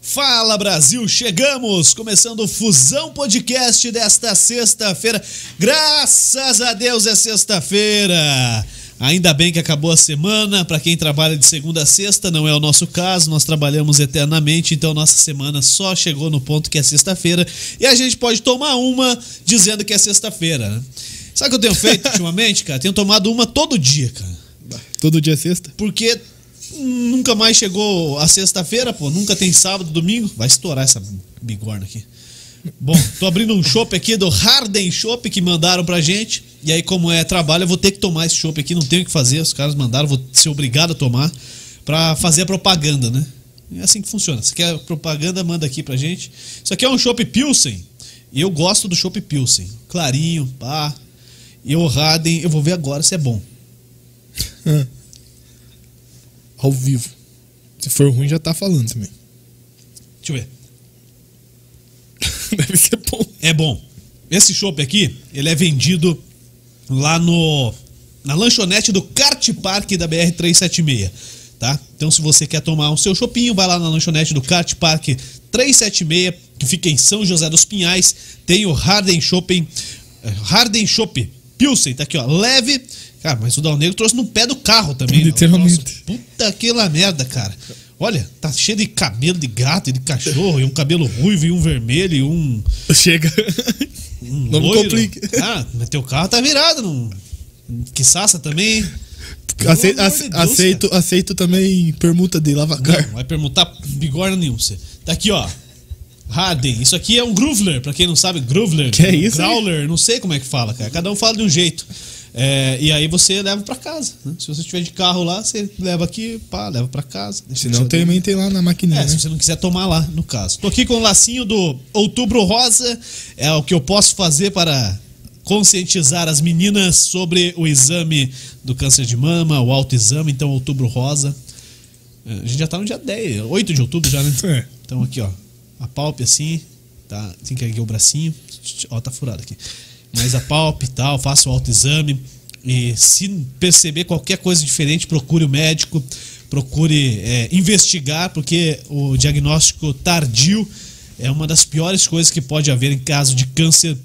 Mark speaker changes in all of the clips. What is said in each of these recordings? Speaker 1: Fala Brasil, chegamos! Começando o Fusão Podcast desta sexta-feira. Graças a Deus é sexta-feira! Ainda bem que acabou a semana. Para quem trabalha de segunda a sexta, não é o nosso caso, nós trabalhamos eternamente, então nossa semana só chegou no ponto que é sexta-feira e a gente pode tomar uma dizendo que é sexta-feira, né? Sabe o que eu tenho feito ultimamente, cara? Tenho tomado uma todo dia, cara.
Speaker 2: Todo dia é sexta?
Speaker 1: Porque nunca mais chegou a sexta-feira, pô. Nunca tem sábado, domingo. Vai estourar essa bigorna aqui. Bom, tô abrindo um chopp aqui do Harden Chopp que mandaram pra gente. E aí, como é trabalho, eu vou ter que tomar esse chopp aqui. Não tenho o que fazer. Os caras mandaram, vou ser obrigado a tomar pra fazer a propaganda, né? É assim que funciona. Se quer propaganda, manda aqui pra gente. Isso aqui é um chopp Pilsen. E eu gosto do chopp Pilsen. Clarinho, pá. E o Harden, eu vou ver agora se é bom.
Speaker 2: Ao vivo. Se for ruim, já tá falando também.
Speaker 1: Deixa eu ver.
Speaker 2: Deve ser bom.
Speaker 1: É bom. Esse chopp aqui, ele é vendido lá no na lanchonete do Kart Park da BR 376, tá? Então se você quer tomar o seu chopinho, vai lá na lanchonete do Kart Park 376, que fica em São José dos Pinhais, tem o Harden Shopping, Harden Shop Pilsen, tá aqui, ó, leve. Cara, mas o Dal Negro trouxe no pé do carro também. né?
Speaker 2: Literalmente.
Speaker 1: Nossa, puta que lá merda, cara. Olha, tá cheio de cabelo de gato e de cachorro, e um cabelo ruivo e um vermelho e um
Speaker 2: Chega.
Speaker 1: um
Speaker 2: Não me
Speaker 1: loiro.
Speaker 2: complique.
Speaker 1: Ah, mas teu carro tá virado. Não... Que saça também. Pelo
Speaker 2: Aceito,
Speaker 1: amor de Deus, cara.
Speaker 2: aceito, aceito também permuta de lavacar.
Speaker 1: Não vai permutar bigorna nenhum. Cê. Tá aqui, ó. Harden. Isso aqui é um groovler. Pra quem não sabe, groovler.
Speaker 2: Que é isso, hein?
Speaker 1: Growler. Não sei como é que fala, cara. Cada um fala de um jeito. É, e aí você leva pra casa. né? Se você tiver de carro lá, você leva aqui, pá, leva pra casa. Deixa
Speaker 2: Se
Speaker 1: no seu
Speaker 2: não, também tem lá na maquininha. né?
Speaker 1: É, se você não quiser tomar lá, no caso. Tô aqui com o lacinho do Outubro Rosa, é o que eu posso fazer para conscientizar as meninas sobre o exame do câncer de mama, o autoexame, então Outubro Rosa. É, A gente já tá no dia 10, 8 de outubro já, né?
Speaker 2: É.
Speaker 1: Então aqui, ó, a palpe assim, tá? Tem que erguer o bracinho, ó, tá furado aqui. Mas a palpe e tal, faça o autoexame e se perceber qualquer coisa diferente, procure o médico, procure é, investigar, porque o diagnóstico tardio é uma das piores coisas que pode haver em caso de câncer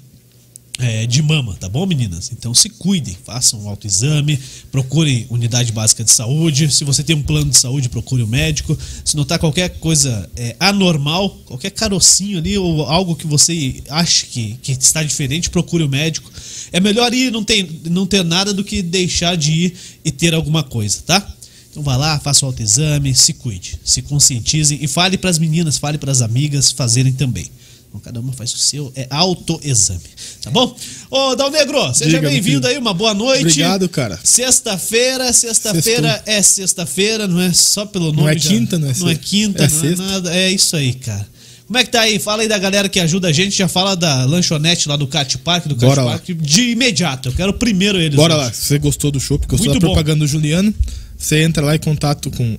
Speaker 1: é, de mama, tá bom, meninas? Então se cuidem, façam um autoexame, procurem unidade básica de saúde. Se você tem um plano de saúde, procure o médico. Se notar qualquer coisa é, anormal, qualquer carocinho ali ou algo que você ache que, que está diferente, procure o médico. É melhor ir e não, tem, não ter nada do que deixar de ir e ter alguma coisa, tá? Então vá lá, faça o autoexame, se cuide, se conscientizem e fale pras meninas, fale pras amigas fazerem também. Então, cada uma faz o seu, é autoexame, tá bom? Ô, Dal Negro, seja
Speaker 2: Diga, meu
Speaker 1: bem-vindo
Speaker 2: filho.
Speaker 1: aí, uma boa noite.
Speaker 2: Obrigado, cara.
Speaker 1: Sexta-feira, sexta-feira é sexta-feira, não é só pelo nome.
Speaker 2: é quinta, não é
Speaker 1: Não é
Speaker 2: sexta.
Speaker 1: quinta,
Speaker 2: É
Speaker 1: não
Speaker 2: sexta.
Speaker 1: é nada. É isso aí, cara. Como é que tá aí? Fala aí da galera que ajuda a gente, já fala da lanchonete lá do Cat Park, do Cat
Speaker 2: Bora lá.
Speaker 1: Park de imediato. Eu quero primeiro eles.
Speaker 2: Bora
Speaker 1: hoje.
Speaker 2: lá, se você gostou do show, porque gostou
Speaker 1: Muito
Speaker 2: da
Speaker 1: bom.
Speaker 2: propaganda do Juliano, você entra lá em contato com,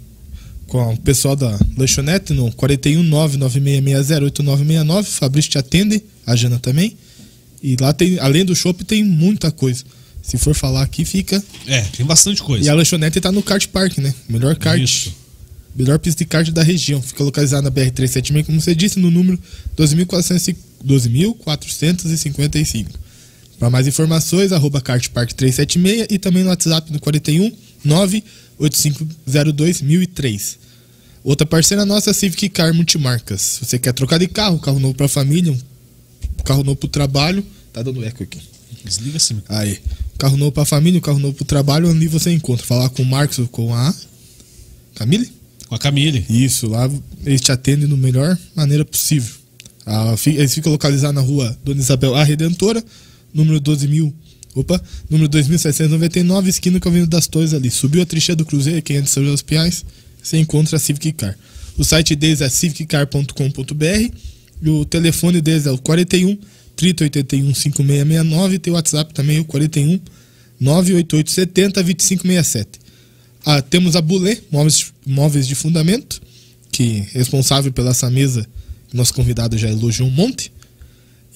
Speaker 2: com o pessoal da lanchonete no 41996608969, Fabrício te atende, a Jana também. E lá tem, além do shopping, tem muita coisa. Se for falar aqui, fica.
Speaker 1: É, tem bastante coisa.
Speaker 2: E a lanchonete tá no kart park, né? Melhor kart.
Speaker 1: Isso.
Speaker 2: Melhor pista de kart da região. Fica localizada na BR-376, como você disse, no número 12.405 12.455. Para mais informações, arroba kartpark376 e também no WhatsApp no 41 98502 1003. Outra parceira nossa é a Civic Car Multimarcas. Se você quer trocar de carro, carro novo para família, um carro novo para o trabalho, tá dando eco aqui.
Speaker 1: Desliga esse microfone.
Speaker 2: Aí, carro novo pra família, carro novo pro trabalho, ali você encontra. Falar com o Marcos ou com a Camille?
Speaker 1: Com a Camille.
Speaker 2: Isso, lá eles te atendem da melhor maneira possível. Ah, fi- eles ficam localizados na rua Dona Isabel A Redentora, número 12 mil. Opa, número 2799, esquina com a Avenida das Torres ali. Subiu a trincheira do Cruzeiro, quem é de São José dos Pinhais, você encontra a Civic Car. O site deles é civiccar.com.br e o telefone deles é o 41 3081 5669 e tem o WhatsApp também, o 41 988 70 2567. Ah, temos a Bulê, móveis, móveis de fundamento, que é responsável pela essa mesa, que nosso convidado já elogiou um monte.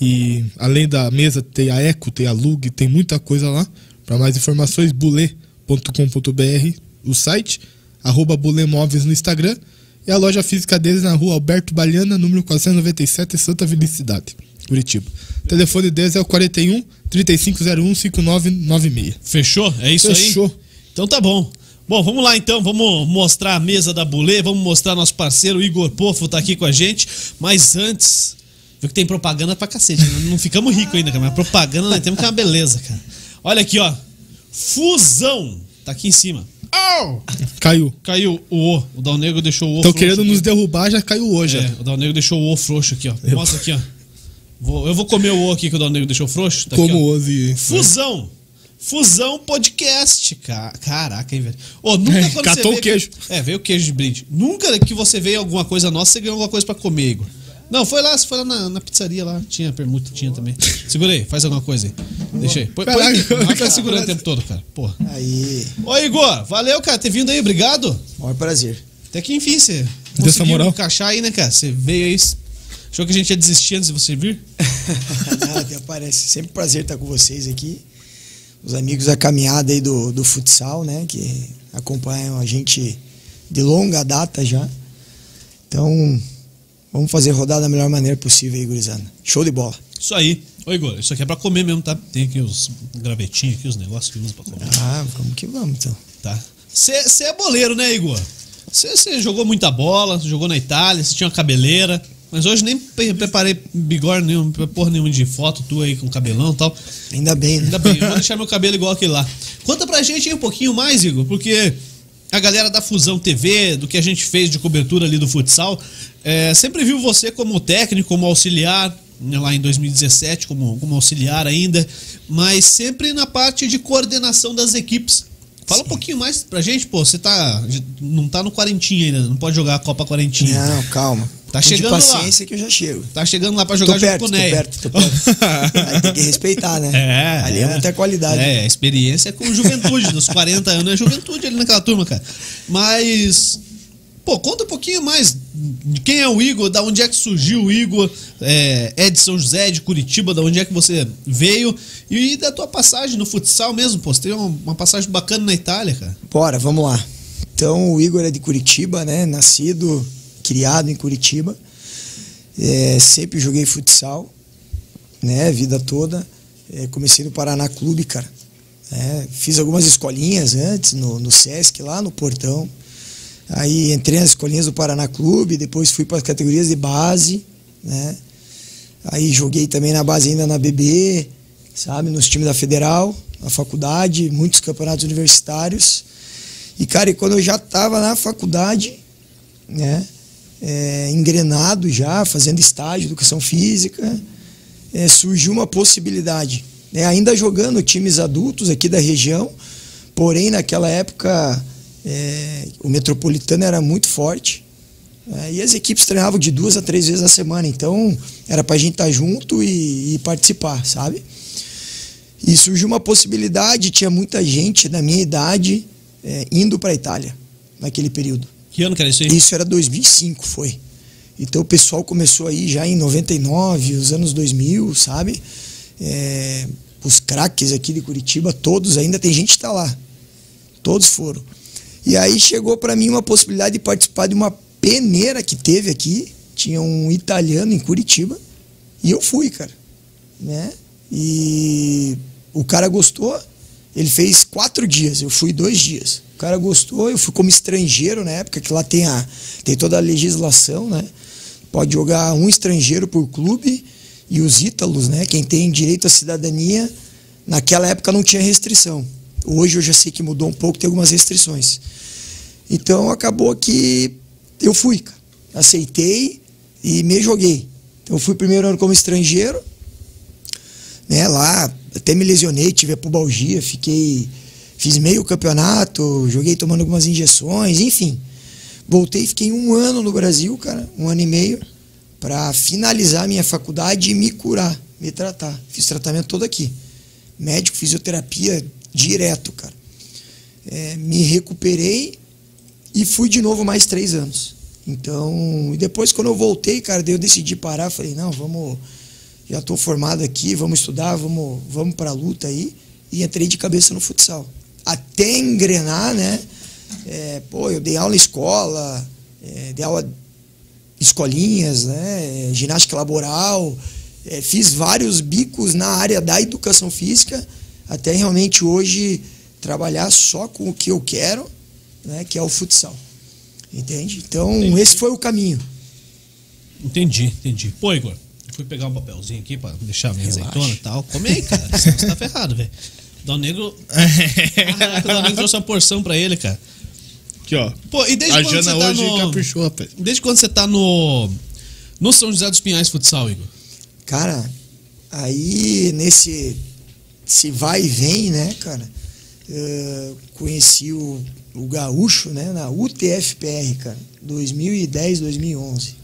Speaker 2: E além da mesa, tem a Eco, tem a Lug, tem muita coisa lá. Para mais informações, bulê.com.br, o site, arroba Bulê Móveis no Instagram e a loja física deles na rua Alberto Baliana, número 497, Santa Felicidade, Curitiba. O telefone deles é o 41 3501 5996.
Speaker 1: Fechou? É isso aí?
Speaker 2: Fechou.
Speaker 1: Então tá bom. Bom, vamos lá então, vamos mostrar a mesa da Bulê, vamos mostrar nosso parceiro Igor Pofo tá aqui com a gente, mas antes, viu que tem propaganda pra cacete, né? não ficamos ricos ainda, cara, mas propaganda nós temos que é uma beleza, cara. Olha aqui, ó, Fusão, tá aqui em cima,
Speaker 2: Caiu.
Speaker 1: caiu o O, o Dal Negro deixou o O
Speaker 2: Estão
Speaker 1: frouxo
Speaker 2: querendo
Speaker 1: aqui.
Speaker 2: nos derrubar, já caiu hoje.
Speaker 1: É, o Dal Negro deixou o O frouxo aqui, ó, mostra aqui, ó. Vou- eu vou comer o O aqui que o Dal Negro deixou frouxo. Tá aqui, ó.
Speaker 2: Como hoje.
Speaker 1: Fusão. Fusão Podcast. Ca- Caraca, hein, velho? Ô, nunca
Speaker 2: É,
Speaker 1: quando
Speaker 2: catou
Speaker 1: você
Speaker 2: o queijo.
Speaker 1: É, veio o queijo de brinde. Nunca que você veio alguma coisa nossa, você ganhou alguma coisa pra comer, Igor. Não, foi lá, você foi lá na, na pizzaria lá. Tinha permuta, tinha também. Segura aí, faz alguma coisa aí. Deixa aí. Põe, põe
Speaker 2: Caraca,
Speaker 1: aqui. Não vai ficar
Speaker 2: cara,
Speaker 1: segurando o
Speaker 2: parece-
Speaker 1: tempo todo, cara. Porra.
Speaker 3: Aí,
Speaker 1: Ô, Igor, valeu, cara, ter vindo aí, obrigado.
Speaker 3: maior prazer.
Speaker 1: Até que enfim, você
Speaker 2: Deu essa
Speaker 1: conseguiu
Speaker 2: moral.
Speaker 1: encaixar aí, né, cara? Você veio aí. Achou que a gente ia desistir antes de você vir?
Speaker 3: Nada, parece sempre um prazer estar com vocês aqui. Os amigos da caminhada aí do, do futsal, né? Que acompanham a gente de longa data já. Então, vamos fazer rodar da melhor maneira possível aí, gurizada. Show de bola.
Speaker 1: Isso aí. Ô, Igor, isso aqui é pra comer mesmo, tá? Tem aqui os gravetinhos aqui, os negócios que usa pra comer,
Speaker 3: Ah, vamos que vamos, então.
Speaker 1: tá? Você é boleiro, né, Igor? Você jogou muita bola, cê jogou na Itália, você tinha uma cabeleira. Mas hoje nem pre- preparei bigorna nenhum, porra nenhuma de foto tua aí com cabelão e tal.
Speaker 3: Ainda bem, né?
Speaker 1: Ainda bem, eu vou deixar meu cabelo igual aquele lá. Conta pra gente aí um pouquinho mais, Igor, porque a galera da Fusão TV, do que a gente fez de cobertura ali do futsal, é, sempre viu você como técnico, como auxiliar, né, lá em 2017, como, como auxiliar ainda, mas sempre na parte de coordenação das equipes. Fala um pouquinho mais pra gente, pô, você tá, não tá no quarentinha ainda, não pode jogar a Copa quarentinha.
Speaker 3: Não, calma.
Speaker 1: Tá
Speaker 3: Um pouco
Speaker 1: chegando lá.
Speaker 3: de paciência que eu já chego.
Speaker 1: Tá chegando lá pra
Speaker 3: Tô
Speaker 1: jogar junto
Speaker 3: perto,
Speaker 1: com
Speaker 3: tô
Speaker 1: o Ney.
Speaker 3: perto, tô perto. Aí tem que respeitar, né?
Speaker 1: É.
Speaker 3: Ali é muita qualidade.
Speaker 1: É, a experiência é com juventude, dos 40 anos é juventude ali naquela turma, cara. Mas. Pô, conta um pouquinho mais de quem é o Igor, da onde é que surgiu o Igor, é, é de São José, de Curitiba, da onde é que você veio e da tua passagem no futsal mesmo, pô. Você teve uma, uma passagem bacana na Itália, cara.
Speaker 3: Bora, vamos lá. Então, o Igor é de Curitiba, né? Nascido, criado em Curitiba. É, sempre joguei futsal, né? Vida toda. É, comecei no Paraná Clube, cara. É, fiz algumas escolinhas antes, no, no Sesc, lá no Portão. Aí entrei nas escolinhas do Paraná Clube, depois fui para as categorias de base, né? Aí joguei também na base ainda na BB, sabe, nos times da Federal, na faculdade, muitos campeonatos universitários. E, cara, e quando eu já estava na faculdade, né, é, engrenado já, fazendo estágio, educação física, é, surgiu uma possibilidade. né, ainda jogando times adultos aqui da região, porém, naquela época, é, o metropolitano era muito forte. É, e as equipes treinavam de duas a três vezes na semana, então era pra gente estar junto e, e participar, sabe? E surgiu uma possibilidade, tinha muita gente da minha idade é, indo pra Itália naquele período.
Speaker 1: Que ano que era isso aí?
Speaker 3: Isso era 2005, foi. Então o pessoal começou aí já em 99, os anos 2000, sabe? É, os craques aqui de Curitiba, todos ainda tem gente que tá lá. Todos foram. E aí chegou para mim uma possibilidade de participar de uma peneira que teve aqui. Tinha um italiano em Curitiba. E eu fui, cara. Né? E o cara gostou. Ele fez quatro dias, eu fui dois dias. O cara gostou, eu fui como estrangeiro na época, que lá tem, a, tem toda a legislação, né? Pode jogar um estrangeiro por clube e os ítalos, né? Quem tem direito à cidadania, naquela época não tinha restrição. Hoje eu já sei que mudou um pouco, tem algumas restrições. Então acabou que eu fui, cara. Aceitei e me joguei. Então, eu fui primeiro ano como estrangeiro, né? Lá até me lesionei, tive apobalgia, fiquei. Fiz meio campeonato, joguei tomando algumas injeções, enfim. Voltei, fiquei um ano no Brasil, cara, um ano e meio, para finalizar minha faculdade e me curar, me tratar. Fiz tratamento todo aqui. Médico, fisioterapia direto, cara. É, me recuperei e fui de novo mais três anos. Então, e depois quando eu voltei, cara, daí eu decidi parar, falei, não, vamos, já estou formado aqui, vamos estudar, vamos, vamos para a luta aí. E entrei de cabeça no futsal. Até engrenar, né? É, pô, eu dei aula em escola, é, dei aula escolinhas, né, ginástica laboral, é, fiz vários bicos na área da educação física, até realmente hoje trabalhar só com o que eu quero, né, que é o futsal. Entende? Então,
Speaker 1: Entendi.
Speaker 3: esse foi o caminho.
Speaker 1: Entendi, entendi. Pô, Igor, eu fui pegar um papelzinho aqui pra deixar a minha
Speaker 3: Relaxa.
Speaker 1: azeitona e tal. Come aí, cara. senão Você tá ferrado, velho. Dal Negro. Caraca, o Dal Negro trouxe uma porção pra ele, cara.
Speaker 2: Aqui, ó.
Speaker 1: Pô, e desde
Speaker 2: A
Speaker 1: quando
Speaker 2: Jana
Speaker 1: você tá
Speaker 2: hoje
Speaker 1: no...
Speaker 2: caprichou, rapaz.
Speaker 1: Desde quando você tá no. No São José dos Pinhais Futsal, Igor?
Speaker 3: Cara, aí nesse se vai e vem, né, cara? eh, conheci o, o Gaúcho, né, na UTFPR, cara, 2010, 2011.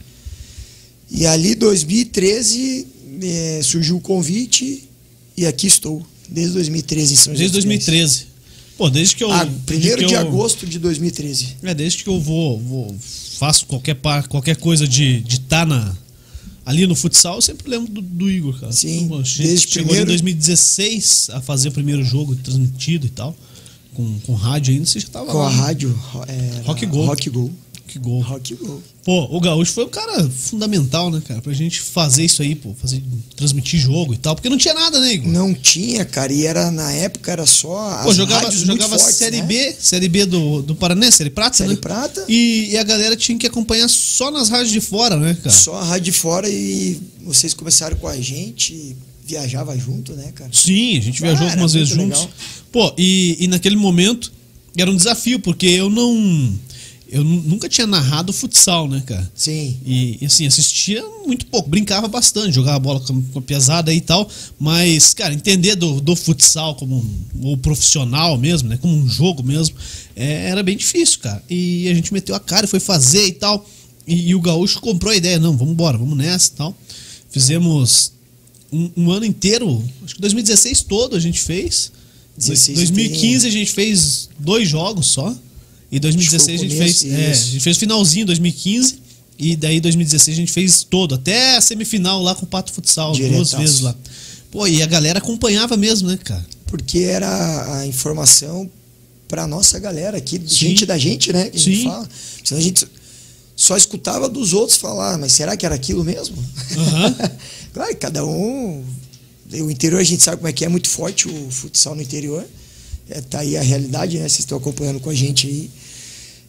Speaker 3: E ali, 2013, eh, surgiu o convite e aqui estou, desde 2013 em São
Speaker 1: Desde
Speaker 3: José dos Pinhais.
Speaker 1: 2013. Pô, desde que eu.
Speaker 3: é, Ah,
Speaker 1: desde
Speaker 3: primeiro
Speaker 1: que
Speaker 3: de
Speaker 1: eu-
Speaker 3: agosto de 2013.
Speaker 1: É, desde que eu vou, vou- faço qualquer par, qualquer coisa de estar de tá na ali no futsal, eu sempre lembro do, do Igor, cara.
Speaker 3: Sim,
Speaker 1: Pô, che-
Speaker 3: desde
Speaker 1: chegou
Speaker 3: primeiro-
Speaker 1: em 2016 a fazer o primeiro jogo transmitido e tal, com, com rádio ainda, você já tava
Speaker 3: Com
Speaker 1: lá.
Speaker 3: a
Speaker 1: né?
Speaker 3: rádio. ro- era
Speaker 1: Rock Go.
Speaker 3: Rock Go.
Speaker 1: Que gol.
Speaker 3: Rock Go.
Speaker 1: Pô, o Gaúcho foi um cara fundamental, né, cara, pra gente fazer isso aí, pô, fazer transmitir jogo e tal, porque não tinha nada, né, Igor?
Speaker 3: Não tinha, cara, e era na época era só as
Speaker 1: Pô, jogava,
Speaker 3: rádios muito
Speaker 1: jogava
Speaker 3: fortes,
Speaker 1: Série
Speaker 3: né?
Speaker 1: B, Série B do, do Paraná, Série Prata,
Speaker 3: Série
Speaker 1: né?
Speaker 3: Prata.
Speaker 1: E, e a galera tinha que acompanhar só nas rádios de fora, né, cara?
Speaker 3: Só a rádio de fora e vocês começaram com a gente, viajava junto, né, cara?
Speaker 1: Sim, a gente
Speaker 3: Ah,
Speaker 1: viajou
Speaker 3: era
Speaker 1: algumas vezes
Speaker 3: muito
Speaker 1: juntos.
Speaker 3: legal.
Speaker 1: Pô, e, e naquele momento era um desafio, porque eu não. Eu nu- nunca tinha narrado futsal, né, cara?
Speaker 3: Sim.
Speaker 1: E, e, assim, assistia muito pouco, brincava bastante, jogava bola com, com a pesada e tal, mas, cara, entender do, do futsal como um, o profissional mesmo, né, como um jogo mesmo, é, era bem difícil, cara. E a gente meteu a cara e foi fazer e tal, e, e o Gaúcho comprou a ideia, não, vamos embora, vamos nessa e tal. Fizemos um, um ano inteiro, acho que 2016 todo a gente fez,
Speaker 3: 16
Speaker 1: 2015 a gente fez dois jogos só, e 2016 a gente
Speaker 3: Acho que foi o
Speaker 1: fez...
Speaker 3: começo,
Speaker 1: é,
Speaker 3: isso.
Speaker 1: a gente fez finalzinho em 2015 e daí 2016 a gente fez todo, até a semifinal lá com o Pato Futsal, duas
Speaker 3: Diretaço.
Speaker 1: vezes lá. Pô, e a galera acompanhava mesmo, né, cara?
Speaker 3: Porque era a informação pra nossa galera aqui,
Speaker 1: Sim.
Speaker 3: gente da gente, né? Que a
Speaker 1: Sim.
Speaker 3: gente fala. Senão a gente só escutava dos outros falar, mas será que era aquilo mesmo?
Speaker 1: Aham.
Speaker 3: claro, cada um. O interior a gente sabe como é que é, é muito forte o futsal no interior. É, tá aí a realidade, né? Vocês estão acompanhando com a gente aí.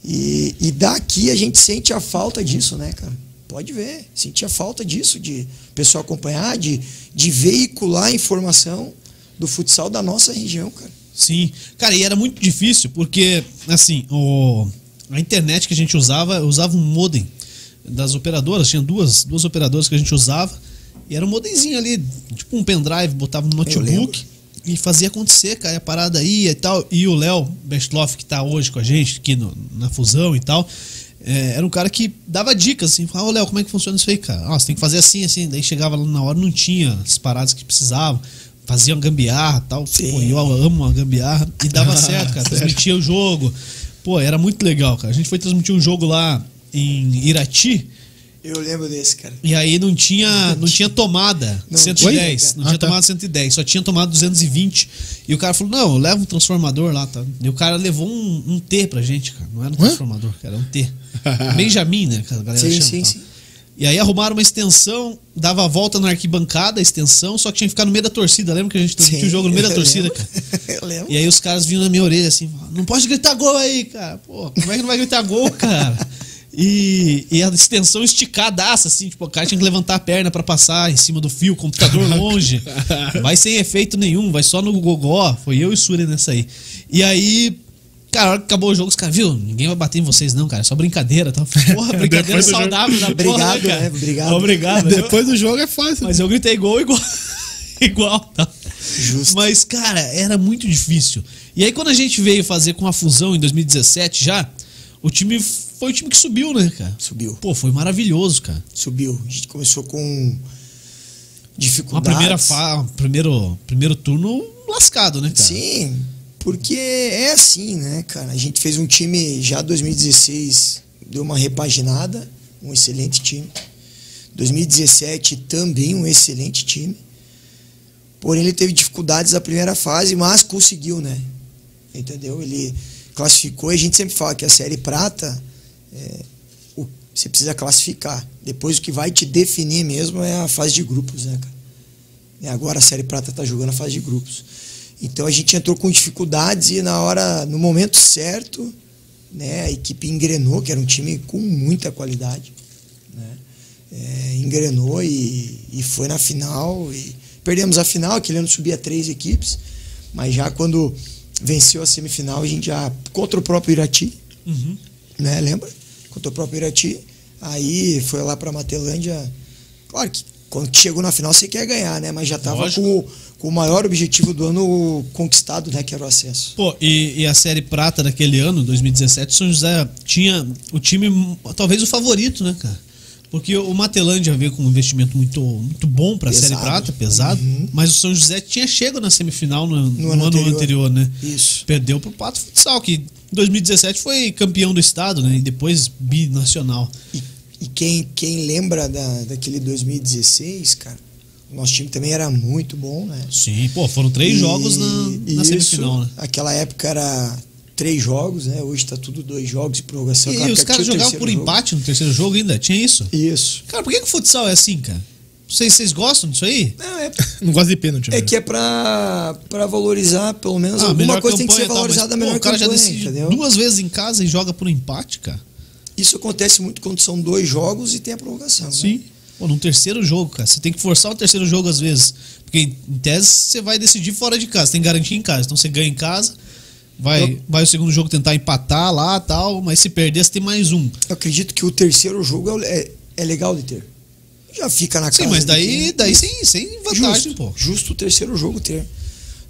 Speaker 3: E, e daqui a gente sente a falta disso, né, cara? Pode ver, sentia falta disso, de o pessoal acompanhar, de, de veicular a informação do futsal da nossa região, cara.
Speaker 1: Sim. Cara, e era muito difícil porque, assim, o, a internet que a gente usava, eu usava um modem das operadoras, tinha duas, duas operadoras que a gente usava, e era um modemzinho ali, tipo um pendrive, botava no
Speaker 3: lembro.
Speaker 1: notebook e fazia acontecer, cara, e a parada ia e tal. E o Léo Bestloff, que tá hoje com a gente aqui no- na fusão e tal, é, era um cara que dava dicas, assim, falava, ô Léo, como é que funciona isso aí, cara? Ó, você tem que fazer assim, assim. Daí chegava lá na hora, não tinha as paradas que precisavam. Fazia uma gambiarra e tal.
Speaker 3: Sim.
Speaker 1: Pô, e eu amo uma gambiarra. E dava certo, cara.
Speaker 2: sério?
Speaker 1: Transmitia o jogo. Pô, era muito legal, cara. A gente foi transmitir um jogo lá em Irati.
Speaker 3: Eu lembro desse, cara.
Speaker 1: E aí não tinha, não tinha tomada
Speaker 3: Não
Speaker 1: 110.
Speaker 3: tinha,
Speaker 1: não
Speaker 2: cara.
Speaker 1: tinha
Speaker 2: Ah, tá.
Speaker 1: tomada 110, só tinha tomada 220. E o cara falou: não, leva um transformador lá, tá? E o cara levou um, um T pra gente, cara. Não era um transformador, cara, era um T. Benjamin, né? Que a galera
Speaker 3: Sim,
Speaker 1: chama,
Speaker 3: sim,
Speaker 1: tal.
Speaker 3: sim.
Speaker 1: E aí arrumaram uma extensão, dava a volta na arquibancada, a extensão, só que tinha que ficar no meio da torcida. Lembra que a gente transmitiu o jogo no meio da
Speaker 3: eu
Speaker 1: torcida,
Speaker 3: lembro.
Speaker 1: cara?
Speaker 3: Eu lembro.
Speaker 1: E aí os caras vinham na minha orelha assim, não pode gritar gol aí, cara. Pô, como é que não vai gritar gol, cara? E, e a extensão esticadaça, assim, tipo, o cara tinha que levantar a perna pra passar em cima do fio, computador longe. Vai sem efeito nenhum, vai só no gogó. Foi eu e o Suri nessa aí. E aí, cara, a hora que acabou o jogo, os caras, viu? Ninguém vai bater em vocês, não, cara. É só brincadeira, tá? Porra, brincadeira
Speaker 2: Depois do jogo.
Speaker 1: saudável da porra, né,
Speaker 3: Obrigado,
Speaker 1: cara?
Speaker 3: né? Obrigado.
Speaker 1: Obrigado. Eu-
Speaker 2: Depois do jogo é fácil.
Speaker 1: mas eu gritei gol igual. igual, tá?
Speaker 3: Justo.
Speaker 1: Mas, cara, era muito difícil. E aí, quando a gente veio fazer com a fusão em 2017 já, o time foi o time que subiu, né, cara?
Speaker 3: Subiu.
Speaker 1: Pô, foi maravilhoso, cara.
Speaker 3: Subiu. A gente começou com
Speaker 1: Uma
Speaker 3: dificuldades.
Speaker 1: primeira fa... primeiro, primeiro turno lascado, né, cara?
Speaker 3: Sim, porque é assim, né, cara? A gente fez um time já 2016, deu uma repaginada, um excelente time. 2017 também um excelente time. Porém, ele teve dificuldades na primeira fase, mas conseguiu, né? Entendeu? Ele classificou e a gente sempre fala que a série prata, é, o Você precisa classificar. Depois o que vai te definir mesmo é a fase de grupos, né, cara? E agora a Série Prata está jogando a fase de grupos. Então a gente entrou com dificuldades e na hora, no momento certo, né, a equipe engrenou, que era um time com muita qualidade. Né? É, engrenou e, e foi na final. E perdemos a final, aquele ano subia três equipes, mas já quando venceu a semifinal, a gente já contra o próprio Irati,
Speaker 1: Uhum.
Speaker 3: né? Lembra? Contra o próprio Irati. Aí foi lá pra Matelândia. Claro que quando chegou na final você quer ganhar, né? Mas já tava
Speaker 1: Lógico.
Speaker 3: com, o- com o maior objetivo do ano conquistado, né? Que era o acesso.
Speaker 1: Pô, e, e a série prata daquele ano, 2017, São José tinha o time, hum, talvez o favorito, né, cara? Porque o Matelândia veio com um investimento muito, muito bom pra
Speaker 3: Pesado. Uhum.
Speaker 1: série prata, pesado, mas o São José tinha chego na semifinal no, no ano
Speaker 3: ano anterior.
Speaker 1: anterior, né?
Speaker 3: Isso.
Speaker 1: Perdeu pro Pato Futsal, que em 2017 foi campeão do estado, né? E depois binacional.
Speaker 3: E, e quem, quem lembra da, daquele 2016, cara, o nosso time também era muito bom, né?
Speaker 1: Sim, pô, foram três
Speaker 3: E-
Speaker 1: jogos na,
Speaker 3: e
Speaker 1: na semifinal, né?
Speaker 3: Aquela época era três jogos, né? Hoje tá tudo dois jogos e prorrogação.
Speaker 1: E
Speaker 3: Claro
Speaker 1: os
Speaker 3: que
Speaker 1: caras
Speaker 3: tinha o
Speaker 1: jogavam
Speaker 3: terceiro
Speaker 1: por
Speaker 3: jogo.
Speaker 1: empate no terceiro jogo ainda, tinha isso?
Speaker 3: Isso.
Speaker 1: Cara, por que, que o futsal é assim, cara? Vocês, vocês gostam disso aí?
Speaker 3: Não, é,
Speaker 2: Não gosto de pênalti.
Speaker 3: é
Speaker 2: velho.
Speaker 3: que é pra, pra valorizar, pelo menos,
Speaker 1: Hum. Ah,
Speaker 3: alguma
Speaker 1: melhor
Speaker 3: coisa tem que ser
Speaker 1: campanha, tá,
Speaker 3: valorizada
Speaker 1: mas,
Speaker 3: da melhor
Speaker 1: pô, O cara já
Speaker 3: campanha,
Speaker 1: decide
Speaker 3: entendeu?
Speaker 1: duas vezes em casa e joga por um empate, cara.
Speaker 3: Isso acontece muito quando são dois jogos e tem a prorrogação. né?
Speaker 1: Pô, num terceiro jogo, cara. Você tem que forçar o terceiro jogo às vezes. Porque em em tese você vai decidir fora de casa, tem que garantir em casa. Então você ganha em casa, vai, vai o segundo jogo tentar empatar lá tal, mas se perder, você tem mais um.
Speaker 3: Eu acredito que o terceiro jogo é o- é, é legal de ter. Já fica na
Speaker 1: Sim,
Speaker 3: casa
Speaker 1: mas
Speaker 3: do
Speaker 1: daí,
Speaker 3: time.
Speaker 1: daí sem, sem vantagem,
Speaker 3: justo,
Speaker 1: pô.
Speaker 3: Justo o terceiro jogo ter.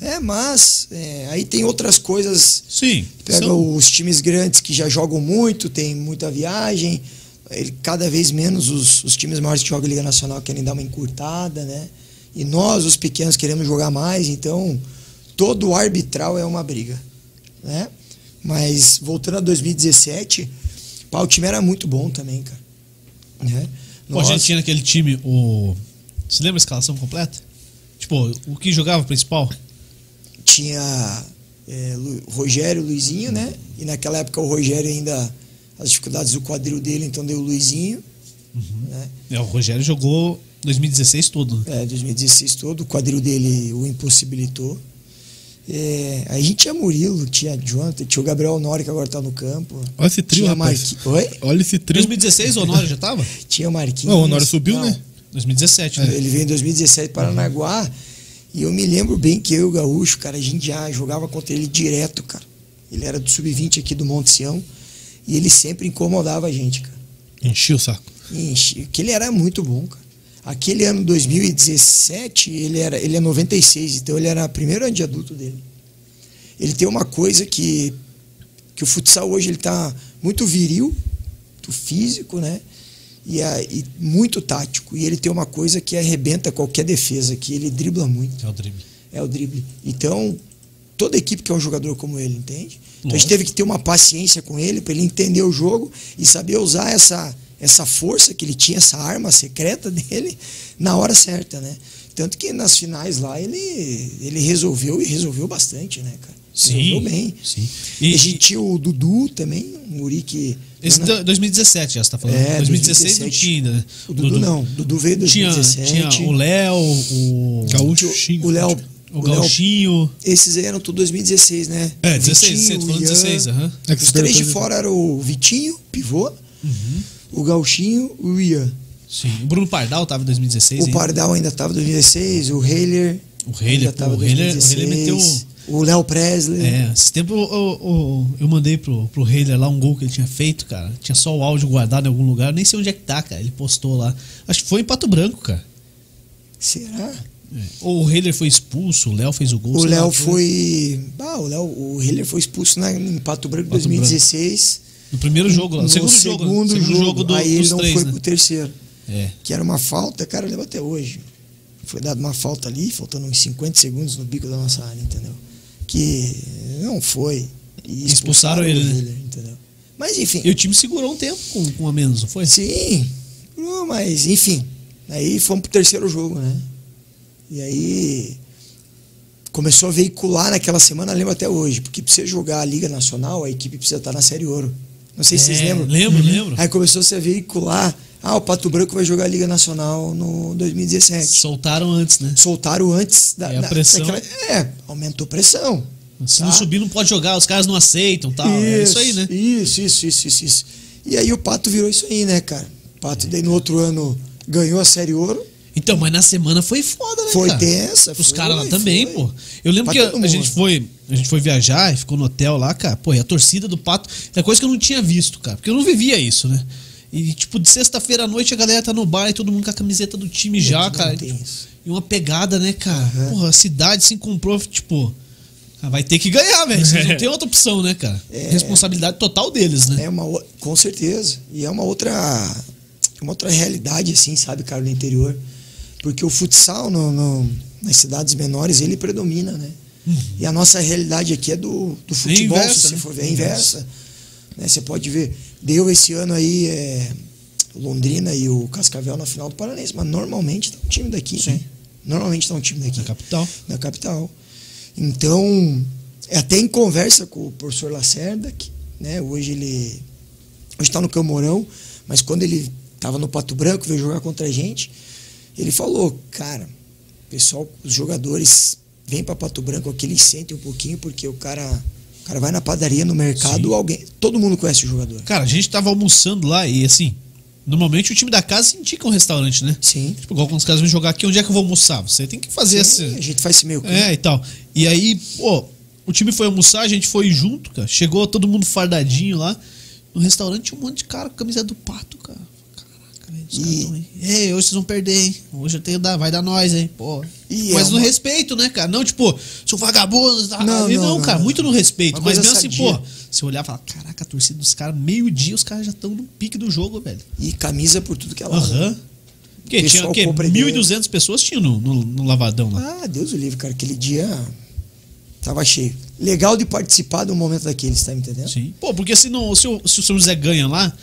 Speaker 3: É, mas é, aí tem outras coisas.
Speaker 1: Sim.
Speaker 3: Pega
Speaker 1: são-
Speaker 3: os times grandes que já jogam muito, tem muita viagem. Ele, cada vez menos os, os times maiores que jogam Liga Nacional querem dar uma encurtada, né? E nós, os pequenos, queremos jogar mais, então todo o arbitral é uma briga, né? Mas voltando a 2017, pá, o time era muito bom também, cara. Né?
Speaker 1: Pô, a gente
Speaker 3: Nós-
Speaker 1: tinha naquele time o. Você lembra a escalação completa? Tipo, o que jogava principal?
Speaker 3: tinha é, Lu- Rogério, Luizinho, né? E naquela época o Rogério ainda as dificuldades do quadril dele, então deu o Luizinho,
Speaker 2: Uhum.
Speaker 3: né?
Speaker 1: É, o Rogério jogou 2016 todo, né?
Speaker 3: É, 2016 todo, o quadril dele o impossibilitou. É, a gente tinha Murilo, tinha Jonathan, tinha o Gabriel Honori que agora tá no campo.
Speaker 2: Olha esse trio,
Speaker 3: tinha
Speaker 2: rapaz.
Speaker 3: Marqui- Oi?
Speaker 2: Olha esse trio.
Speaker 1: 2016 o Honório já tava?
Speaker 3: Tinha o Marquinhos.
Speaker 2: Não, o Honório subiu,
Speaker 3: Não,
Speaker 2: né?
Speaker 1: 2017, né?
Speaker 3: Ele veio em 2017 para Paranaguá. E eu me lembro bem que eu e o Gaúcho, cara, a gente já jogava contra ele direto, cara. Ele era do sub-20 aqui do Monte Sião. E ele sempre incomodava a gente, cara.
Speaker 2: Enchi o saco.
Speaker 3: Enche, que ele era muito bom, cara. Aquele ano 2017, ele era, ele é 96, então ele era o primeiro ano de adulto dele. Ele tem uma coisa que que o futsal hoje ele tá muito viril, muito físico, né? E, a- e muito tático. E ele tem uma coisa que arrebenta qualquer defesa, que ele dribla muito
Speaker 1: É o drible.
Speaker 3: é o drible. Então, toda equipe quer um jogador como ele, entende? Então a gente
Speaker 1: Lógico.
Speaker 3: teve que ter uma paciência com ele para ele entender o jogo e saber usar essa, essa força que ele tinha, essa arma secreta dele, na hora certa, né? Tanto que nas finais lá ele, ele resolveu e resolveu bastante, né, cara? Resolveu bem.
Speaker 1: Sim.
Speaker 3: E
Speaker 1: E,
Speaker 3: a gente tinha o Dudu também, um Muri que.
Speaker 1: esse
Speaker 3: Ana-
Speaker 1: do- 2017 já você tá falando.
Speaker 3: É,
Speaker 1: 2016 não
Speaker 3: 2017.
Speaker 1: tinha ainda, né?
Speaker 3: o Dudu, não, o Dudu veio em
Speaker 1: Tinha,
Speaker 3: 2017.
Speaker 1: tinha o Léo, o.
Speaker 3: o Léo.
Speaker 1: O
Speaker 3: o Léo
Speaker 1: Gauchinho.
Speaker 3: esses aí eram tudo 2016, né?
Speaker 1: É,
Speaker 3: O
Speaker 1: 16, você tá
Speaker 3: o
Speaker 1: falando
Speaker 3: Ian.
Speaker 1: 16, aham.
Speaker 2: É que
Speaker 3: Os
Speaker 2: você
Speaker 3: três de
Speaker 2: perguntou-
Speaker 3: fora eram o Vitinho, pivô,
Speaker 1: Uhum.
Speaker 3: o Gauchinho e o Ian.
Speaker 1: Sim. O Bruno Pardal tava em 2016.
Speaker 3: O
Speaker 1: ainda.
Speaker 3: Pardal ainda estava em 2016, o Heiler
Speaker 1: O Heiler,
Speaker 3: ainda
Speaker 1: pô,
Speaker 3: tava em
Speaker 1: o Heiler- o Heiler meteu-
Speaker 3: 2016, O Léo Presley.
Speaker 1: É, esse tempo eu, eu, eu- eu mandei pro, pro Heiler lá um gol que ele tinha feito, cara. Tinha só o áudio guardado em algum lugar, eu nem sei onde é que tá, cara. Ele postou lá. Acho que foi em Pato Branco, cara.
Speaker 3: Será?
Speaker 1: Ou o Heiler foi expulso, o Léo fez o gol.
Speaker 3: O
Speaker 1: sei lá,
Speaker 3: Léo foi. Ah, o Léo, o Heiler foi expulso na, em Pato Branco em
Speaker 1: Pato Branco.
Speaker 3: 2016.
Speaker 1: No primeiro jogo lá, no
Speaker 3: No
Speaker 1: segundo, jogo. né?
Speaker 3: segundo
Speaker 1: Segundo jogo do,
Speaker 3: Aí ele
Speaker 1: dos
Speaker 3: não
Speaker 1: três,
Speaker 3: foi
Speaker 1: né?
Speaker 3: pro terceiro.
Speaker 1: É.
Speaker 3: que era uma falta, cara, eu lembro até hoje. Foi dada uma falta ali, faltando uns 50 segundos no bico da nossa área, entendeu? Que não foi. E
Speaker 1: Expulsaram ele, né?
Speaker 3: entendeu? Mas enfim.
Speaker 1: E o time segurou um tempo com, com a menos, não foi?
Speaker 3: Sim, não, mas enfim. Aí fomos pro terceiro jogo, né? E aí começou a veicular naquela semana, lembro até hoje, porque pra você jogar a Liga Nacional, a equipe precisa estar tá na Série Ouro. Não sei se vocês
Speaker 1: É,
Speaker 3: lembram. Uhum.
Speaker 1: Lembro, lembro.
Speaker 3: Aí começou-se a veicular. Ah, o Pato Branco vai jogar a Liga Nacional no 2017.
Speaker 1: Soltaram antes, né?
Speaker 3: Soltaram antes da.
Speaker 1: É, a
Speaker 3: da-
Speaker 1: pressão.
Speaker 3: daquela- é, aumentou a pressão.
Speaker 1: Se não
Speaker 3: Tá.
Speaker 1: subir, não pode jogar, os caras não aceitam tal. é isso aí, né?
Speaker 3: Isso, isso, isso, isso, isso. E aí o Pato virou isso aí, né, cara? O Pato daí no outro ano ganhou a Série Ouro.
Speaker 1: Então, mas na semana foi foda, né?
Speaker 3: Foi
Speaker 1: cara?
Speaker 3: tensa,
Speaker 1: Os
Speaker 3: foi,
Speaker 1: caras lá também,
Speaker 3: foi.
Speaker 1: pô. Eu lembro
Speaker 3: Pra
Speaker 1: que
Speaker 3: todo
Speaker 1: a, a
Speaker 3: mundo.
Speaker 1: gente foi, a gente foi viajar e ficou no hotel lá, cara. Pô, e a torcida do Pato é coisa que eu não tinha visto, cara, porque eu não vivia isso, né? E tipo, de sexta-feira à noite a galera tá no bar e todo mundo com a camiseta do time já,
Speaker 3: não
Speaker 1: cara.
Speaker 3: tem isso.
Speaker 1: E uma pegada, né, cara? Porra, a cidade se comprou, tipo, ah, vai ter que ganhar, velho. Vocês Não tem outra opção, né, cara? Responsabilidade total deles, né?
Speaker 3: É uma, o- com certeza. E é uma outra, é uma outra realidade, assim, sabe, cara, no interior. Porque o futsal no- no- nas cidades menores, ele predomina, né? E a nossa realidade aqui é do, do futebol,
Speaker 1: inversa,
Speaker 3: se você
Speaker 1: né?
Speaker 3: for ver, é inversa. Né? Você pode ver, deu esse ano aí é, Londrina e o Cascavel na final do Paranense, mas normalmente tá um time daqui, né? Normalmente tá um time daqui
Speaker 1: Na capital.
Speaker 3: na capital. Então, até em conversa com o professor Lacerda, que né, hoje ele está no Camorão, mas quando ele estava no Pato Branco, veio jogar contra a gente, ele falou, cara, pessoal, os jogadores vêm para Pato Branco aqui, eles sentem um pouquinho, porque o cara, o cara vai na padaria, no mercado, alguém. Todo mundo conhece o jogador.
Speaker 1: Cara, a gente tava almoçando lá e assim, normalmente o time da casa indica um restaurante, né?
Speaker 3: Sim.
Speaker 1: Tipo, igual quando os caras vêm jogar aqui, onde é que eu vou almoçar? Você tem que fazer essa.
Speaker 3: A gente faz esse meio campo.
Speaker 1: É, e tal. E aí, pô, o time foi almoçar, a gente foi junto, cara. Chegou todo mundo fardadinho lá. No restaurante tinha um monte de cara com a camisa do pato, cara. Caraca, velho, os caras
Speaker 3: E-
Speaker 1: tão aí. Ei, hoje vocês vão perder, hein? Hoje eu tenho que dar, vai dar nós, hein? Pô.
Speaker 3: E
Speaker 1: mas
Speaker 3: é
Speaker 1: no
Speaker 3: uma-
Speaker 1: respeito, né, cara? Não, tipo, seu vagabundo. Não,
Speaker 3: Não,
Speaker 1: não,
Speaker 3: não, não,
Speaker 1: cara,
Speaker 3: não.
Speaker 1: muito no respeito.
Speaker 3: Uma
Speaker 1: mas
Speaker 3: coisa
Speaker 1: mesmo assim,
Speaker 3: sadia.
Speaker 1: pô, você olhar e falar, caraca, a torcida dos caras, meio-dia, os caras já estão no pique do jogo, velho.
Speaker 3: E camisa por tudo que é ela
Speaker 1: Aham. Porque tinha
Speaker 3: Pessoal
Speaker 1: o quê?
Speaker 3: compreendeu.
Speaker 1: 1.200 pessoas tinham no, no- no lavadão lá.
Speaker 3: Ah, Deus o livre, cara. Aquele dia tava cheio. Legal de participar de um momento daqueles, tá me entendendo?
Speaker 1: Sim. Pô, porque se, não, se, o, se o São José ganha lá,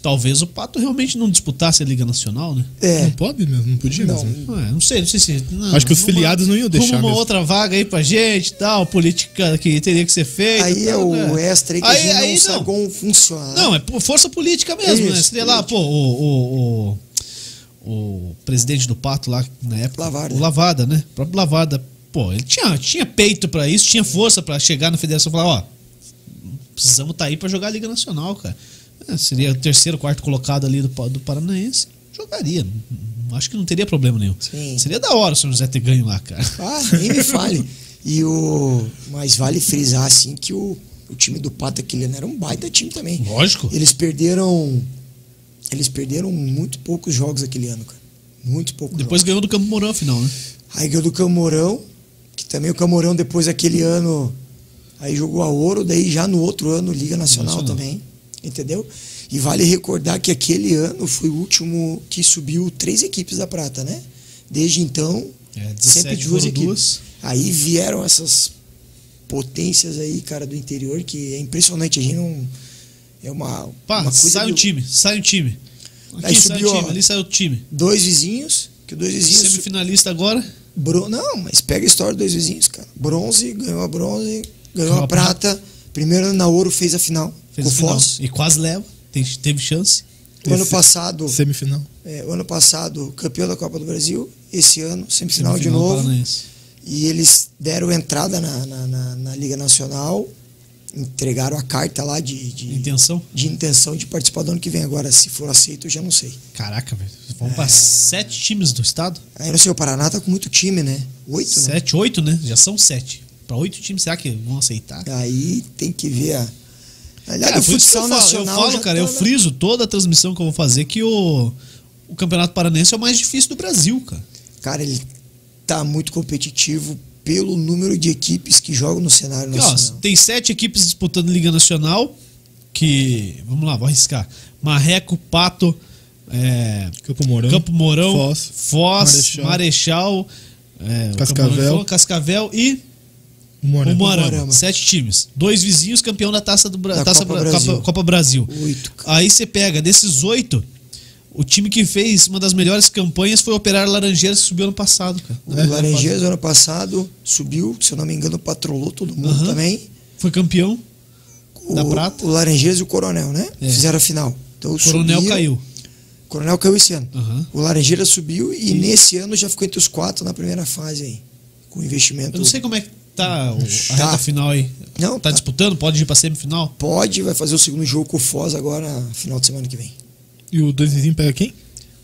Speaker 1: talvez o Pato realmente não disputasse a Liga Nacional, né?
Speaker 2: Não
Speaker 3: É.
Speaker 2: pode mesmo, não podia
Speaker 3: Não.
Speaker 2: mesmo.
Speaker 1: Ué, não sei, não sei se. não,
Speaker 2: Acho que os
Speaker 1: arruma-
Speaker 2: filiados não iam
Speaker 1: arruma
Speaker 2: deixar
Speaker 1: uma
Speaker 2: mesmo.
Speaker 1: outra vaga aí pra gente e tal, política que teria que ser feita.
Speaker 3: Aí é
Speaker 1: tal,
Speaker 3: o
Speaker 1: né?
Speaker 3: extra aí que
Speaker 1: Aí-
Speaker 3: a gente
Speaker 1: aí
Speaker 3: não sacou um funcionário.
Speaker 1: Não, é por força política mesmo, né?
Speaker 3: Isso,
Speaker 1: Sei lá, pô, o, o, o, o presidente do Pato lá na época.
Speaker 3: Lavada.
Speaker 1: O Lavada, né? O próprio Lavada. Pô, ele tinha, tinha peito pra isso, tinha força pra chegar na federação e falar, ó, precisamos tá aí pra jogar a Liga Nacional, cara. É, seria o terceiro, quarto colocado ali do, Pa- do Paranaense. Jogaria. Acho que não teria problema nenhum.
Speaker 3: Sim.
Speaker 1: Seria da hora o São José ter ganho lá, cara.
Speaker 3: Ah, nem me fale. E o... Mas vale frisar, assim, que o, o time do Pato Aquiliano era um baita time também.
Speaker 1: Lógico.
Speaker 3: Eles perderam... Eles perderam muito poucos jogos aquele ano, cara. Muito poucos
Speaker 1: Depois
Speaker 3: jogos.
Speaker 1: ganhou do Campo Mourão, afinal, né?
Speaker 3: Aí ganhou do Camorão, que também o Camorão depois daquele ano aí jogou a ouro, daí já no outro ano Liga Nacional,
Speaker 1: Nacional.
Speaker 3: também, entendeu? E vale recordar que aquele ano foi o último que subiu três equipes da prata, né? Desde então,
Speaker 1: É, 17
Speaker 3: sempre duas
Speaker 1: foram
Speaker 3: equipes.
Speaker 1: duas.
Speaker 3: Aí vieram essas potências aí, cara, do interior, que é impressionante, a gente não é uma,
Speaker 1: Pá,
Speaker 3: uma coisa
Speaker 1: sai
Speaker 3: de
Speaker 1: um time, sai um time. Aqui
Speaker 3: Aí
Speaker 1: sai
Speaker 3: subiu,
Speaker 1: um time,
Speaker 3: ó.
Speaker 1: ali sai o time.
Speaker 3: dois vizinhos, que dois vizinhos
Speaker 1: Semifinalista agora.
Speaker 3: Bron... Não, mas pega a história dos dois vizinhos, cara. Bronze, ganhou a bronze, ganhou
Speaker 1: Ganhou
Speaker 3: a
Speaker 1: a
Speaker 3: prata. Primeiro ano na ouro fez a final.
Speaker 1: Fez
Speaker 3: com
Speaker 1: o
Speaker 3: o
Speaker 1: final.
Speaker 3: Foz.
Speaker 1: E quase leva. Tem- teve chance.
Speaker 3: O ano
Speaker 2: Esse-
Speaker 3: passado,
Speaker 2: Semifinal.
Speaker 3: é, o ano passado, campeão da Copa do Brasil. Esse ano, semifinal,
Speaker 1: Semifinal
Speaker 3: de
Speaker 1: né? do
Speaker 3: novo.
Speaker 1: Paranaense.
Speaker 3: E eles deram entrada na, na, na- na Liga Nacional, entregaram a carta lá de, de,
Speaker 1: Intenção?
Speaker 3: de intenção de participar do ano que vem. Agora, se for aceito, eu já não sei.
Speaker 1: Caraca, velho. Vão pra sete times do estado?
Speaker 3: Aí não sei, o Paraná tá com muito time, né? Oito, né?
Speaker 1: Sete, oito, né? Já são sete. Pra oito times, será que vão aceitar?
Speaker 3: Aí tem que ver a. Aliás,
Speaker 1: Cara,
Speaker 3: o
Speaker 1: por isso que
Speaker 3: futsal
Speaker 1: eu falo,
Speaker 3: nacional.
Speaker 1: Eu
Speaker 3: já
Speaker 1: falo, cara,
Speaker 3: tá
Speaker 1: eu
Speaker 3: na-
Speaker 1: friso toda a transmissão que eu vou fazer que o, o Campeonato Paranense é o mais difícil do Brasil, cara.
Speaker 3: Cara, ele tá muito competitivo pelo número de equipes que jogam no cenário
Speaker 1: Aqui, ó,
Speaker 3: nacional.
Speaker 1: tem sete equipes disputando Liga Nacional. Que. Vamos lá, vou arriscar. Marreco, Pato, é,
Speaker 2: Campo Mourão.
Speaker 1: Campo Mourão,
Speaker 2: Foz,
Speaker 1: Foz,
Speaker 2: Marechal,
Speaker 1: Marechal, é, o
Speaker 2: Cascavel.
Speaker 1: Campo Mourão, Cascavel e
Speaker 2: Mourão.
Speaker 1: Umuarama.
Speaker 3: Umuarama.
Speaker 1: Sete times. Dois vizinhos, campeão da Taça do Bra
Speaker 3: Da
Speaker 1: Taça
Speaker 3: Copa
Speaker 1: Bra-
Speaker 3: Brasil.
Speaker 1: Copa- Copa Brasil.
Speaker 3: Oito, cara.
Speaker 1: Aí você pega, desses oito, o time que fez uma das melhores campanhas foi o Operário Laranjeiras, que subiu ano passado, cara.
Speaker 3: O Laranjeiras, ano passado, subiu, se eu não me engano, patrolou todo mundo
Speaker 1: Aham.
Speaker 3: também.
Speaker 1: Foi campeão.
Speaker 3: Com o,
Speaker 1: Da Prata. É.
Speaker 3: o Laranjeiras e o Coronel, né? Fizeram a final. Então,
Speaker 1: O coronel
Speaker 3: subiram-
Speaker 1: caiu.
Speaker 3: O Coronel caiu esse ano.
Speaker 1: Aham.
Speaker 3: O Laranjeiras subiu e nesse ano já ficou entre os quatro na primeira fase aí. Com investimento.
Speaker 1: Eu não sei como é que tá o- a
Speaker 3: Tá.
Speaker 1: reta final aí.
Speaker 3: Não,
Speaker 1: tá
Speaker 3: tá.
Speaker 1: disputando? Pode ir pra semifinal?
Speaker 3: Pode, vai fazer o segundo jogo com o Foz agora, final de semana que vem.
Speaker 2: E o dois vizinhos pega quem?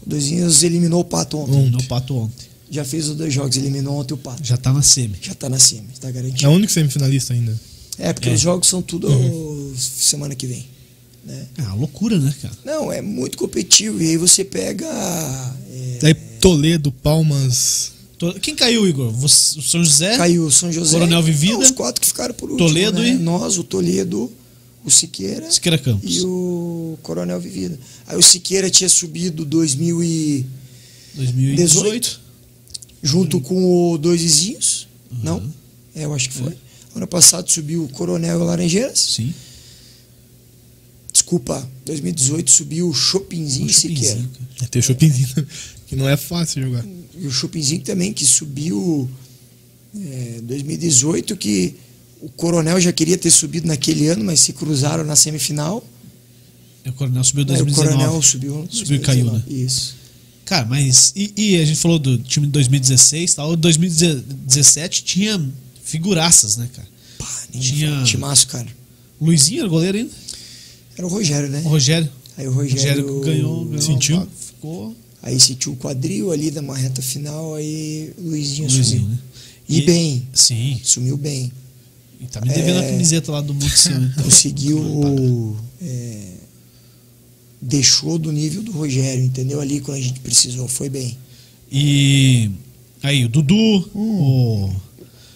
Speaker 3: O Doisinhos eliminou o Pato ontem.
Speaker 1: Não o Pato ontem.
Speaker 3: Já fez os dois jogos, eliminou ontem o Pato.
Speaker 1: Já tá na semi.
Speaker 3: Já tá na cima, tá
Speaker 2: É
Speaker 3: garantido.
Speaker 2: o único semifinalista ainda.
Speaker 3: É, porque
Speaker 1: um- É. Uhum.
Speaker 3: os jogos são tudo ó, semana que vem. Né?
Speaker 1: É uma loucura, né, cara?
Speaker 3: Não, é muito competitivo. E aí você pega. é,
Speaker 2: Daí Toledo, Palmas.
Speaker 1: Tô- Quem caiu, Igor? Você- o São José?
Speaker 3: Caiu o São José.
Speaker 1: É. Coronel Vivida.
Speaker 3: Não, os quatro que ficaram por último.
Speaker 1: Toledo
Speaker 3: né?
Speaker 1: e-
Speaker 3: Nós, o Toledo, o Siqueira
Speaker 1: Siqueira Campos.
Speaker 3: e o Coronel Vivida. Aí o Siqueira tinha subido 2000 e...
Speaker 1: 2018.
Speaker 3: junto
Speaker 1: Uhum.
Speaker 3: com o Dois Vizinhos. Não? É, eu acho que foi. Ano passado subiu o Coronel e o Laranjeiras.
Speaker 1: Sim.
Speaker 3: Desculpa, 2018 subiu o Chopinzinho e Siqueira.
Speaker 1: Chupinzinho, cara.
Speaker 2: É ter o Chopinzinho, que não é fácil jogar.
Speaker 3: E o Chopinzinho também, que subiu é, em 2018, que o Coronel já queria ter subido naquele ano, mas se cruzaram na semifinal.
Speaker 1: E É, O Coronel subiu em
Speaker 3: Aí É, o
Speaker 1: 2019.
Speaker 3: Coronel subiu.
Speaker 1: Subiu e caiu, né?
Speaker 3: Isso.
Speaker 1: Cara, mas. E, e a gente falou do time de 2016 e tal. O 2017 tinha figuraças, né, cara?
Speaker 3: Pá, nem
Speaker 1: Tinha-
Speaker 3: Tinha... Timaço, cara.
Speaker 1: Luizinho era goleiro ainda.
Speaker 3: Era o Rogério, né?
Speaker 1: O Rogério.
Speaker 3: Aí o
Speaker 1: O Rogério
Speaker 3: Rogério,
Speaker 1: ganhou, ganhou.
Speaker 2: sentiu?
Speaker 1: a vaga, Ficou.
Speaker 3: Aí sentiu o quadril ali da uma reta final, aí o Luizinho,
Speaker 1: Luizinho,
Speaker 3: sumiu.
Speaker 1: né?
Speaker 3: E, bem,
Speaker 1: Sim.
Speaker 3: sumiu bem.
Speaker 1: E tá me devendo a
Speaker 3: É.
Speaker 1: camiseta lá do Monte Sion. então.
Speaker 3: Conseguiu. o- é, deixou do nível do Rogério, entendeu? Ali quando a gente precisou, foi bem.
Speaker 1: E. Aí, o Dudu,
Speaker 3: Hum.
Speaker 1: o.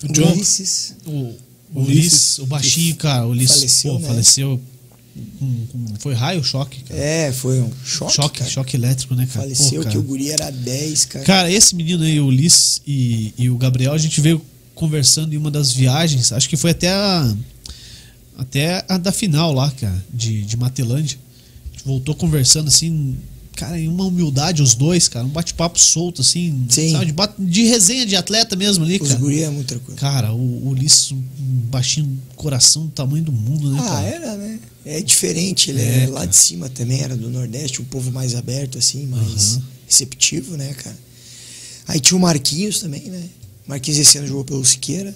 Speaker 2: O John,
Speaker 3: Ulisses,
Speaker 1: O o Ulisses, o baixinho, cara, o Ulisses
Speaker 3: faleceu,
Speaker 1: pô,
Speaker 3: né?
Speaker 1: faleceu com- com- foi raio ou choque, cara?
Speaker 3: É, foi um choque.
Speaker 1: choque,
Speaker 3: cara.
Speaker 1: choque elétrico, né, cara? Pô,
Speaker 3: Faleceu
Speaker 1: cara.
Speaker 3: que o guri era 10, cara.
Speaker 1: Cara, esse menino aí, o Ulisses e, e o Gabriel, a gente veio conversando em uma das viagens, acho que foi até a, até a da final lá, cara, de, de Matelândia. A gente voltou conversando assim, cara, em uma humildade os dois, cara, um bate-papo solto, assim,
Speaker 3: Sim.
Speaker 1: sabe, de, bate- de resenha de atleta mesmo ali,
Speaker 3: Os
Speaker 1: cara.
Speaker 3: guri é muito tranquilo.
Speaker 1: Cara, o, o Ulisses, um baixinho do coração do tamanho do mundo, né,
Speaker 3: Ah,
Speaker 1: cara?
Speaker 3: era, né? É diferente, ele
Speaker 1: É,
Speaker 3: é,
Speaker 1: cara.
Speaker 3: lá de cima também, era do Nordeste, um povo mais aberto, assim, mais
Speaker 1: Aham.
Speaker 3: receptivo, né, cara? Aí tinha o Marquinhos também, né? Marquinhos esse ano jogou pelo Siqueira.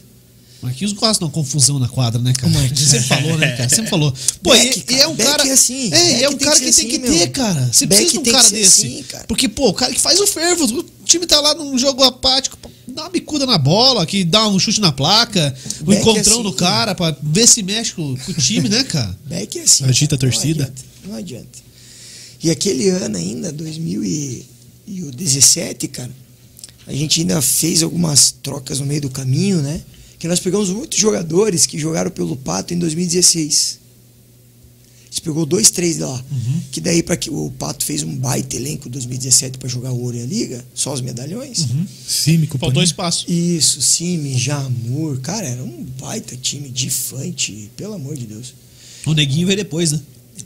Speaker 1: Marquinhos gosta de uma confusão na quadra, né, cara? Sempre falou, né, cara? Sempre falou. Pô,
Speaker 3: é Beck,
Speaker 1: e- e,
Speaker 3: cara,
Speaker 1: é um
Speaker 3: Beck
Speaker 1: cara.
Speaker 3: é assim,
Speaker 1: É, e
Speaker 3: Beck
Speaker 1: é um
Speaker 3: tem
Speaker 1: cara
Speaker 3: que
Speaker 1: que,
Speaker 3: ser
Speaker 1: tem que
Speaker 3: assim,
Speaker 1: ter,
Speaker 3: meu.
Speaker 1: cara. Você
Speaker 3: Beck
Speaker 1: precisa de
Speaker 3: tem
Speaker 1: um
Speaker 3: que
Speaker 1: cara
Speaker 3: ser
Speaker 1: desse.
Speaker 3: assim, cara.
Speaker 1: Porque, pô, o cara que faz o fervo, o time tá lá num jogo apático, pô, dá uma bicuda na bola, que dá um chute na placa, o
Speaker 3: Beck é
Speaker 1: encontrão
Speaker 3: assim,
Speaker 1: do cara, pra ver se mexe com, com o time, né, cara?
Speaker 3: Beck é assim.
Speaker 2: Agita
Speaker 3: cara,
Speaker 2: a torcida.
Speaker 3: Não adianta, não adianta. E aquele ano ainda, 2017, cara, a gente ainda fez algumas trocas no meio do caminho, né? Que nós pegamos muitos jogadores que jogaram pelo Pato em 2016. A gente pegou dois, três de lá.
Speaker 2: Uhum.
Speaker 3: Que daí para que o Pato fez um baita elenco em 2017 para jogar o Ouro e a Liga, só os medalhões.
Speaker 2: Uhum. Címico,
Speaker 1: Faltou
Speaker 2: Panini.
Speaker 1: espaço.
Speaker 3: Isso, Simi, Jamur, cara, era um baita time de fante, pelo amor de Deus.
Speaker 1: O neguinho veio depois, né?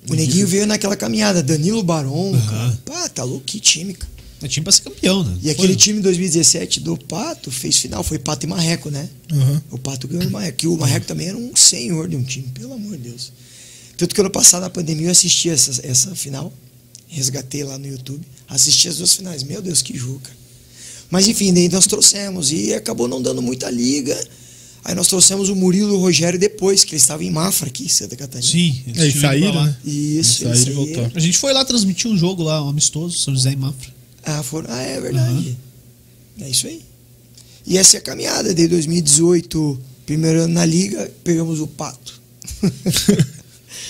Speaker 3: O Neguinho veio naquela caminhada, Danilo Baron,
Speaker 1: Aham.
Speaker 3: cara. Pá, tá louco, que time, cara.
Speaker 1: É time pra ser campeão, né?
Speaker 3: E aquele
Speaker 1: Foi.
Speaker 3: time em 2017 do Pato fez final, foi Pato e Marreco, né?
Speaker 2: Aham.
Speaker 3: O Pato ganhou do
Speaker 1: Uhum.
Speaker 3: Marreco, que o Marreco também era um senhor de um time, pelo amor de Deus. Tanto que ano passado, na pandemia, eu assisti essa, essa final, resgatei lá no YouTube, assisti as duas finais, meu Deus, que jogo, cara. Mas enfim, daí nós trouxemos, e acabou não dando muita liga, aí nós trouxemos o Murilo e o Rogério depois, que eles estavam em Mafra aqui, em Santa Catarina.
Speaker 1: Sim,
Speaker 2: É,
Speaker 1: eles
Speaker 2: e saíram, né?
Speaker 3: E Isso,
Speaker 2: Eles
Speaker 3: eles
Speaker 2: saíram e
Speaker 3: saíram.
Speaker 2: voltaram.
Speaker 1: A gente foi lá transmitir um jogo lá, um amistoso, São José e Mafra.
Speaker 3: Ah, foram. Ah, é verdade.
Speaker 1: Uhum.
Speaker 3: É isso aí. E essa é a caminhada. De 2018, primeiro ano na liga, pegamos o pato.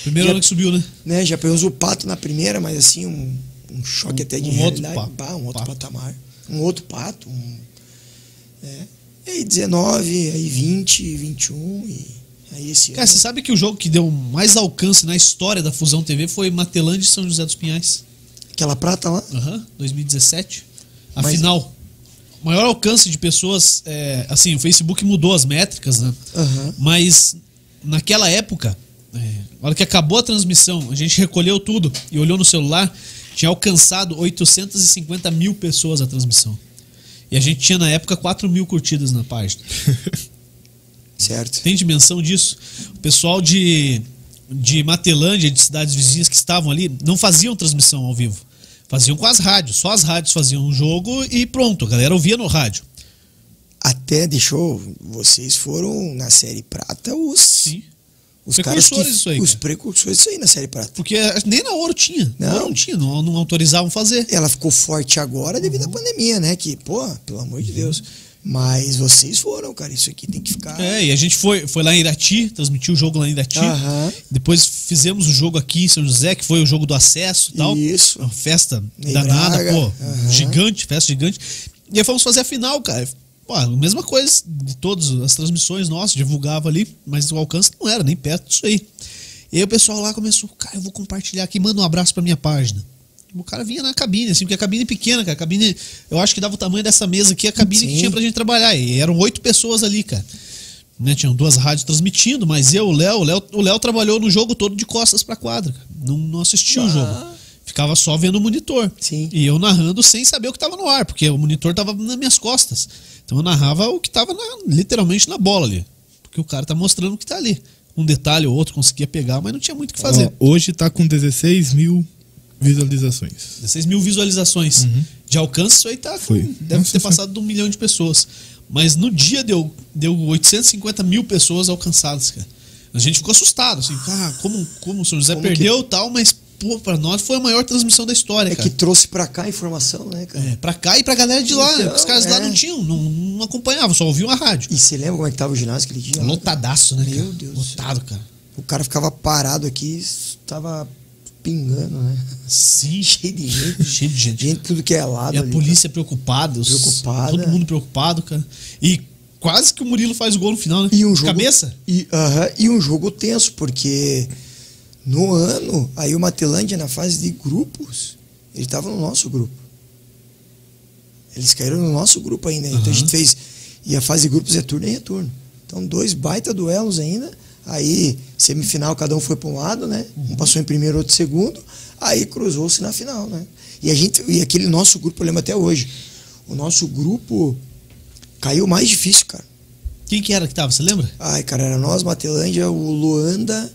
Speaker 1: Primeiro
Speaker 3: E
Speaker 1: ano que subiu, né?
Speaker 3: né? Já pegamos o pato na primeira, mas assim, um, um choque até de
Speaker 1: um outro
Speaker 3: realidade.
Speaker 1: pato.
Speaker 3: Bah, um outro
Speaker 1: Pato.
Speaker 3: patamar. Um outro pato. Um, é. E aí 19, aí 20, 21 e aí esse
Speaker 1: Cara, É, você sabe que o jogo que deu mais alcance na história da Fusão TV foi Matelândia e São José dos Pinhais.
Speaker 3: Aquela prata lá?
Speaker 1: Aham, 2017. A
Speaker 3: Mas-
Speaker 1: final. O maior alcance de pessoas. é, assim, o Facebook mudou as métricas, né?
Speaker 3: Aham.
Speaker 1: Mas naquela época, é, na hora que acabou a transmissão, a gente recolheu tudo e olhou no celular, tinha alcançado 850 mil pessoas a transmissão. E a gente tinha na época 4 mil curtidas na página.
Speaker 3: Certo.
Speaker 1: Tem dimensão disso? O pessoal de. de Matelândia, de cidades vizinhas que estavam ali, não faziam transmissão ao vivo. Faziam com as rádios. Só as rádios faziam um jogo e pronto, a galera ouvia no rádio.
Speaker 3: Até deixou. Vocês foram na série prata os.
Speaker 1: Sim.
Speaker 3: Os
Speaker 1: Precursores
Speaker 3: caras que,
Speaker 1: isso aí,
Speaker 3: Os
Speaker 1: cara.
Speaker 3: precursores disso aí na série prata.
Speaker 1: Porque eh, nem na ouro tinha. Não,
Speaker 3: Não.
Speaker 1: não tinha, não, não autorizavam fazer.
Speaker 3: Ela ficou forte agora devido à pandemia, né? Que, pô, pelo amor de Deus. Mas vocês foram, cara. Isso aqui tem que ficar.
Speaker 1: É, e a gente foi, foi lá em Irati, transmitiu o jogo lá em Irati.
Speaker 3: Aham.
Speaker 1: Depois fizemos o jogo aqui em São José, que foi o jogo do acesso e tal.
Speaker 3: Isso.
Speaker 1: Uma festa
Speaker 3: Ney
Speaker 1: danada,
Speaker 3: Braga.
Speaker 1: pô.
Speaker 3: Aham.
Speaker 1: Gigante, festa gigante. E aí fomos fazer a final, cara. Pô, a mesma coisa de todas as transmissões nossas, divulgava ali, mas o alcance não era nem perto disso aí. E aí o pessoal lá começou, cara, eu vou compartilhar aqui, manda um abraço pra minha página. O cara vinha na cabine, assim, porque a cabine é pequena, cara. A cabine, eu acho que dava o tamanho dessa mesa aqui, a cabine que
Speaker 3: Sim.
Speaker 1: tinha pra gente trabalhar. E eram oito pessoas ali, cara. Né, tinham duas rádios transmitindo, mas eu, o Léo, o Léo, o Léo trabalhou no jogo todo de costas pra quadra. cara. Não, não assistia o jogo. Ficava só vendo o monitor.
Speaker 3: Sim.
Speaker 1: E eu narrando sem saber o que tava no ar, porque o monitor tava nas minhas costas. Então eu narrava o que tava na- literalmente na bola ali. Porque o cara tá mostrando o que tá ali. Um detalhe ou outro conseguia pegar, mas não tinha muito o que fazer.
Speaker 2: Ó, hoje tá com 16 mil visualizações.
Speaker 1: 16 mil visualizações
Speaker 3: Uhum.
Speaker 1: de alcance, isso aí tá. com-
Speaker 2: Foi.
Speaker 1: Deve
Speaker 2: Nossa,
Speaker 1: ter
Speaker 2: foi.
Speaker 1: passado de um milhão de pessoas. Mas no dia deu, deu 850 mil pessoas alcançadas, cara. A gente ficou assustado, assim, cara, como, como o São José
Speaker 3: Como
Speaker 1: perdeu e tal, mas, pô, pra nós foi a maior transmissão da história,
Speaker 3: É
Speaker 1: cara.
Speaker 3: que trouxe pra cá a informação, né, cara?
Speaker 1: É, pra cá e pra galera de lá, né? Porque os caras lá
Speaker 3: Então, é.
Speaker 1: não tinham, não, não acompanhavam, só ouviam a rádio.
Speaker 3: E você lembra como é que tava o ginásio aquele dia?
Speaker 1: Lotadaço, né,
Speaker 3: Meu
Speaker 1: cara?
Speaker 3: Deus do céu.
Speaker 1: Lotado, cara.
Speaker 3: O cara ficava parado aqui, tava pingando, né?
Speaker 1: Sim,
Speaker 3: Cheio de gente.
Speaker 1: Cheio de gente.
Speaker 3: Gente, tudo que é lado.
Speaker 1: E a
Speaker 3: ali,
Speaker 1: polícia preocupada, os-
Speaker 3: Preocupada.
Speaker 1: todo mundo preocupado, cara. E quase que o Murilo faz o gol no final, né?
Speaker 3: E um
Speaker 1: De
Speaker 3: jogo,
Speaker 1: Cabeça?
Speaker 3: E, aham, e um jogo tenso, porque no ano, aí o Matelândia, na fase de grupos, ele estava no nosso grupo. Eles caíram no nosso grupo ainda. Então a
Speaker 1: Aham.
Speaker 3: gente fez. E a fase de grupos é turno e retorno. Então, dois baita duelos ainda. Aí, semifinal, cada um foi para um lado, né?
Speaker 1: Uhum.
Speaker 3: Um passou em primeiro, outro em segundo. Aí cruzou-se na final, né? E, a gente, e aquele nosso grupo, eu lembro até hoje. O nosso grupo caiu mais difícil, cara.
Speaker 1: Quem que era que tava, você lembra?
Speaker 3: Ai, cara, era nós, Matelândia, o Luanda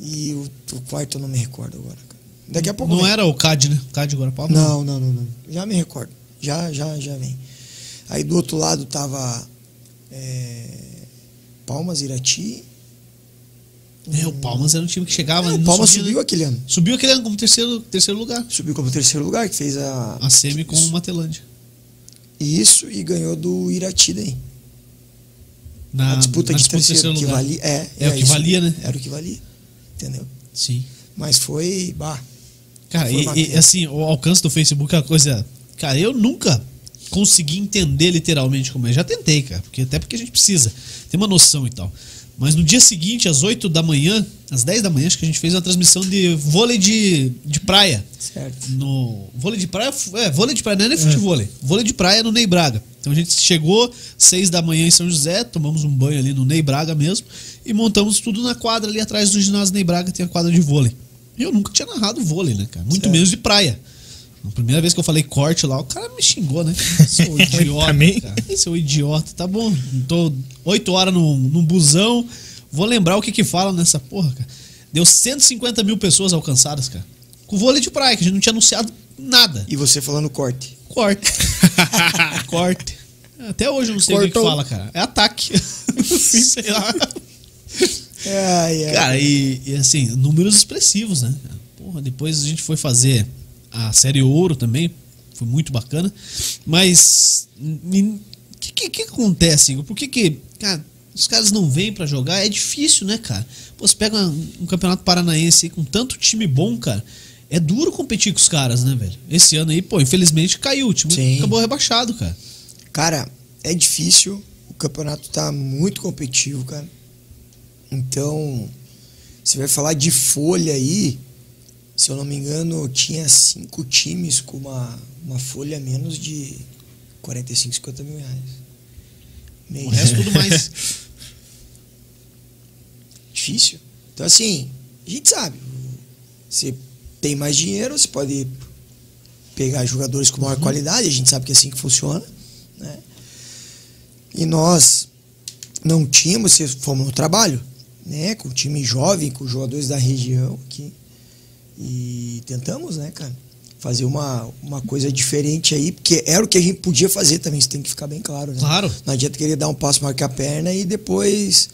Speaker 3: e o, o quarto eu não me recordo agora. cara. Daqui a pouco.
Speaker 1: Não
Speaker 3: vem.
Speaker 1: era o Cad, né? O Cad Guarapava?
Speaker 3: Não, não, não, não. Já me recordo. Já, já, já vem. Aí do outro lado tava é, Palmas, Irati.
Speaker 1: É, o Palmas era um time que chegava.
Speaker 3: Não,
Speaker 1: não
Speaker 3: É, Palmas
Speaker 1: subia, né?
Speaker 3: subiu aquele ano.
Speaker 1: Subiu aquele ano como terceiro, terceiro lugar.
Speaker 3: Subiu como terceiro lugar, que fez a.
Speaker 1: A semi com o
Speaker 3: isso,
Speaker 1: Matelândia.
Speaker 3: isso e ganhou do Irati daí.
Speaker 1: Na
Speaker 3: a disputa
Speaker 1: na
Speaker 3: de
Speaker 1: do
Speaker 3: terceiro, que
Speaker 1: lugar.
Speaker 3: valia. É,
Speaker 1: É
Speaker 3: era
Speaker 1: o que
Speaker 3: isso.
Speaker 1: valia, né?
Speaker 3: Era o que valia. Entendeu?
Speaker 1: Sim.
Speaker 3: Mas foi. Bah.
Speaker 1: Cara,
Speaker 3: Foi
Speaker 1: e- e,
Speaker 3: bacana.
Speaker 1: assim, o alcance do Facebook é uma coisa. Cara, eu nunca consegui entender literalmente como é. Já tentei, cara, porque até porque a gente precisa ter uma noção e tal. Mas no dia seguinte, às 8 da manhã, às 10 da manhã, acho que a gente fez uma transmissão de vôlei de, de praia.
Speaker 3: Certo.
Speaker 1: No vôlei de praia, é, vôlei de praia não é nem futevôlei. Vôlei de praia no Ney Braga. Então a gente chegou seis da manhã em São José, tomamos um banho ali no Ney Braga mesmo e montamos tudo na quadra ali atrás do ginásio Ney Braga, tem a quadra de vôlei. E eu nunca tinha narrado vôlei, né, cara? Muito
Speaker 3: Certo.
Speaker 1: menos de praia. Na primeira vez que eu falei corte lá, o cara me xingou, né? Seu idiota,
Speaker 2: Também.
Speaker 1: cara. Seu idiota, tá bom. Tô oito horas num, num busão. Vou lembrar o que que fala nessa porra, cara. Deu 150 mil pessoas alcançadas, cara. Com vôlei de praia, que a gente não tinha anunciado nada.
Speaker 3: E você falando corte.
Speaker 1: Corte. Corte. Até hoje eu não sei o que que
Speaker 2: Cortou.
Speaker 1: fala, cara. É ataque. sei lá.
Speaker 3: Ai, ai.
Speaker 1: Cara, e, e assim, números expressivos, né? Porra, depois a gente foi fazer a série Ouro também, foi muito bacana. Mas o que, que, que acontece, Igor? Por que, que cara, os caras não vêm pra jogar? É difícil, né, cara? Pô, você pega um, um campeonato paranaense aí com tanto time bom, cara. É duro competir com os caras, né, velho? Esse ano aí, pô, infelizmente caiu. O time
Speaker 3: Sim.
Speaker 1: acabou rebaixado, cara.
Speaker 3: Cara, é difícil. O campeonato tá muito competitivo, cara. Então, você vai falar de folha aí. Se eu não me engano, tinha cinco times com uma, uma folha a menos de 45, 50 mil reais. Meio
Speaker 1: O resto tudo mais.
Speaker 3: difícil. Então, assim, a gente sabe. Você tem mais dinheiro, você pode pegar jogadores com maior
Speaker 1: Uhum.
Speaker 3: qualidade, a gente sabe que é assim que funciona. Né? E nós não tínhamos, se fomos no trabalho, né, com o time jovem, com os jogadores da região aqui. E tentamos, né, cara, fazer uma, uma coisa diferente aí, porque era o que a gente podia fazer também, isso tem que ficar bem claro, né?
Speaker 1: Claro.
Speaker 3: Não adianta querer dar um passo, marcar a perna e depois,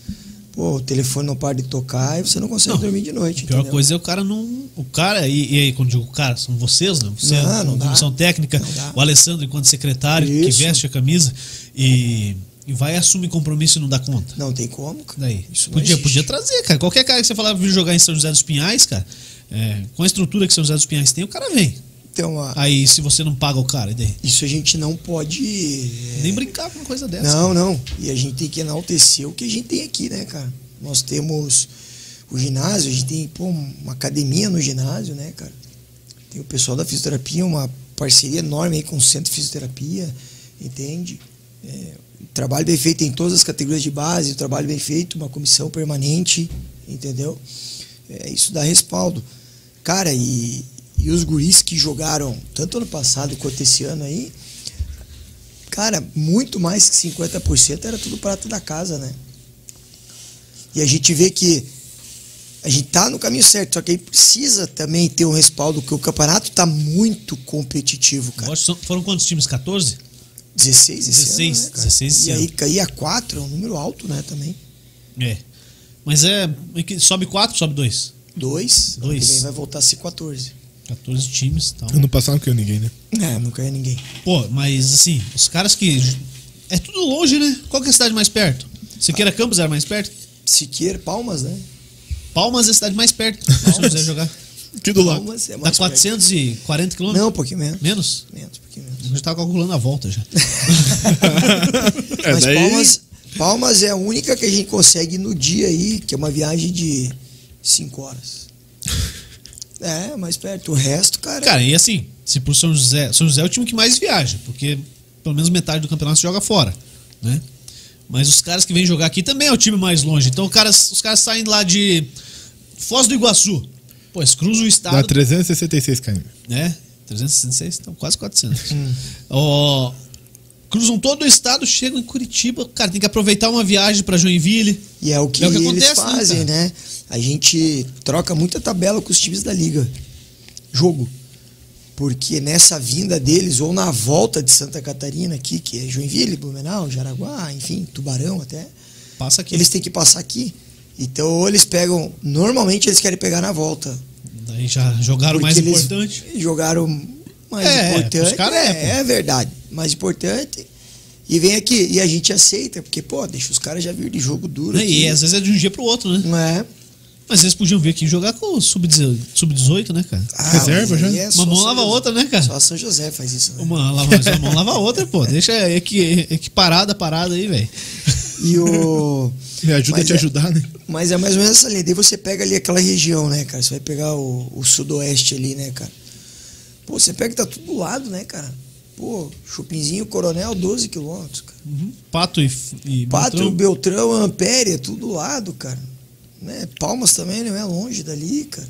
Speaker 3: pô, o telefone não para de tocar e você não consegue
Speaker 1: Não.
Speaker 3: dormir de noite,
Speaker 1: A pior
Speaker 3: entendeu?
Speaker 1: coisa é o cara não. O cara, e, e aí, quando digo o cara, são vocês, né? Você,
Speaker 3: Não, não
Speaker 1: a
Speaker 3: dá.
Speaker 1: comissão técnica,
Speaker 3: Não dá.
Speaker 1: o Alessandro, enquanto secretário, que
Speaker 3: Isso.
Speaker 1: veste a camisa e, e vai assumir compromisso e não dá conta.
Speaker 3: Não tem como, cara.
Speaker 1: Daí.
Speaker 3: Isso não
Speaker 1: podia,
Speaker 3: existe.
Speaker 1: podia trazer, cara. Qualquer cara que você falar vir jogar em São José dos Pinhais, cara, é, com a estrutura que São José dos Pinhais tem, o cara vem.
Speaker 3: Então, a-
Speaker 1: Aí, se você não paga o cara, e daí?
Speaker 3: isso a gente não pode. é,
Speaker 1: Nem brincar com uma coisa dessa.
Speaker 3: Não, não. E a gente tem que enaltecer o que a gente tem aqui, né, cara? Nós temos o ginásio, a gente tem pô, uma academia no ginásio, né, cara? Tem o pessoal da fisioterapia, uma parceria enorme aí com o centro de fisioterapia, entende? É, o trabalho bem feito em todas as categorias de base, o trabalho bem feito, uma comissão permanente, entendeu? É, isso dá respaldo. Cara, e, e os guris que jogaram tanto ano passado quanto esse ano aí, Cara, muito mais que 50% era tudo prato da casa, né? E a gente vê que a gente tá no caminho certo, só que aí precisa também ter um respaldo, porque o campeonato tá muito competitivo, cara.
Speaker 1: Lógico, são- foram quantos times? 14?
Speaker 3: 16 esse
Speaker 1: 16,
Speaker 3: ano, né, cara?
Speaker 1: 16 esse
Speaker 3: E aí
Speaker 1: ano.
Speaker 3: cair a 4 é um número alto, né, também.
Speaker 1: É. Mas é. é que Sobe 4, sobe 2.
Speaker 3: 2,
Speaker 1: Dois.
Speaker 3: vai voltar a ser 14.
Speaker 1: 14 times e tal.
Speaker 2: Ano passado não caiu ninguém, né?
Speaker 3: É, não caiu ninguém.
Speaker 1: Pô, mas assim, os caras que. É tudo longe, né? Qual que é a cidade mais perto? Siqueira Campos era mais perto?
Speaker 3: Siqueira, Palmas, né?
Speaker 1: Palmas é a cidade mais perto. Se você quiser jogar.
Speaker 2: Aqui do lado.
Speaker 3: Palmas é
Speaker 1: Dá
Speaker 3: mais perto.
Speaker 1: 440 quilômetros?
Speaker 3: Não, um pouquinho menos.
Speaker 1: Menos?
Speaker 3: Menos, um pouquinho menos.
Speaker 1: Eu já tava calculando a volta já.
Speaker 2: É,
Speaker 3: Mas
Speaker 2: daí-
Speaker 3: Palmas, Palmas é a única que a gente consegue no dia aí, que é uma viagem de 5 horas. É, mais perto. O resto, cara.
Speaker 1: Cara, e assim, se por São José. São José é o time que mais viaja, porque pelo menos metade do campeonato se joga fora, né? Mas os caras que vêm jogar aqui também é o time mais longe. Então os caras, os caras saem lá de Foz do Iguaçu. Pô, eles cruzam o
Speaker 2: Dá
Speaker 1: estado,
Speaker 2: 366 km.
Speaker 1: né? 366, então quase 400.
Speaker 3: Hum.
Speaker 1: Ó, cruzam todo o estado, chegam em Curitiba. Cara, tem que aproveitar uma viagem pra Joinville.
Speaker 3: e é o que,
Speaker 1: é o que
Speaker 3: eles
Speaker 1: acontece, né,
Speaker 3: fazem,
Speaker 1: cara?
Speaker 3: né? A gente troca muita tabela com os times da liga. Jogo. Porque nessa vinda deles, ou na volta de Santa Catarina aqui, que é Joinville, Blumenau, Jaraguá, enfim, Tubarão até.
Speaker 1: Passa aqui.
Speaker 3: Eles têm que passar aqui. Então, ou eles pegam. Normalmente eles querem pegar na volta.
Speaker 1: Daí já jogaram o mais
Speaker 3: Porque eles
Speaker 1: importante.
Speaker 3: Jogaram mais
Speaker 1: É,
Speaker 3: importante.
Speaker 1: pros caras é, pô.
Speaker 3: é, verdade. Mais importante. E vem aqui. E a gente aceita, porque, pô, deixa os caras já vir de jogo duro.
Speaker 1: Né? E
Speaker 3: aqui.
Speaker 1: às vezes é de um dia pro outro, né?
Speaker 3: Não é?
Speaker 1: Mas eles podiam vir aqui jogar com o sub-18, sub né, cara?
Speaker 3: Ah,
Speaker 2: Reserva
Speaker 3: mas
Speaker 2: já?
Speaker 3: aí só
Speaker 1: Uma mão
Speaker 3: São
Speaker 1: lava a
Speaker 3: José.
Speaker 1: outra, né, cara?
Speaker 3: Só São José faz isso, né?
Speaker 1: Uma lava, mas uma mão lava a outra, pô. Deixa equi- equiparada a parada aí, velho.
Speaker 3: E o.
Speaker 2: Me ajuda a
Speaker 3: Mas
Speaker 2: te
Speaker 3: é-
Speaker 2: ajudar, né?
Speaker 3: Mas é mais ou menos essa linha. Daí você pega ali aquela região, né, cara? Você vai pegar o, o sudoeste ali, né, cara? Pô, você pega que tá tudo do lado, né, cara? Pô, Chupinzinho, Coronel, 12 quilômetros, cara.
Speaker 1: Uhum. Pato e, f- e
Speaker 3: Pátrio,
Speaker 1: Beltrão.
Speaker 3: Beltrão, Ampere, é tudo do lado, cara. Né? Palmas também não é longe dali, cara.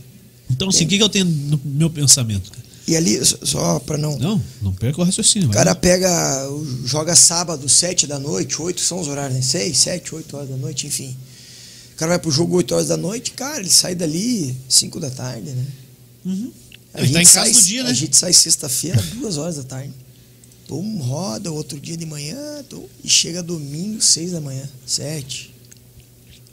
Speaker 1: Então, assim, o que, que eu tenho no meu pensamento, cara?
Speaker 3: E ali, só- só pra não.
Speaker 1: Não, não perca o raciocínio,
Speaker 3: O
Speaker 1: vai.
Speaker 3: cara pega, o- joga sábado, 7 da noite, 8 são os horários, né? 6, 7, 8 horas da noite, enfim. O cara vai pro jogo 8 horas da noite, cara, ele sai dali 5 da tarde, né?
Speaker 1: Uhum. Ele tá em casa
Speaker 3: sai,
Speaker 1: no dia,
Speaker 3: A
Speaker 1: né?
Speaker 3: gente sai sexta-feira, 2 horas da tarde. Toma um roda, outro dia de manhã, toma- e chega domingo, 6 da manhã, 7,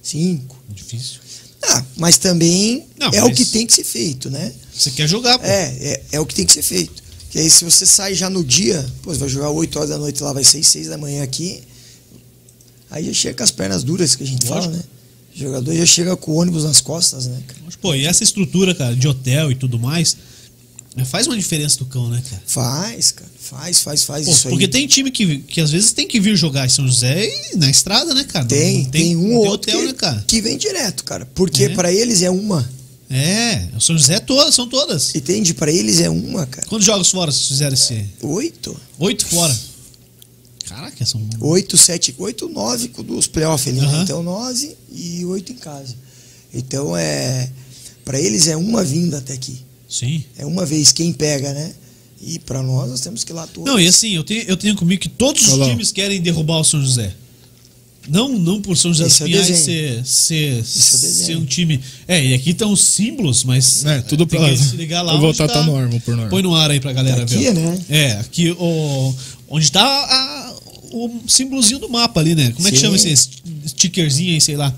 Speaker 3: 5.
Speaker 1: Difícil.
Speaker 3: Ah, mas também
Speaker 1: Não,
Speaker 3: é o
Speaker 1: mas-
Speaker 3: que tem que ser feito, né?
Speaker 1: Você quer jogar, pô.
Speaker 3: É, é, é o que tem que ser feito. Que aí se você sai já no dia, pô, você vai jogar 8 horas da noite lá, vai ser 6 da manhã aqui, aí já chega com as pernas duras que a gente
Speaker 1: Lógico.
Speaker 3: fala, né? O jogador já chega com o ônibus nas costas, né? cara?
Speaker 1: Mas, Pô, e essa estrutura, cara, de hotel e tudo mais, né, faz uma diferença do cão, né, cara?
Speaker 3: Faz, cara, faz, faz, faz
Speaker 1: Pô,
Speaker 3: isso aí.
Speaker 1: porque tem time que, que às vezes tem que vir jogar em São José e na estrada, né, cara?
Speaker 3: Tem,
Speaker 1: Não
Speaker 3: tem
Speaker 1: não
Speaker 3: um ou outro
Speaker 1: hotel,
Speaker 3: que,
Speaker 1: né, cara?
Speaker 3: que vem direto, cara. Porque
Speaker 1: É.
Speaker 3: pra eles é uma,
Speaker 1: É, o São José é todas, são todas.
Speaker 3: entende? Pra eles é uma, cara.
Speaker 1: Quantos jogos fora vocês fizeram esse?
Speaker 3: Oito,
Speaker 1: Oito fora. Caraca, são.
Speaker 3: oito, sete, oito, nove com dos playoffs ali, né?
Speaker 1: Aham.
Speaker 3: Então nove e oito em casa. Então é. Pra eles é uma vinda até aqui.
Speaker 1: Sim.
Speaker 3: É uma vez quem pega, né? E pra nós, nós temos que ir lá todos.
Speaker 1: Não, e assim, eu tenho, eu tenho comigo que todos os
Speaker 2: Olha lá.
Speaker 1: times querem derrubar o São José. Não, não por São José dos
Speaker 3: Esse é o
Speaker 1: Pinhais ser,
Speaker 3: desenho.
Speaker 1: ser,
Speaker 3: é o desenho.
Speaker 1: ser um time. É, e aqui estão os símbolos, mas.
Speaker 2: É, tudo
Speaker 1: tem
Speaker 2: pra-
Speaker 1: que se ligar lá.
Speaker 2: eu vou
Speaker 1: onde tá.
Speaker 2: tratar no órgão, por norma.
Speaker 1: Põe no ar aí pra galera
Speaker 3: Aqui,
Speaker 1: ver. ó.
Speaker 3: né?
Speaker 1: É, aqui o, onde tá a- o símbolozinho do mapa ali, né? Como é que
Speaker 3: Sim.
Speaker 1: chama esse stickerzinho aí, sei lá?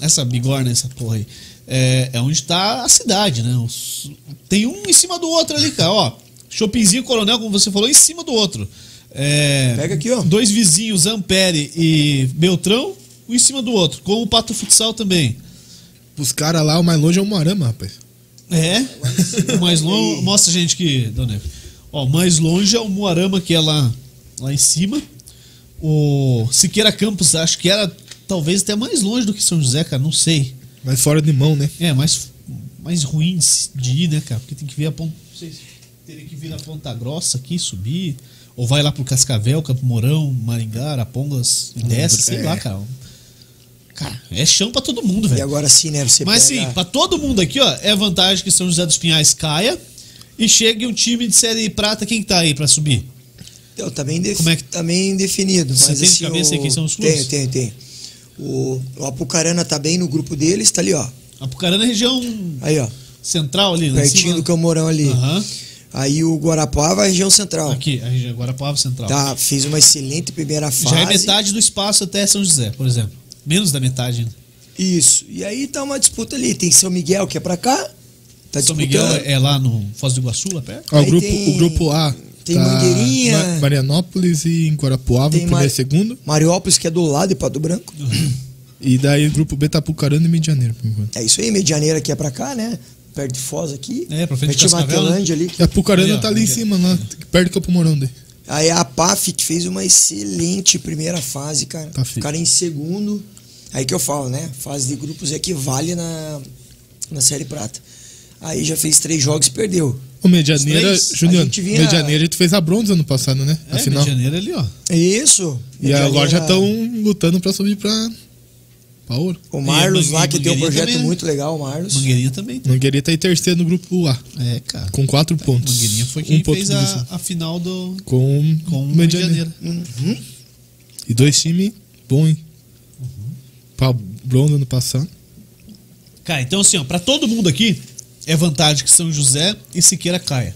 Speaker 1: Essa bigorna, essa porra aí. É, é onde tá a cidade, né? Os- tem um em cima do outro ali, cara, ó. Shoppingzinho Coronel, como você falou, em cima do outro. É,
Speaker 3: Pega aqui, ó.
Speaker 1: Dois vizinhos, Ampere e Beltrão, um em cima do outro, com o Pato Futsal também.
Speaker 2: Os caras lá, o mais longe é o Moarama, rapaz.
Speaker 1: É? O mais longe. Mostra, gente, que. Dona Eva. Ó, o mais longe é o Moarama, que é lá, lá em cima. O Siqueira Campos, acho que era talvez até mais longe do que São José, cara, não sei.
Speaker 2: Mas fora de mão, né?
Speaker 1: É, mais, mais ruim de se- de ir, né, cara? Porque tem que vir a ponta. Não sei se teria que vir na Ponta Grossa aqui, subir. Ou vai lá pro Cascavel, Campo Mourão, Maringá, Arapongas, e
Speaker 3: Uhum.
Speaker 1: desce, sei
Speaker 2: é.
Speaker 1: lá, cara. Cara, é chão pra todo mundo, velho.
Speaker 3: E agora sim, né? Você
Speaker 1: Mas
Speaker 3: pega...
Speaker 1: sim, pra todo mundo aqui, ó, é vantagem que São José dos Pinhais caia e chegue um time de série prata, quem que tá aí pra subir?
Speaker 3: Eu também, def...
Speaker 1: Como é que-
Speaker 3: também tá definido.
Speaker 1: Você
Speaker 3: mas,
Speaker 1: tem de
Speaker 3: assim,
Speaker 1: cabeça
Speaker 3: o...
Speaker 1: aí quem são os clubes?
Speaker 3: Tenho, tenho, tenho. O, o Apucarana tá bem no grupo deles, tá ali, ó.
Speaker 1: Apucarana é região
Speaker 3: Aí, ó.
Speaker 1: central ali, né? em
Speaker 3: Pertinho
Speaker 1: cima.
Speaker 3: do Camorão ali.
Speaker 1: Aham.
Speaker 3: Aí o Guarapava, região central.
Speaker 1: Aqui, a região agora Palavra Central.
Speaker 3: Tá, fez uma excelente primeira fase.
Speaker 1: Já é metade do espaço até São José, por exemplo. Menos da metade ainda.
Speaker 3: Isso. E aí tá uma disputa ali. Tem São Miguel, que é pra cá. Tá
Speaker 1: São
Speaker 3: disputando.
Speaker 1: Miguel é lá no Foz do Iguaçu, lá perto?
Speaker 2: Ó, o,
Speaker 3: Aí
Speaker 2: grupo,
Speaker 3: tem-
Speaker 2: o grupo A. tá
Speaker 3: tem Mangueirinha.
Speaker 2: Ma- Marianópolis e em Guarapuava,
Speaker 3: Tem
Speaker 2: primeiro
Speaker 3: Ma-
Speaker 2: e segundo.
Speaker 3: Mariópolis, que é do lado de Pato Branco.
Speaker 2: E daí o grupo B tá Pucarana e Medianeiro, por enquanto.
Speaker 3: É isso aí, Medianeira, que é pra cá, né? Perto de Foz aqui.
Speaker 1: É, pra frente de
Speaker 3: Pertinho de
Speaker 1: Cascavel, né?
Speaker 3: Matelândia ali.
Speaker 2: E a Pucarana
Speaker 1: Ali, ó,
Speaker 2: tá ali em
Speaker 1: ali, ó.
Speaker 2: cima, lá, perto do Campo né? Mourão dele.
Speaker 3: Aí a PAF que fez uma excelente primeira fase, cara.
Speaker 2: Tá feio.
Speaker 3: o cara é em segundo. Aí que eu falo, né? Fase de grupos é que vale na, na Série Prata. Aí já fez três jogos e perdeu.
Speaker 2: O Medianeira,
Speaker 1: Os três,
Speaker 2: Juliano,
Speaker 3: a gente vinha-
Speaker 2: Medianeira a gente fez a bronze ano passado, né?
Speaker 1: É,
Speaker 2: a final.
Speaker 1: Medianeira ali, ó.
Speaker 3: É Isso.
Speaker 2: E agora já
Speaker 3: Medianeira-
Speaker 2: estão lutando pra subir pra, pra ouro.
Speaker 3: O
Speaker 1: E
Speaker 3: Marlos
Speaker 1: a
Speaker 3: lá, que tem um
Speaker 1: Mangueirinha
Speaker 3: projeto
Speaker 1: também, né?
Speaker 3: muito legal, o Marlos.
Speaker 1: Mangueirinha também.
Speaker 2: Mangueirinha tá em terceiro no grupo A,
Speaker 1: É, cara.
Speaker 2: com quatro pontos. Um
Speaker 1: Mangueirinha foi quem
Speaker 2: ponto
Speaker 1: fez
Speaker 2: de
Speaker 1: a,
Speaker 2: diferença.
Speaker 1: a final do.
Speaker 2: Com,
Speaker 1: Com
Speaker 2: o
Speaker 1: o
Speaker 2: Medianeira.
Speaker 1: Medianeira.
Speaker 2: E dois times bons, hein? Pra bronze ano passado.
Speaker 1: Cara, então assim, ó, pra todo mundo aqui, é vantagem que São José e Siqueira caia.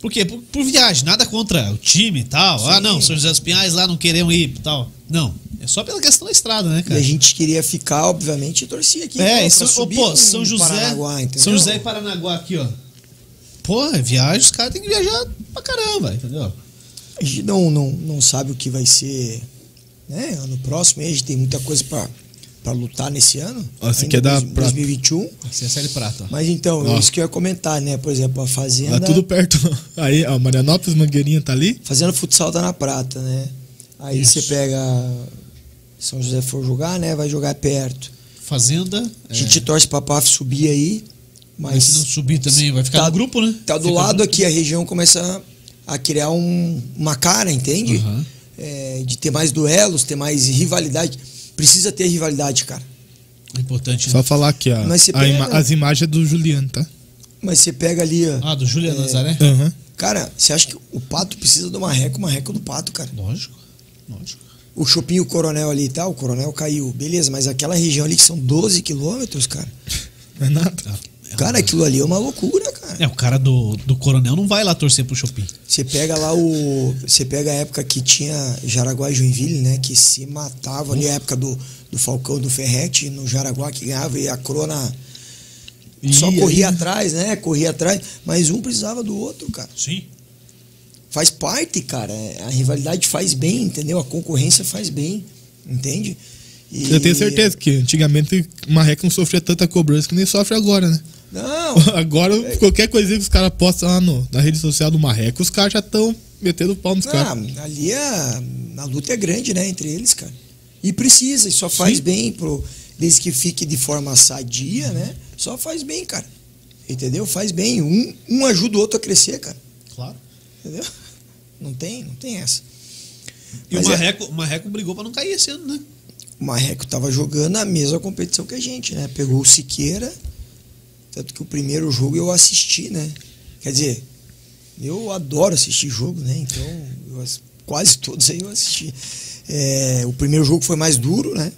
Speaker 1: Por quê? Por, por viagem, nada contra o time e tal. Ah, não, São José dos Pinhais lá não queremos ir e tal. Não, é só pela questão da estrada, né,
Speaker 3: E
Speaker 1: cara?
Speaker 3: a gente queria ficar, obviamente, e torcia aqui.
Speaker 1: é,
Speaker 3: pra
Speaker 1: isso, ô,
Speaker 3: subir
Speaker 1: pô,
Speaker 3: com
Speaker 1: São
Speaker 3: o
Speaker 1: José,
Speaker 3: Paranaguá, um entendeu?
Speaker 1: São José e Paranaguá aqui, ó. Pô, é viagem, os caras têm que viajar pra caramba, entendeu?
Speaker 3: A gente não, não, não sabe o que vai ser né? ano próximo. aí A gente tem muita coisa pra, pra lutar nesse ano.
Speaker 2: Ó, Ah, você
Speaker 3: ainda
Speaker 2: quer dar
Speaker 3: dois-
Speaker 2: pra-
Speaker 3: 2021.
Speaker 1: Assim, é série prata, ó.
Speaker 3: Mas então,
Speaker 2: Ó.
Speaker 3: isso que eu ia comentar, né? Por exemplo, a
Speaker 2: Lá
Speaker 3: Fazenda.
Speaker 2: Tá tudo perto. Aí, ó, Marianópolis, Mangueirinha tá ali.
Speaker 3: Fazenda Futsal tá na prata, né? Aí
Speaker 1: Isso.
Speaker 3: você pega. São José for jogar, né? Vai jogar perto.
Speaker 1: Fazenda.
Speaker 3: A gente
Speaker 2: É.
Speaker 3: torce pra PAF subir aí.
Speaker 1: mas se não
Speaker 3: Mas
Speaker 1: subir também, vai ficar
Speaker 3: Tá-
Speaker 1: no grupo, né?
Speaker 3: tá do
Speaker 1: Fica
Speaker 3: lado
Speaker 1: junto.
Speaker 3: aqui, a região começa a criar um- uma cara, entende?
Speaker 1: Aham.
Speaker 3: É, de ter mais duelos, ter mais rivalidade. Precisa ter rivalidade, cara.
Speaker 1: É Importante. né?
Speaker 2: Só falar aqui, ó.
Speaker 3: Mas se
Speaker 2: a
Speaker 3: pega-
Speaker 2: ima- as imagens é do Juliano, tá?
Speaker 3: Mas você pega ali, ó.
Speaker 1: Ah, do Júlia Nazaré?
Speaker 2: Aham.
Speaker 3: Cara, você acha que o pato precisa do marreco, o marreco do pato, cara.
Speaker 1: Lógico, lógico.
Speaker 3: O Chopinho Coronel ali e tal, o Coronel caiu. Beleza, mas aquela região ali que são 12 quilômetros, cara.
Speaker 2: Não é nada.
Speaker 3: Cara, aquilo ali é uma loucura, cara.
Speaker 1: É, o cara do, do coronel não vai lá torcer pro Chopin.
Speaker 3: Você pega lá o. Você pega a época que tinha Jaraguá e Joinville, né? Que se matava ali a época do, do Falcão do Ferrete no Jaraguá que ganhava e a Crona só
Speaker 2: Ih,
Speaker 3: corria
Speaker 2: aí-
Speaker 3: atrás, né? Corria atrás. Mas um precisava do outro, cara.
Speaker 1: Sim.
Speaker 3: faz parte, cara. É, A rivalidade faz bem, entendeu? A concorrência faz bem, entende? E-
Speaker 2: Eu tenho certeza que antigamente o Marreco não sofria tanta cobrança que nem sofre agora, né?
Speaker 3: Não,
Speaker 2: Agora, qualquer coisinha que os caras postam lá no- na rede social do Marreco, os caras já estão metendo o pau
Speaker 3: Ah.
Speaker 2: nos caras.
Speaker 3: não, ali a, a luta é grande, né, entre eles, cara. E precisa, e só faz
Speaker 2: Sim.
Speaker 3: bem, pro, desde que fique de forma sadia, né? Só faz bem, cara. Entendeu? Faz bem. Um, um ajuda o outro a crescer, cara.
Speaker 1: Claro.
Speaker 3: Entendeu? Não tem, não tem essa.
Speaker 1: E
Speaker 3: Mas
Speaker 1: o
Speaker 3: é-
Speaker 1: Marreco, o Marreco brigou pra não cair esse ano, né?
Speaker 3: O Marreco tava jogando a mesma competição que a gente, né? Pegou o Siqueira, tanto que o primeiro jogo eu assisti, né? Quer dizer, eu adoro assistir jogo, né? Então, eu as- quase todos aí eu assisti. É, o primeiro jogo foi mais duro, né?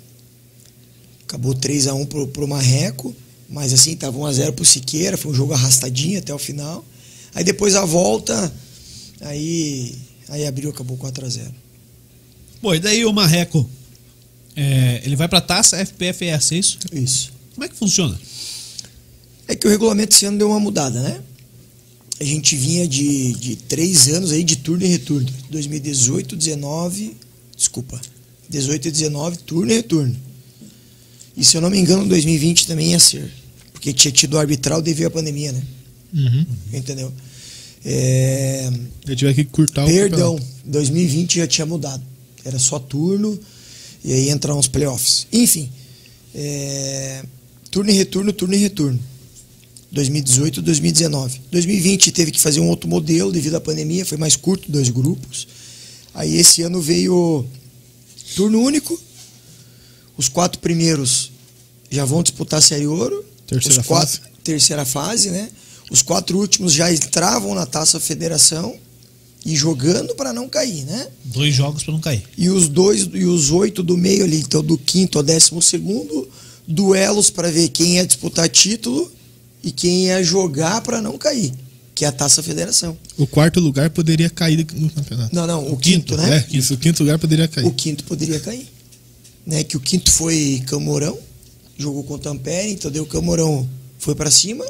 Speaker 3: Acabou 3 a 1 pro, pro Marreco, mas assim, tava 1 a 0 pro Siqueira, foi um jogo arrastadinho até o final. Aí depois a volta, aí aí abriu, acabou 4 a 0.
Speaker 1: Bom, e daí o Marreco? é, ele vai pra taça FPFS, é isso?
Speaker 3: Isso.
Speaker 1: Como é que funciona?
Speaker 3: É que o regulamento esse ano deu uma mudada, né? A gente vinha de, de três anos aí de turno e retorno. 2018, 19, desculpa, 18 e 19, turno e retorno. E se eu não me engano, 2020 também ia ser. Porque tinha tido arbitral devido à pandemia, né?
Speaker 2: Uhum.
Speaker 3: Entendeu? É,
Speaker 2: Eu tiver que curtar
Speaker 3: Perdão,
Speaker 2: o campeonato.
Speaker 3: 2020 já tinha mudado. Era só turno e aí entrar uns playoffs. Enfim, é, turno e retorno, turno e retorno. 2018, 2019. 2020 teve que fazer um outro modelo devido à pandemia, foi mais curto, dois grupos. Aí esse ano veio turno único. Os quatro primeiros já vão disputar a Série Ouro.
Speaker 2: Terceira
Speaker 3: Os quatro, Terceira fase, né? Os quatro últimos já entravam na Taça Federação e jogando para não cair, né?
Speaker 1: Dois jogos pra não cair.
Speaker 3: E os dois e os oito do meio ali, então do quinto ao décimo segundo, duelos para ver quem ia disputar título e quem ia jogar para não cair, que é a Taça Federação.
Speaker 2: O quarto lugar poderia cair no campeonato.
Speaker 3: Não, não, o, quinto, né?
Speaker 2: É, isso. O quinto lugar poderia cair.
Speaker 3: O quinto poderia cair, né? Que o quinto foi Camorão, jogou contra o Ampere, então deu o Camorão foi para cima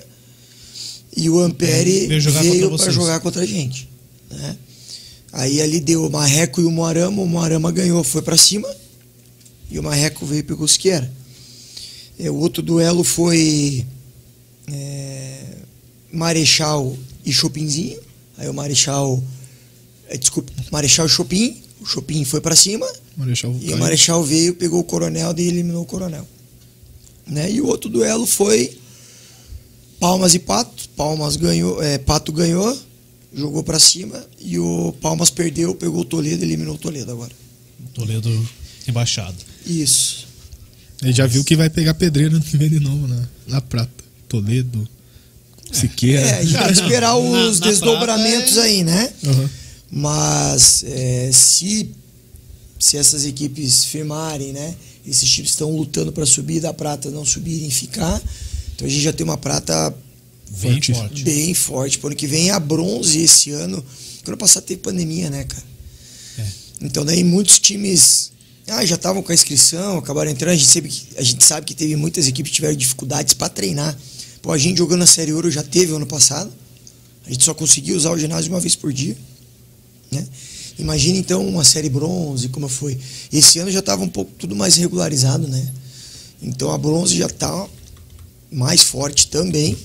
Speaker 3: e o Ampere
Speaker 1: É, Veio jogar
Speaker 3: veio
Speaker 1: contra
Speaker 3: para
Speaker 1: vocês.
Speaker 3: jogar contra a gente, né? Aí ali deu o Marreco e o Moarama, o Moarama ganhou, foi para cima e o Marreco veio para o Cusqueira. É, o outro duelo foi é, Marechal e Chopinzinho. Aí o Marechal, é, desculpa, Marechal e Chopin, o Chopin foi para cima
Speaker 2: Marechal
Speaker 3: e
Speaker 2: caiu.
Speaker 3: o Marechal veio, pegou o coronel e eliminou o coronel. Né? E o outro duelo foi Palmas e Pato. Palmas ganhou, é, Pato ganhou, jogou pra cima e o Palmas perdeu, pegou o Toledo e eliminou o Toledo agora.
Speaker 1: Toledo embaixado.
Speaker 3: Isso.
Speaker 2: Ele já viu que vai pegar pedreiro ano que vem de novo na, na Prata. Toledo, Siqueira.
Speaker 3: É, a gente tem que esperar
Speaker 1: Na-
Speaker 3: os
Speaker 1: na
Speaker 3: desdobramentos
Speaker 1: prata é.
Speaker 3: aí, né?
Speaker 2: Aham.
Speaker 3: Mas é, se, se essas equipes firmarem, né? Esses times estão lutando para subir da prata, não subirem, ficar. Então a gente já tem uma prata
Speaker 1: Bem
Speaker 2: Forte.
Speaker 1: forte.
Speaker 3: Bem forte. Pro ano que vem é a bronze esse ano. Porque ano passado teve pandemia, né, cara?
Speaker 1: É.
Speaker 3: Então daí muitos times ah, já estavam com a inscrição, acabaram entrando. A gente sabe que, a gente sabe que teve muitas equipes que tiveram dificuldades para treinar. Pô, a gente jogando a Série Ouro já teve ano passado. A gente só conseguia usar o ginásio uma vez por dia. Né? Imagina então uma série bronze, como foi. Esse ano já estava um pouco tudo mais regularizado, né? Então a bronze já está mais forte também.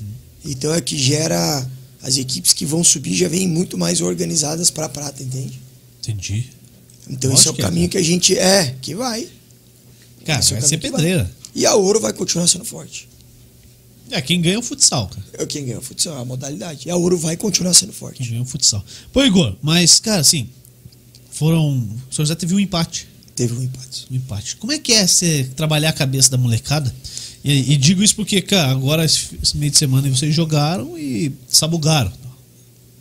Speaker 3: Então é que gera as equipes que vão subir já vêm muito mais organizadas para a prata, entende?
Speaker 1: Entendi.
Speaker 3: Então
Speaker 1: Lógico
Speaker 3: esse é o
Speaker 1: que é,
Speaker 3: caminho que a gente é, que vai.
Speaker 1: Cara,
Speaker 3: Esse é o
Speaker 1: vai ser
Speaker 3: caminho que
Speaker 1: pedreira.
Speaker 3: E a ouro vai continuar sendo forte.
Speaker 1: É, quem ganha é o futsal, cara.
Speaker 3: É quem ganha o futsal, é a modalidade. E a ouro vai continuar sendo
Speaker 1: Quem
Speaker 3: forte.
Speaker 1: ganha é o futsal. Pô, Igor, mas, cara, assim, foram. O São José teve um empate.
Speaker 3: Teve um empate.
Speaker 1: Um empate. Como é que é você trabalhar a cabeça da molecada? E, e digo isso porque, cara, agora esse esse meio de semana aí vocês jogaram e sabugaram.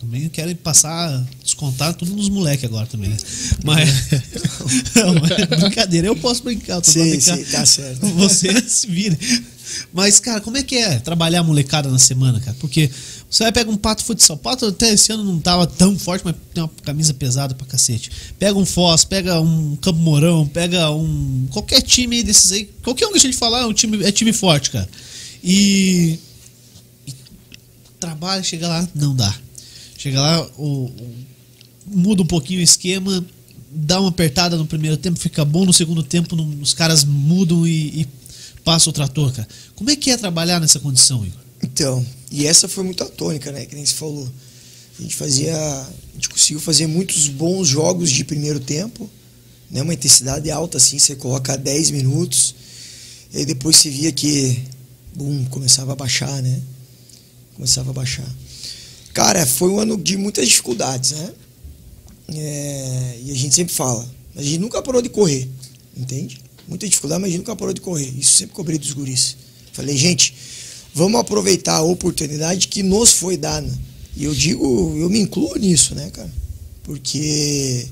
Speaker 1: Também querem passar, descontar tudo nos moleques agora também, né? Mas. Não, é brincadeira, eu posso brincar, eu tô pra
Speaker 3: Sim,
Speaker 1: brincar.
Speaker 3: sim, tá certo.
Speaker 1: Você se vira. Mas, cara, como é que é trabalhar a molecada na semana, cara? Porque você vai pegar um pato futsal. Pato até esse ano não tava tão forte, mas tem uma camisa pesada pra cacete. Pega um Foz, pega um Campo Mourão, pega um. qualquer time aí desses aí. Qualquer um que a gente falar é, um time, é time forte, cara. E. e trabalha, chega lá, não dá. Chega lá, o, o- muda um pouquinho o esquema, dá uma apertada no primeiro tempo, fica bom no segundo tempo, não- os caras mudam e, e passa o trator, cara. Como é que é trabalhar nessa condição, Igor?
Speaker 3: Então, e essa foi muito a tônica, né? Que nem se falou. A gente fazia. A gente conseguiu fazer muitos bons jogos de primeiro tempo, né? Uma intensidade alta, assim, você coloca 10 minutos, e aí depois você via que. Bum, começava a baixar, né? Começava a baixar. Cara, foi um ano de muitas dificuldades, né? É, e a gente sempre fala, a gente nunca parou de correr, entende? Muita dificuldade, mas a gente nunca parou de correr. Isso eu sempre cobrei dos guris. Falei, gente, vamos aproveitar a oportunidade que nos foi dada. E eu digo, eu me incluo nisso, né, cara? Porque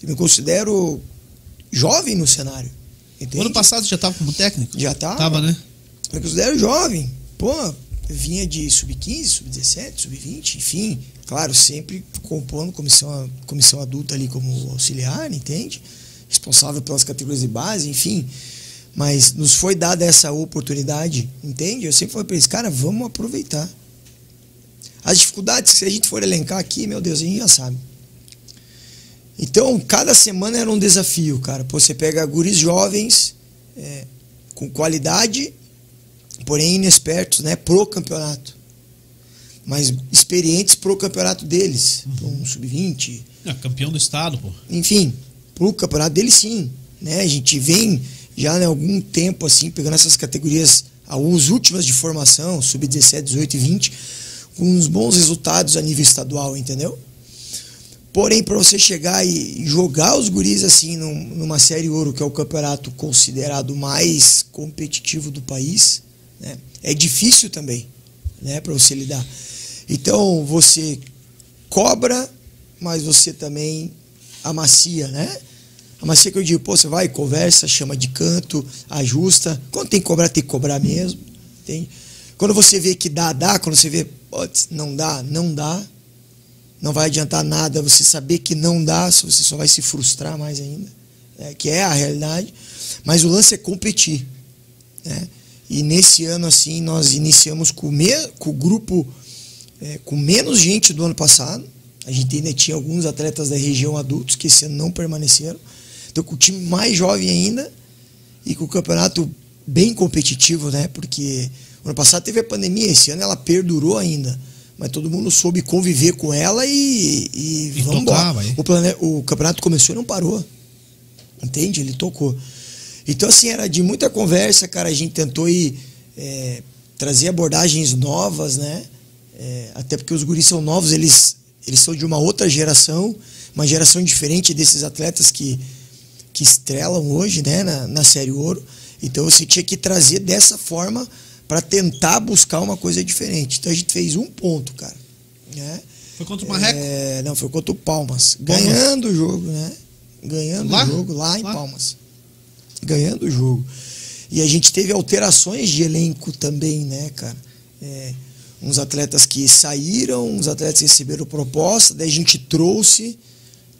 Speaker 3: Eu me considero jovem no cenário.
Speaker 1: O
Speaker 3: entende?
Speaker 1: ano passado já tava como técnico?
Speaker 3: Já tá tava.
Speaker 1: Tava, né?
Speaker 3: Eu me considero jovem. Pô, eu vinha de sub-15, sub-17, sub-20, enfim. Claro, sempre compondo comissão, comissão adulta ali como auxiliar, entende? Responsável pelas categorias de base, enfim. Mas nos foi dada essa oportunidade, entende? Eu sempre falei pra eles, cara, vamos aproveitar. As dificuldades, se a gente for elencar aqui, meu Deus, a gente já sabe. Então, cada semana era um desafio, cara. Pô, você pega guris jovens, é, com qualidade porém inexpertos, né, pro campeonato. Mas experientes pro campeonato deles, pro um sub-20,
Speaker 1: É, campeão do estado, pô.
Speaker 3: enfim, pro campeonato deles sim, né? A gente vem já há algum tempo assim pegando essas categorias as últimas de formação, sub-17, 18 e 20, com uns bons resultados a nível estadual, entendeu? Porém, para você chegar e jogar os guris assim num- numa série ouro, que é o campeonato considerado mais competitivo do país, né? é difícil também, né, para você lidar. Então, você cobra, mas você também amacia, né? Amacia que eu digo, pô, você vai, conversa, chama de canto, ajusta. Quando tem que cobrar, tem que cobrar mesmo. Entende? Quando você vê que dá, dá. Quando você vê, putz, não dá, não dá. Não vai adiantar nada você saber que não dá, se você só vai se frustrar mais ainda, né? que é a realidade. Mas o lance é competir. né? E nesse ano, assim, nós iniciamos com o, me- com o grupo é, com menos gente do ano passado. A gente ainda tinha alguns atletas da região adultos que esse ano não permaneceram. Então, com o time mais jovem ainda e com o campeonato bem competitivo, né? Porque ano passado teve a pandemia, esse ano ela perdurou ainda. Mas todo mundo soube conviver com ela e, e,
Speaker 1: E
Speaker 3: vamos
Speaker 1: tocar,
Speaker 3: embora.
Speaker 1: vai.
Speaker 3: O, plane- o campeonato começou e não parou. Entende? Ele tocou. Então, assim, era de muita conversa, cara. A gente tentou ir, é, trazer abordagens novas, né? É, até porque os guris são novos, eles, eles são de uma outra geração, uma geração diferente desses atletas que, que estrelam hoje, né, na, na Série Ouro. Então, você tinha que trazer dessa forma para tentar buscar uma coisa diferente. Então, a gente fez um ponto, cara. Né?
Speaker 1: Foi contra o Marreco?
Speaker 3: É, não, foi contra o Palmas.
Speaker 1: Palmas.
Speaker 3: Ganhando o jogo, né? Ganhando
Speaker 1: Lá?
Speaker 3: o jogo lá em
Speaker 1: Lá?
Speaker 3: Palmas. Ganhando o jogo. E a gente teve alterações de elenco também, né, cara? É, uns atletas que saíram, uns atletas que receberam proposta, daí a gente trouxe,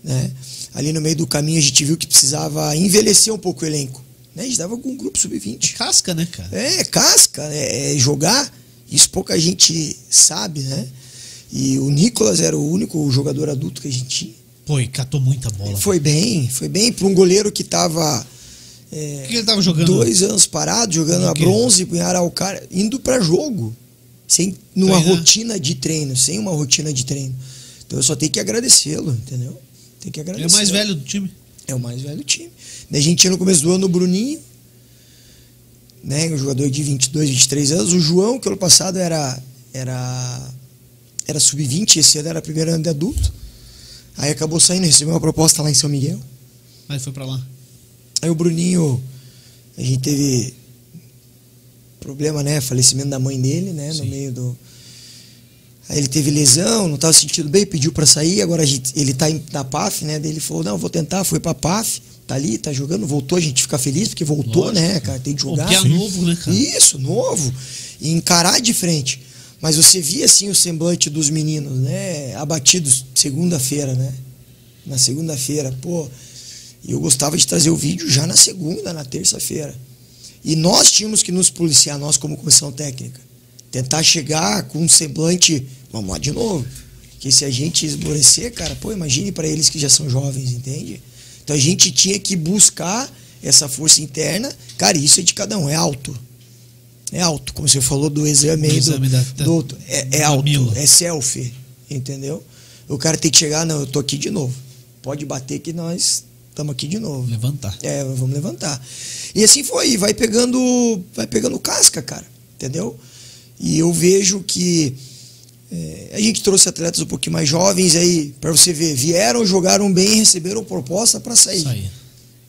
Speaker 3: né? Ali no meio do caminho a gente viu que precisava envelhecer um pouco o elenco. Né? A gente dava com um grupo sub-20.
Speaker 1: De casca, né, cara?
Speaker 3: É, casca, é, é jogar. Isso pouca gente sabe, né? E o Nicolas era o único jogador adulto que a gente tinha.
Speaker 1: Pô, e catou muita bola.
Speaker 3: Foi bem, foi bem para um goleiro que estava
Speaker 1: O que ele tava jogando?
Speaker 3: dois anos parado, jogando a
Speaker 1: Ok.
Speaker 3: bronze, em Araucária, indo para jogo. Sem numa
Speaker 1: Treinar.
Speaker 3: rotina de treino, sem uma rotina de treino. Então eu só tenho que agradecê-lo, entendeu? Tem que
Speaker 1: Ele é
Speaker 3: agradecer.
Speaker 1: o mais velho do time.
Speaker 3: É o mais velho do time. Daí a gente tinha no começo do ano o Bruninho, né, um jogador de 22, 23 anos. O João, que ano passado era era era sub-20, esse ano era primeiro ano de adulto. Aí acabou saindo, recebeu uma proposta lá em São Miguel.
Speaker 1: Mas foi pra lá.
Speaker 3: Aí o Bruninho, a gente teve problema, né? Falecimento da mãe dele, né? No
Speaker 1: Sim.
Speaker 3: meio do. Aí ele teve lesão, não estava se sentindo bem, pediu para sair, agora a gente- ele tá em- na PAF, né? Daí ele falou, não, vou tentar, foi pra PAF, tá ali, tá jogando, voltou, a gente fica feliz, porque voltou,
Speaker 1: Lógico.
Speaker 3: né, cara? Tem que
Speaker 1: Pô,
Speaker 3: jogar.
Speaker 1: Piá
Speaker 3: Sim.
Speaker 1: novo, né, cara?
Speaker 3: Isso, novo. E encarar de frente. Mas você via, assim, o semblante dos meninos, né? Abatidos segunda-feira, né? Na segunda-feira, pô. E eu gostava de trazer o vídeo já na segunda, na terça-feira. E nós tínhamos que nos policiar, nós como comissão técnica. Tentar chegar com um semblante, vamos lá de novo. Que se a gente esmorecer, cara, pô, imagine para eles que já são jovens, entende? Então a gente tinha que buscar essa força interna. Cara, isso é de cada um, é alto. É alto, como você falou do exame aí
Speaker 1: Do
Speaker 3: do,
Speaker 1: exame da- da-
Speaker 3: do outro. É, é
Speaker 1: do
Speaker 3: alto,
Speaker 1: mamilo.
Speaker 3: é selfie, entendeu? O cara tem que chegar, não, eu tô aqui de novo. Pode bater que nós estamos aqui de novo.
Speaker 1: Levantar.
Speaker 3: É, vamos levantar. E assim foi, vai pegando, vai pegando casca, cara, entendeu? E eu vejo que é, a gente trouxe atletas um pouquinho mais jovens aí, pra você ver, vieram, jogaram bem, receberam proposta pra sair.
Speaker 1: Isso aí.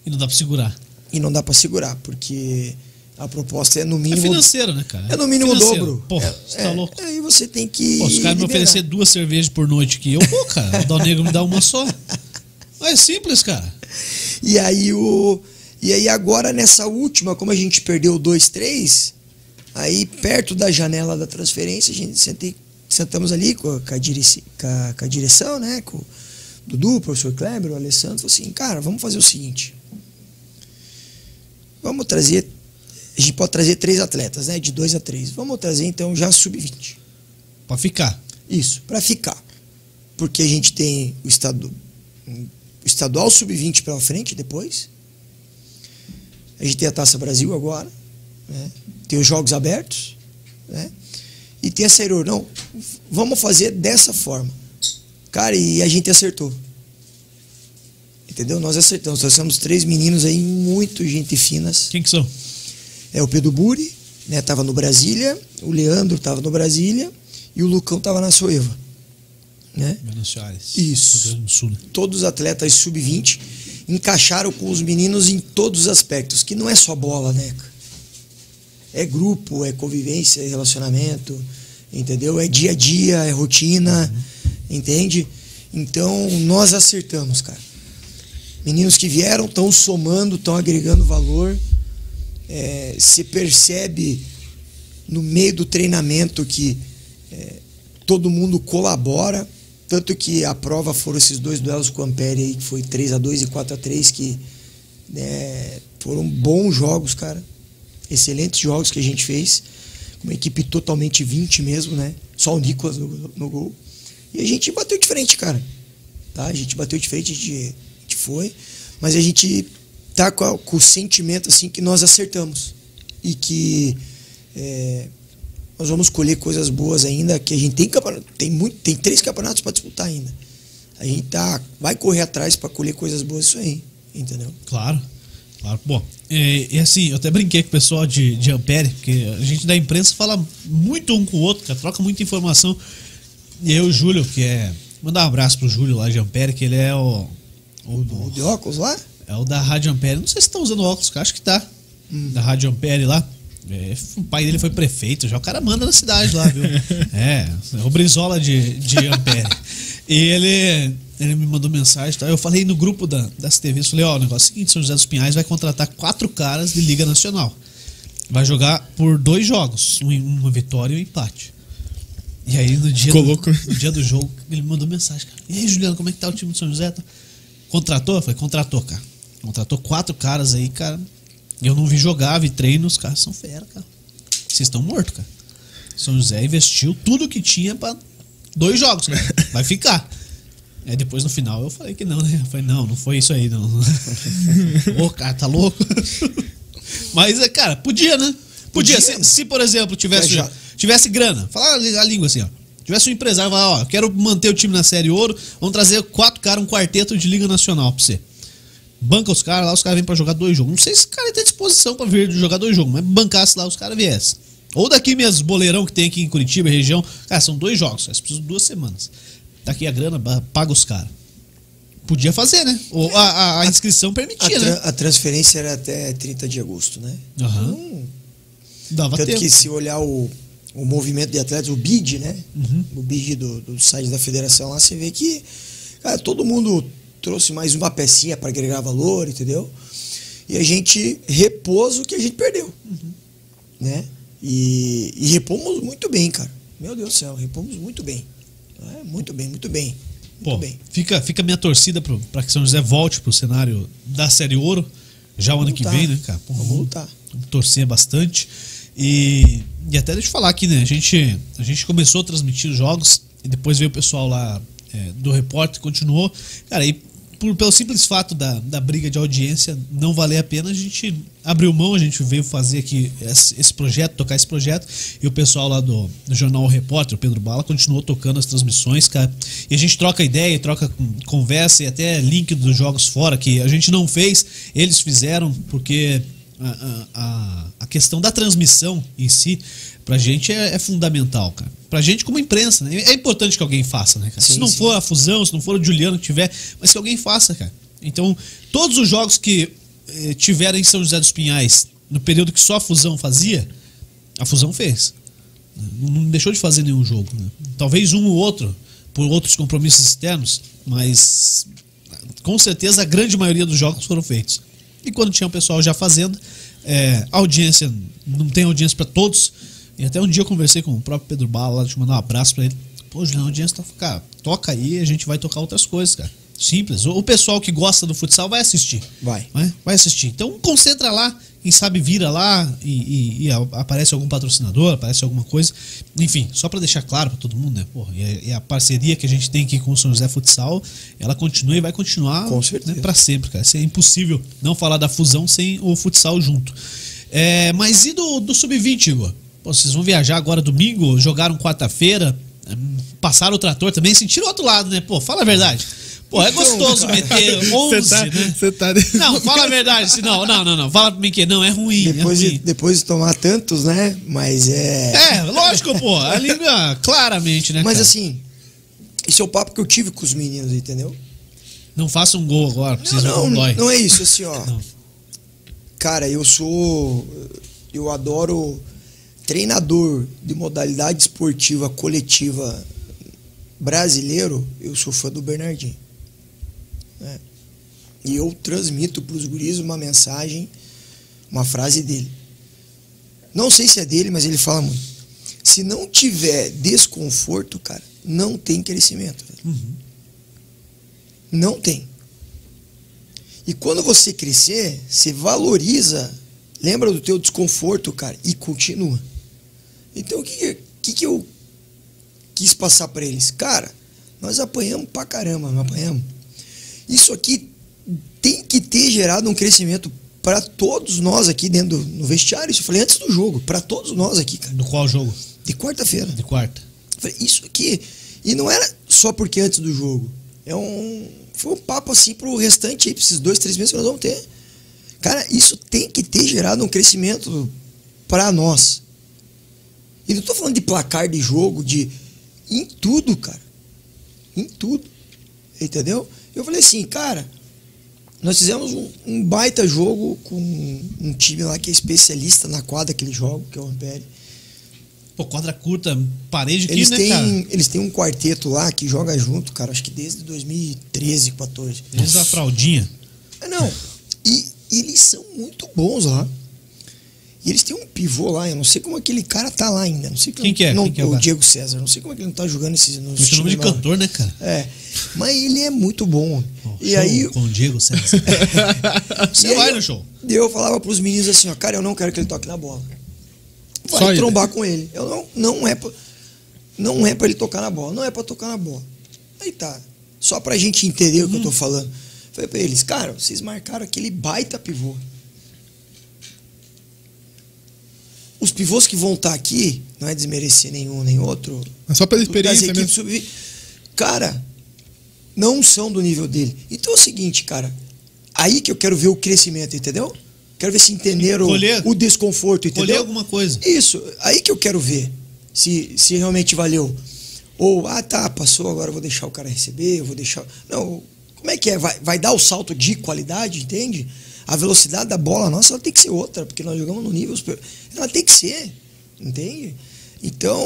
Speaker 1: E não dá pra segurar.
Speaker 3: E não dá pra segurar, porque a proposta é no
Speaker 1: É
Speaker 3: mínimo
Speaker 1: financeiro, né, cara?
Speaker 3: é no mínimo o
Speaker 1: Financeiro.
Speaker 3: dobro.
Speaker 1: Porra,
Speaker 3: é,
Speaker 1: você tá
Speaker 3: é,
Speaker 1: louco.
Speaker 3: Aí você tem que é
Speaker 1: Pô, se o cara me
Speaker 3: liberar.
Speaker 1: oferecer duas cervejas por noite aqui, eu vou, cara. O Dal Negro me dá uma só. É simples, cara.
Speaker 3: E aí o. E aí agora nessa última, como a gente perdeu 2-3, aí perto da janela da transferência, a gente sentei, sentamos ali com a, com, a direci- com a- com a direção, né? Com o Dudu, o professor Kleber, o Alessandro, falou assim, cara, vamos fazer o seguinte. Vamos trazer. A gente pode trazer três atletas, né? De dois a três. Vamos trazer então já sub-20.
Speaker 1: Pra ficar.
Speaker 3: Isso, para ficar. Porque a gente tem o, estadu... o estadual sub-20 pela frente depois. A gente tem a Taça Brasil agora. né? Tem os Jogos Abertos. Né? E tem a Seror. Não, v- vamos fazer dessa forma. Cara, e a gente acertou. Entendeu? Nós acertamos. Nós somos três meninos aí, muito gente finas
Speaker 1: Quem que são?
Speaker 3: é o Pedro Buri, né, tava no Brasília, o Leandro tava no Brasília e o Lucão tava na Soeva, né?
Speaker 1: Buenos Aires.
Speaker 3: Isso.
Speaker 1: Rio Grande do Sul, né?
Speaker 3: Todos os atletas sub-20 encaixaram com os meninos em todos os aspectos, que não é só bola, né? cara? É grupo, é convivência, é relacionamento, entendeu? É dia a dia, é rotina, entende? Então, nós acertamos, cara. Meninos que vieram estão somando, estão agregando valor. É, se percebe no meio do treinamento que é, todo mundo colabora. Tanto que a prova foram esses dois duelos com o Ampere aí, que foi 3 a 2 e 4 a 3 que né, foram bons jogos, cara. Excelentes jogos que a gente fez. Com uma equipe totalmente 20 mesmo, né? Só o Nicolas no, no gol. E a gente bateu de frente, cara. Tá? A gente bateu de frente, a gente, a gente foi. Mas a gente tá com, a- com o sentimento assim que nós acertamos. E que é, nós vamos colher coisas boas ainda, que a gente tem campeonato, tem muito, tem três campeonatos para disputar ainda. A gente tá, vai correr atrás para colher coisas boas isso aí, entendeu?
Speaker 1: Claro, claro. Bom, é, e assim, eu até brinquei com o pessoal de, de Ampere, porque a gente da imprensa fala muito um com o outro, cara, troca muita informação. E eu, o Júlio, que é. Mandar um abraço pro Júlio lá de Ampere, que ele é o. o,
Speaker 3: O
Speaker 1: o
Speaker 3: de óculos lá?
Speaker 1: é o da Rádio Ampere. Não sei se estão usando óculos, cara, acho que tá. Da Rádio Ampere lá. É, o pai dele foi prefeito, já o cara manda na cidade lá, viu? é, o Brizola de, de Ampere. e ele, ele me mandou mensagem, tá? eu falei no grupo da, das TVs, falei, ó, o negócio é o seguinte, São José dos Pinhais vai contratar quatro caras de Liga Nacional. Vai jogar por dois jogos, um- uma vitória e um empate. E aí no dia,
Speaker 2: Colocou.
Speaker 1: Do, no dia do jogo, ele me mandou mensagem, cara. E aí, Juliano, como é que tá o time do São José? Tá- Contratou? Eu falei, contratou, cara. Contratou quatro caras aí, cara. Eu não vi jogar, vi treino, os caras são fera, cara. Vocês estão mortos, cara. São José investiu tudo que tinha pra dois jogos, cara. Vai ficar. Aí depois no final eu falei que não, né? Eu falei, não, não foi isso aí, não. Ô, cara, tá louco? Mas, é, cara, podia, né? Podia.
Speaker 3: Podia.
Speaker 1: Se, se, por exemplo, tivesse,
Speaker 3: Já-
Speaker 1: tivesse grana, falar a língua assim, ó. Tivesse um empresário falar, ó, eu quero manter o time na série ouro, vamos trazer quatro caras, um quarteto de Liga Nacional pra você. Banca os caras lá, os caras vêm pra jogar dois jogos. Não sei se o cara tem disposição pra vir jogar dois jogos, mas bancasse lá, os caras viessem. Ou daqui mesmo, boleirão que tem aqui em Curitiba, região. Cara, são dois jogos, vocês precisam de duas semanas. Tá aqui a grana, ba- paga os caras. Podia fazer, né? Ou a, a- a inscrição
Speaker 3: A,
Speaker 1: permitia,
Speaker 3: tran-
Speaker 1: né?
Speaker 3: a transferência era até 30 de agosto, né?
Speaker 1: Aham.
Speaker 3: Então,
Speaker 1: Dava
Speaker 3: Tanto
Speaker 1: tempo.
Speaker 3: que se olhar o, o movimento de atletas, o BID, né?
Speaker 1: Uhum.
Speaker 3: O BID do, do site da federação lá, você vê que cara, todo mundo trouxe mais uma pecinha para agregar valor, entendeu? E a gente repôs o que a gente perdeu.
Speaker 1: Uhum.
Speaker 3: Né? E, e repomos muito bem, cara. Meu Deus do céu, repomos muito bem. É, Muito bem, muito bem. Muito
Speaker 1: Pô,
Speaker 3: bem.
Speaker 1: fica, fica a minha torcida pro, pra que São José volte pro cenário da Série Ouro, já o ano que
Speaker 3: Voltar.
Speaker 1: vem, né, cara? Pô,
Speaker 3: Vamos voltar.
Speaker 1: vamos torcer bastante. E, e até deixa eu falar aqui, né? A gente, a gente começou a transmitir os jogos e depois veio o pessoal lá é, do repórter, continuou. Cara, e por, pelo simples fato da, da briga de audiência não valer a pena, a gente abriu mão, a gente veio fazer aqui esse, esse projeto, tocar esse projeto. E o pessoal lá do, do Jornal Repórter, o Pedro Bala, continuou tocando as transmissões, cara. E a gente troca ideia, troca com- conversa e até link dos jogos fora, que a gente não fez, eles fizeram, porque a, a, a questão da transmissão em si, pra gente é, é fundamental, cara. Pra gente como imprensa, né? É importante que alguém faça, né, cara? se
Speaker 3: Sim,
Speaker 1: não
Speaker 3: sim.
Speaker 1: for a fusão, se não for o Juliano que tiver, mas que alguém faça, cara. Então, todos os jogos que eh, tiveram em São José dos Pinhais, no período que só a fusão fazia, a fusão fez. Não, não deixou de fazer nenhum jogo, né? Talvez um ou outro, por outros compromissos externos, mas com certeza a grande maioria dos jogos foram feitos. E quando tinha o pessoal já fazendo, é, audiência, não tem audiência para todos. E até um dia eu conversei com o próprio Pedro Bala, lá, deixa eu mandar um abraço para ele. Pô, Julião, a audiência tá. Cara, toca aí, a gente vai tocar outras coisas, cara. Simples. O, o pessoal que gosta do futsal vai assistir.
Speaker 3: Vai.
Speaker 1: Né? Vai assistir. Então concentra lá, quem sabe vira lá e, e- e a- aparece algum patrocinador, aparece alguma coisa. Enfim, só para deixar claro para todo mundo, né? Porra, e, a, e a parceria que a gente tem aqui com o São José Futsal, ela continua e vai continuar
Speaker 3: Com certeza.
Speaker 1: para sempre, cara. Isso é impossível não falar da fusão sem o futsal junto. É, mas e do, do Sub-20, Igor? Pô, vocês vão viajar agora domingo, jogaram quarta-feira, hum, passaram o trator também, sentiram o outro lado, né? Pô, fala a verdade. Pô, é gostoso meter 11,
Speaker 2: Você tá,
Speaker 1: né?
Speaker 2: você tá
Speaker 1: Não, fala a verdade. se Não, não, não, não. Fala pra mim que não, é ruim.
Speaker 3: Depois,
Speaker 1: é,
Speaker 3: de,
Speaker 1: ruim.
Speaker 3: depois de tomar tantos, né? Mas é.
Speaker 1: é, lógico, pô. A língua, claramente, né?
Speaker 3: Mas
Speaker 1: cara?
Speaker 3: assim, esse é o papo que eu tive com os meninos, entendeu?
Speaker 1: Não faça um gol agora, precisa
Speaker 3: não,
Speaker 1: um dói.
Speaker 3: não é isso, assim, ó.
Speaker 1: Não.
Speaker 3: Cara, eu sou. Eu adoro treinador de modalidade esportiva coletiva brasileiro. Eu sou fã do Bernardinho. né? E eu transmito para os guris uma mensagem, uma frase dele. Não sei se é dele, mas ele fala muito. Se não tiver desconforto, cara, não tem crescimento. velho. Não tem. E quando você crescer, você valoriza, lembra do teu desconforto, cara, e continua. Então o que, que- que, que eu quis passar pra eles? Cara, nós apanhamos pra caramba, nós apanhamos. Isso aqui tem que ter gerado um crescimento pra todos nós aqui dentro do no vestiário. Isso eu falei antes do jogo, pra todos nós aqui, cara,
Speaker 1: Do qual jogo?
Speaker 3: de quarta-feira.
Speaker 1: De quarta.
Speaker 3: Falei, isso aqui. E não era só porque antes do jogo. É um. Foi um papo assim pro restante aí, pra esses dois, três meses que nós vamos ter. Cara, isso tem que ter gerado um crescimento pra nós. E não tô falando de placar de jogo, de. Em tudo, cara. Em tudo. Entendeu? Eu falei assim, cara, nós fizemos um, um baita jogo com um time lá que é especialista na quadra que eles jogam, que é o Ampere.
Speaker 1: Pô, quadra curta, parede aqui,
Speaker 3: Eles,
Speaker 1: né,
Speaker 3: têm,
Speaker 1: cara?
Speaker 3: eles têm um quarteto lá que joga junto, cara, acho que desde 2013, 14.
Speaker 1: Desde a fraldinha.
Speaker 3: Ah, não. E, e eles são muito bons lá. E eles têm um pivô lá, eu não sei como aquele cara tá lá ainda. Não sei como-
Speaker 1: Quem que é?
Speaker 3: Não,
Speaker 1: Quem que é o
Speaker 3: o
Speaker 1: cara?
Speaker 3: Diego César, não sei como é que ele não tá jogando esses nos
Speaker 1: Muito nome de
Speaker 3: times lá.
Speaker 1: cantor, né, cara?
Speaker 3: É. Mas ele é muito bom.
Speaker 1: Pô,
Speaker 3: e
Speaker 1: show
Speaker 3: aí
Speaker 1: Com o Diego César.
Speaker 3: e
Speaker 1: Você
Speaker 3: aí
Speaker 1: vai
Speaker 3: eu-
Speaker 1: no show.
Speaker 3: E eu falava pros meninos assim, ó, cara, eu não quero que ele toque na bola. Vai
Speaker 2: Só ele.
Speaker 3: trombar com ele. Eu não, não é pra, não é para ele tocar na bola, não é pra tocar na bola. Aí tá. Só pra gente entender o que eu
Speaker 2: Uhum.
Speaker 3: tô falando. Falei pra eles, cara, vocês marcaram aquele baita pivô. Os pivôs que vão estar aqui, não é desmerecer nenhum nem outro,
Speaker 2: É só pela
Speaker 3: das
Speaker 2: experiência, né?
Speaker 3: equipes sub Cara, não são do nível dele. Então é o seguinte, cara. Aí que eu quero ver o crescimento, entendeu? Quero ver se entenderam
Speaker 1: Colher-
Speaker 3: o desconforto,
Speaker 1: Colher
Speaker 3: entendeu?
Speaker 1: alguma coisa.
Speaker 3: Isso, aí que eu quero ver se, se realmente valeu. Ou, ah tá, passou, agora eu vou deixar o cara receber, eu vou deixar. Não, como é que é? Vai, vai dar o salto de qualidade, entende? A velocidade da bola nossa ela tem que ser outra, porque nós jogamos no nível. superior. Ela tem que ser, entende? Então,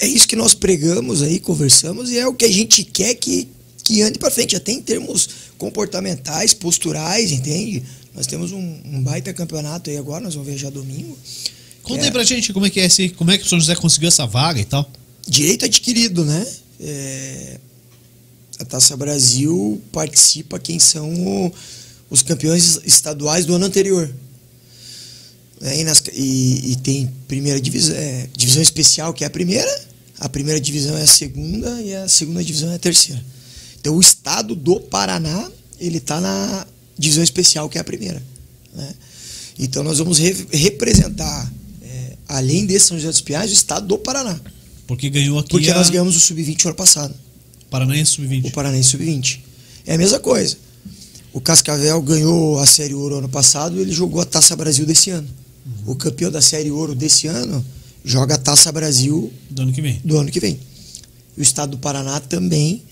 Speaker 3: é isso que nós pregamos aí, conversamos, e é o que a gente quer que, que ande pra frente, até em termos comportamentais, posturais, entende? Nós temos um, um baita campeonato aí agora, nós vamos viajar domingo.
Speaker 1: Conta
Speaker 3: É.
Speaker 1: aí pra gente como é que é esse, como é que o São José conseguiu essa vaga e tal.
Speaker 3: direito adquirido, né? É, a Taça Brasil participa quem são o- os campeões estaduais do ano anterior. É, e, nas- e- e tem primeira divisão, é, divisão especial, que é a primeira, a primeira divisão é a segunda e a segunda divisão é a terceira. Então o estado do Paraná, ele está na divisão especial, que é a primeira. né? Então nós vamos re- representar, é, além de São José dos Piais, o estado do Paraná.
Speaker 1: Porque ganhou aqui
Speaker 3: Porque
Speaker 1: a
Speaker 3: nós ganhamos o Sub-20 o ano passado,
Speaker 1: Paranaense
Speaker 3: o
Speaker 1: Sub-20.
Speaker 3: Paranaense Sub-20. É a mesma coisa. O Cascavel ganhou a Série Ouro ano passado ele jogou a Taça Brasil desse ano. O campeão da Série Ouro desse ano joga a Taça Brasil
Speaker 1: Do ano que vem.
Speaker 3: do ano que vem. E o estado do Paraná também,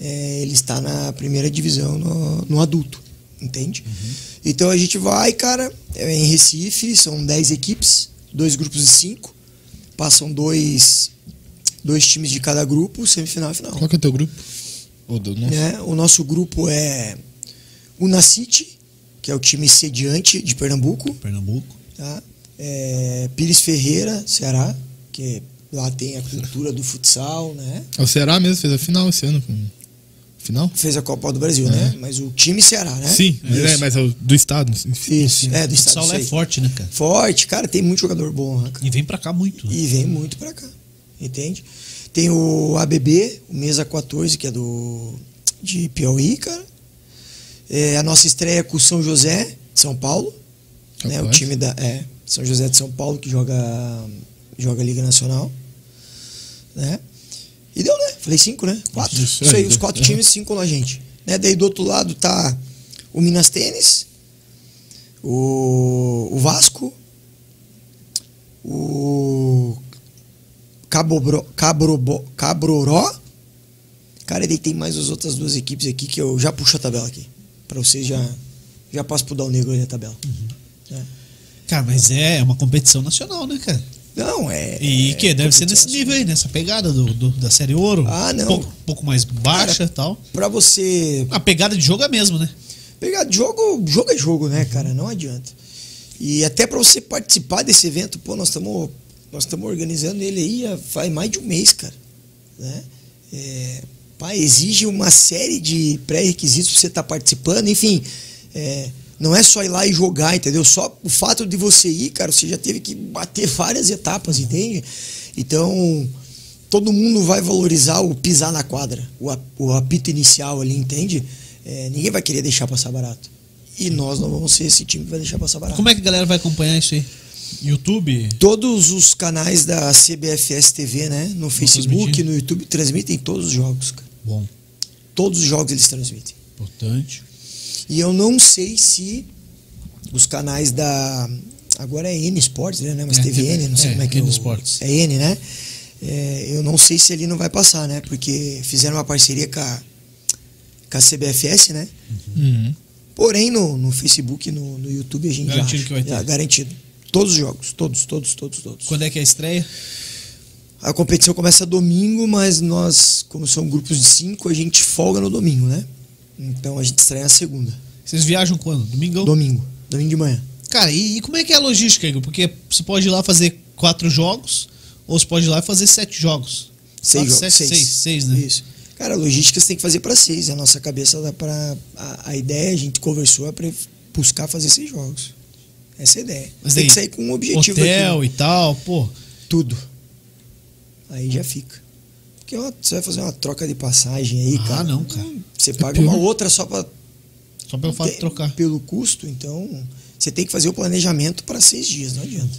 Speaker 3: é, ele está na primeira divisão no, no adulto, entende? Então a gente vai, cara, é, em Recife, são 10 equipes, dois grupos de cinco, passam dois, dois times de cada grupo, semifinal e final.
Speaker 2: Qual que é o teu grupo? Ô, Deus, nossa.
Speaker 3: né? O nosso grupo é o Nacite, que é o time sediante de Pernambuco,
Speaker 1: Pernambuco.
Speaker 3: tá? É, Pires Ferreira, Ceará, que lá tem a cultura do futsal, né?
Speaker 2: É O Ceará mesmo fez a final esse ano. com- Final?
Speaker 3: Fez a Copa do Brasil, né? Mas o time Ceará, né?
Speaker 2: É. Sim, mas é, mas é o do estado. enfim.
Speaker 3: Isso, é do
Speaker 1: O
Speaker 3: estado.
Speaker 1: Saulo é
Speaker 3: sei.
Speaker 1: forte, né, cara?
Speaker 3: Forte, cara, tem muito jogador bom lá, cara.
Speaker 1: E vem pra cá muito. né?
Speaker 3: E vem muito pra cá, entende? Tem o ABB, o Mesa 14, que é do de Piauí, cara. É, a nossa estreia é com o São José, São Paulo, né? O
Speaker 2: Rapaz.
Speaker 3: time da é, São José de São Paulo que joga joga Liga Nacional, né? E deu, né? Falei cinco, né? Quatro.
Speaker 2: Isso
Speaker 3: Isso,
Speaker 2: aí,
Speaker 3: aí,
Speaker 2: deu.
Speaker 3: os quatro
Speaker 2: Aham.
Speaker 3: times, cinco com a gente, né? Daí do outro lado tá o Minas Tênis, o, o Vasco, o Cabobro, Cabrobo, Cabroró. Cara, e daí tem mais as outras duas equipes aqui que eu já puxo a tabela aqui. Pra vocês já, já passo pro Dal Negro aí na tabela.
Speaker 1: Cara, mas é uma competição nacional, né, cara?
Speaker 3: Não, é.
Speaker 1: E
Speaker 3: é,
Speaker 1: que deve ser nesse
Speaker 3: competição
Speaker 1: nível aí, nessa pegada do, do- da série ouro.
Speaker 3: Ah, não.
Speaker 1: Pouco, pouco mais baixa e tal.
Speaker 3: Pra você
Speaker 1: A pegada de jogo é a mesma, né?
Speaker 3: pegar jogo, jogo é jogo, né, cara? Não adianta. E até pra você participar desse evento, pô, nós estamos nós estamos organizando ele aí há- faz mais de um mês, cara. Né? É, pá, exige uma série de pré-requisitos pra você estar participando, enfim. é, não é só ir lá e jogar, entendeu? Só o fato de você ir, cara, você já teve que bater várias etapas, entende? Então, todo mundo vai valorizar o pisar na quadra, o, ap- o apito inicial ali, entende? É, ninguém vai querer deixar passar barato. E nós não vamos ser esse time que vai deixar passar barato.
Speaker 1: Como é que a galera vai acompanhar isso aí? YouTube?
Speaker 3: Todos os canais da CBFS TV, né? No Facebook,
Speaker 1: transmitir.
Speaker 3: no YouTube, transmitem todos os jogos, cara.
Speaker 1: Bom,
Speaker 3: Todos os jogos eles transmitem.
Speaker 1: importante.
Speaker 3: E eu não sei se os canais da. Agora é N Sports, né? Mas
Speaker 1: É,
Speaker 3: TVN, não sei
Speaker 1: é,
Speaker 3: como é que
Speaker 1: N
Speaker 3: o-
Speaker 1: Sports.
Speaker 3: É N, né? É, eu não sei se ele não vai passar, né? Porque fizeram uma parceria com a, com a CBFS, né?
Speaker 2: Uhum.
Speaker 3: Porém, no, no Facebook e no, no YouTube a gente já
Speaker 1: Garantido
Speaker 3: acha.
Speaker 1: que vai ter.
Speaker 3: Já, garantido. Todos os jogos, todos, todos, todos, todos.
Speaker 1: Quando é que é a estreia?
Speaker 3: A competição começa domingo, mas nós, como são grupos de cinco, a gente folga no domingo, né? Então a gente estreia na segunda.
Speaker 1: Vocês viajam quando? Domingão?
Speaker 3: Domingo. Domingo de manhã.
Speaker 1: Cara, e, e como é que é a logística, Igor? Porque você pode ir lá fazer quatro jogos, ou você pode ir lá e fazer sete jogos.
Speaker 3: Seis
Speaker 1: Quatro,
Speaker 3: jogos.
Speaker 1: sete,
Speaker 3: seis.
Speaker 1: seis, seis, né?
Speaker 3: Isso. Cara, a logística você tem que fazer para seis. A nossa cabeça dá para a, a ideia, a gente conversou, é para buscar fazer seis jogos. Essa é a ideia.
Speaker 1: Mas
Speaker 3: tem
Speaker 1: daí,
Speaker 3: que sair com um objetivo
Speaker 1: Hotel
Speaker 3: daquilo.
Speaker 1: e tal, pô.
Speaker 3: tudo. Aí já fica. Porque ó, você vai fazer uma troca de passagem aí,
Speaker 1: Ah,
Speaker 3: cara.
Speaker 1: não, cara. É
Speaker 3: Você paga uma outra só para
Speaker 1: Só pelo fato de trocar.
Speaker 3: pelo custo, então você tem que fazer o planejamento para seis dias, não adianta.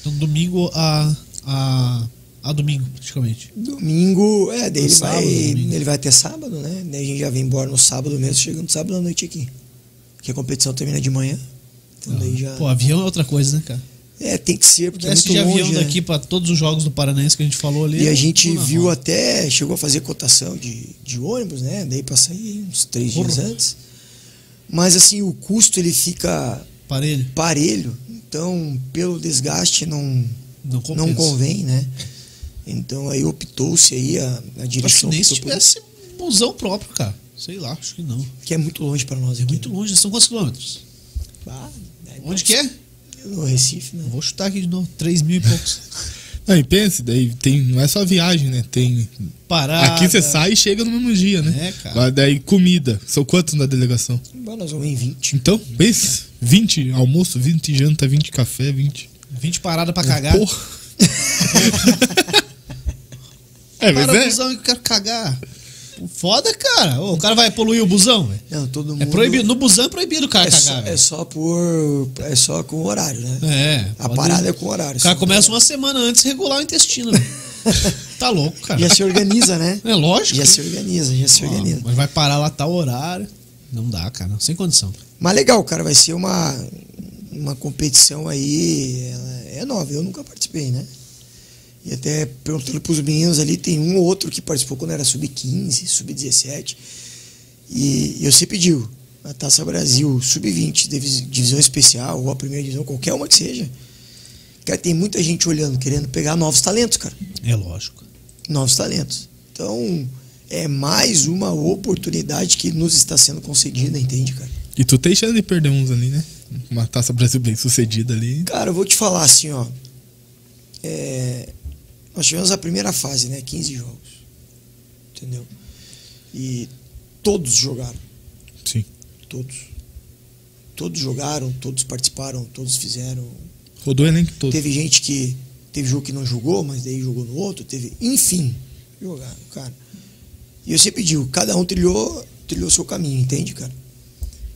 Speaker 1: Então, domingo a, a, a domingo, praticamente.
Speaker 3: Domingo, é, daí
Speaker 1: No
Speaker 3: ele,
Speaker 1: sábado,
Speaker 3: vai,
Speaker 1: domingo.
Speaker 3: ele vai até sábado, né? Daí a gente já vem embora no sábado mesmo, chegando sábado à noite aqui. Porque a competição termina de manhã. Então daí já.
Speaker 1: Pô, avião é outra coisa, né, cara?
Speaker 3: É, tem que ser, porque é
Speaker 1: Desce
Speaker 3: muito
Speaker 1: de
Speaker 3: longe,
Speaker 1: avião
Speaker 3: né?
Speaker 1: daqui pra todos os jogos do Paranaense que a gente falou ali.
Speaker 3: E a gente
Speaker 1: Pô, na
Speaker 3: viu
Speaker 1: mão.
Speaker 3: até, chegou a fazer cotação de, de ônibus, né? Daí pra sair uns três dias
Speaker 1: Porra.
Speaker 3: antes. Mas assim, o custo ele fica
Speaker 1: Parelho.
Speaker 3: parelho, então pelo desgaste não,
Speaker 1: Não compensa.
Speaker 3: não convém, né? Então aí optou-se aí a, a
Speaker 1: Acho que
Speaker 3: direção.
Speaker 1: nem se
Speaker 3: optou por-
Speaker 1: tivesse busão próprio, cara. Sei lá, acho que não.
Speaker 3: que é muito longe pra nós,
Speaker 1: É
Speaker 3: é
Speaker 1: muito longe, são quantos quilômetros? Onde que é?
Speaker 3: Tá No Recife, né?
Speaker 1: Vou chutar aqui de novo, 3 mil e poucos.
Speaker 2: Não, e pense, daí tem, não é só viagem, né? Tem.
Speaker 1: Parada.
Speaker 2: Aqui você sai e chega no mesmo dia, né?
Speaker 1: É, cara.
Speaker 2: Lá daí comida. São quantos na delegação?
Speaker 3: Bom, nós vamos em 20.
Speaker 2: Então, pense. 20 almoço, 20 janta, 20 café, 20.
Speaker 1: 20 paradas pra cagar.
Speaker 2: Porra. é, mas
Speaker 1: Para o
Speaker 2: é.
Speaker 1: busão, eu quero cagar. Pô, Foda, cara. Ô, o cara vai poluir o busão, velho.
Speaker 3: Não, todo mundo.
Speaker 1: É proibido. No busão é proibido o cara
Speaker 3: É só,
Speaker 1: cagar,
Speaker 3: é
Speaker 1: velho.
Speaker 3: só por. É só com horário, né?
Speaker 1: É.
Speaker 3: A
Speaker 1: pode-
Speaker 3: parada é com horário.
Speaker 1: O cara
Speaker 3: só-
Speaker 1: começa uma semana antes de regular o intestino, velho. Tá louco, cara.
Speaker 3: Já é se organiza, né?
Speaker 1: É lógico.
Speaker 3: Já se organiza, já se
Speaker 1: Ó,
Speaker 3: organiza.
Speaker 1: mas vai parar lá tal horário. Não dá, cara. Sem condição.
Speaker 3: Mas legal, cara, vai ser uma, uma competição aí. ela é nova, eu nunca participei, né? E até perguntando pros meninos ali, tem um ou outro que participou quando era sub-15, sub-17. E eu sempre digo, a Taça Brasil, sub-20, divis- divisão especial, ou a primeira divisão, qualquer uma que seja. Cara, tem muita gente olhando, querendo pegar novos talentos, cara
Speaker 1: É lógico.
Speaker 3: novos talentos. Então, é mais uma oportunidade que nos está sendo concedida, entende, cara?
Speaker 2: E tu tem chance de perder uns ali, né? Uma taça Brasil bem sucedida ali.
Speaker 3: Cara, eu vou te falar assim, ó. É, nós tivemos a primeira fase, né? 15 jogos. Entendeu? E todos jogaram.
Speaker 2: Sim.
Speaker 3: Todos. Todos jogaram, todos participaram, todos fizeram.
Speaker 2: Rodou o elenco todo.
Speaker 3: Teve gente que. Teve jogo que não jogou, mas daí jogou no outro. Teve. Enfim, jogaram, cara. E eu sempre digo, cada um trilhou trilhou seu caminho, entende, cara?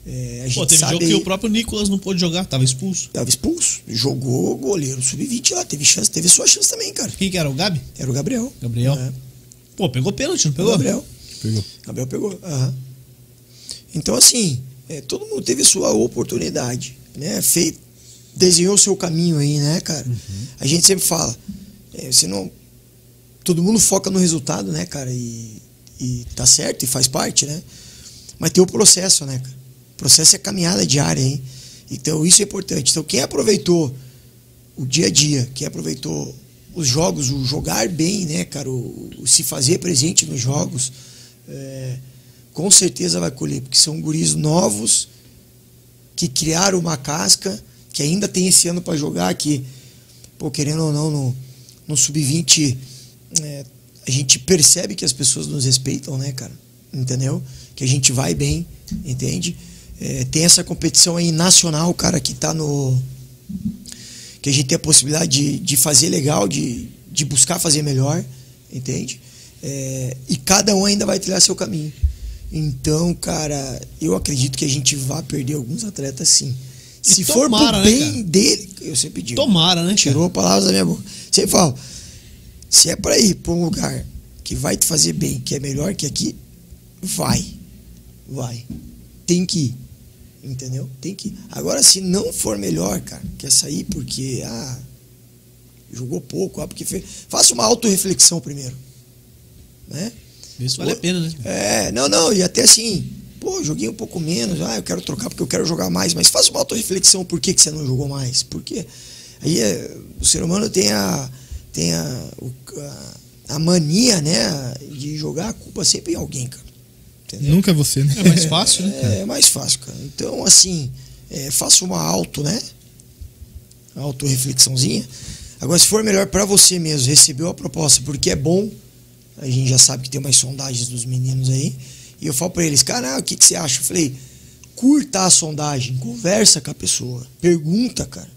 Speaker 3: É, a gente
Speaker 1: Pô, teve um
Speaker 3: sabe
Speaker 1: jogo que o próprio Nicolas não pôde jogar, tava expulso.
Speaker 3: Tava expulso. Jogou goleiro sub-20 lá, teve chance, teve sua chance também, cara.
Speaker 1: Quem que era? O Gabi?
Speaker 3: Era o Gabriel.
Speaker 1: Gabriel.
Speaker 3: É,
Speaker 1: Pô, pegou pênalti, não
Speaker 3: o
Speaker 1: pegou?
Speaker 3: Gabriel.
Speaker 2: Pegou.
Speaker 3: Gabriel pegou. aham. Então, assim, é, todo mundo teve sua oportunidade, né? Fei, desenhou seu caminho aí, né, cara? A gente sempre fala, é, você não. Todo mundo foca no resultado, né, cara? E, e tá certo e faz parte, né? Mas tem o processo, né, cara? O processo é caminhada diária, hein? Então, isso é importante. Então, quem aproveitou o dia a dia, quem aproveitou os jogos, o jogar bem, né, cara? O, o se fazer presente nos jogos, é, com certeza vai colher, porque são guris novos que criaram uma casca, que ainda tem esse ano para jogar, que, pô, querendo ou não, no, no sub-20, é, a gente percebe que as pessoas nos respeitam, né, cara? Entendeu? Que a gente vai bem, entende? É, tem essa competição aí nacional, cara, que tá no. que a gente tem a possibilidade de, de fazer legal, de, de buscar fazer melhor, entende? É, e cada um ainda vai trilhar seu caminho. Então, cara, eu acredito que a gente vai perder alguns atletas sim.
Speaker 1: E
Speaker 3: Se for
Speaker 1: tomara, né,
Speaker 3: pro bem
Speaker 1: cara?
Speaker 3: dele, eu sempre digo.
Speaker 1: Tomara, né? cara?
Speaker 3: Tirou palavras da minha boca. Sempre falo, se é pra ir pra um lugar que vai te fazer bem, que é melhor que aqui, vai. Vai. Tem que ir. Entendeu? Tem que ir. Agora, se não for melhor, cara, quer sair porque, ah, jogou pouco, ah, porque fez. Faça uma autorreflexão primeiro. Né?
Speaker 1: Vê se vale a pena, né?
Speaker 3: É, não, não, e até assim, pô, joguei um pouco menos, ah, eu quero trocar porque eu quero jogar mais, mas faça uma autorreflexão, por que, que você não jogou mais? Por quê? Aí é, o ser humano tem a. tem a, o- a, a mania, né, de jogar a culpa sempre em alguém, cara. Entendeu?
Speaker 2: Nunca é você, né?
Speaker 1: É mais fácil, né?
Speaker 3: É, é mais fácil, cara. Então, assim, é, faça uma auto, né? Autoreflexãozinha. Agora, se for melhor pra você mesmo, recebeu a proposta porque é bom, a gente já sabe que tem umas sondagens dos meninos aí, e eu falo pra eles, cara, o que, que você acha? Eu falei, curta a sondagem, conversa com a pessoa, pergunta, cara.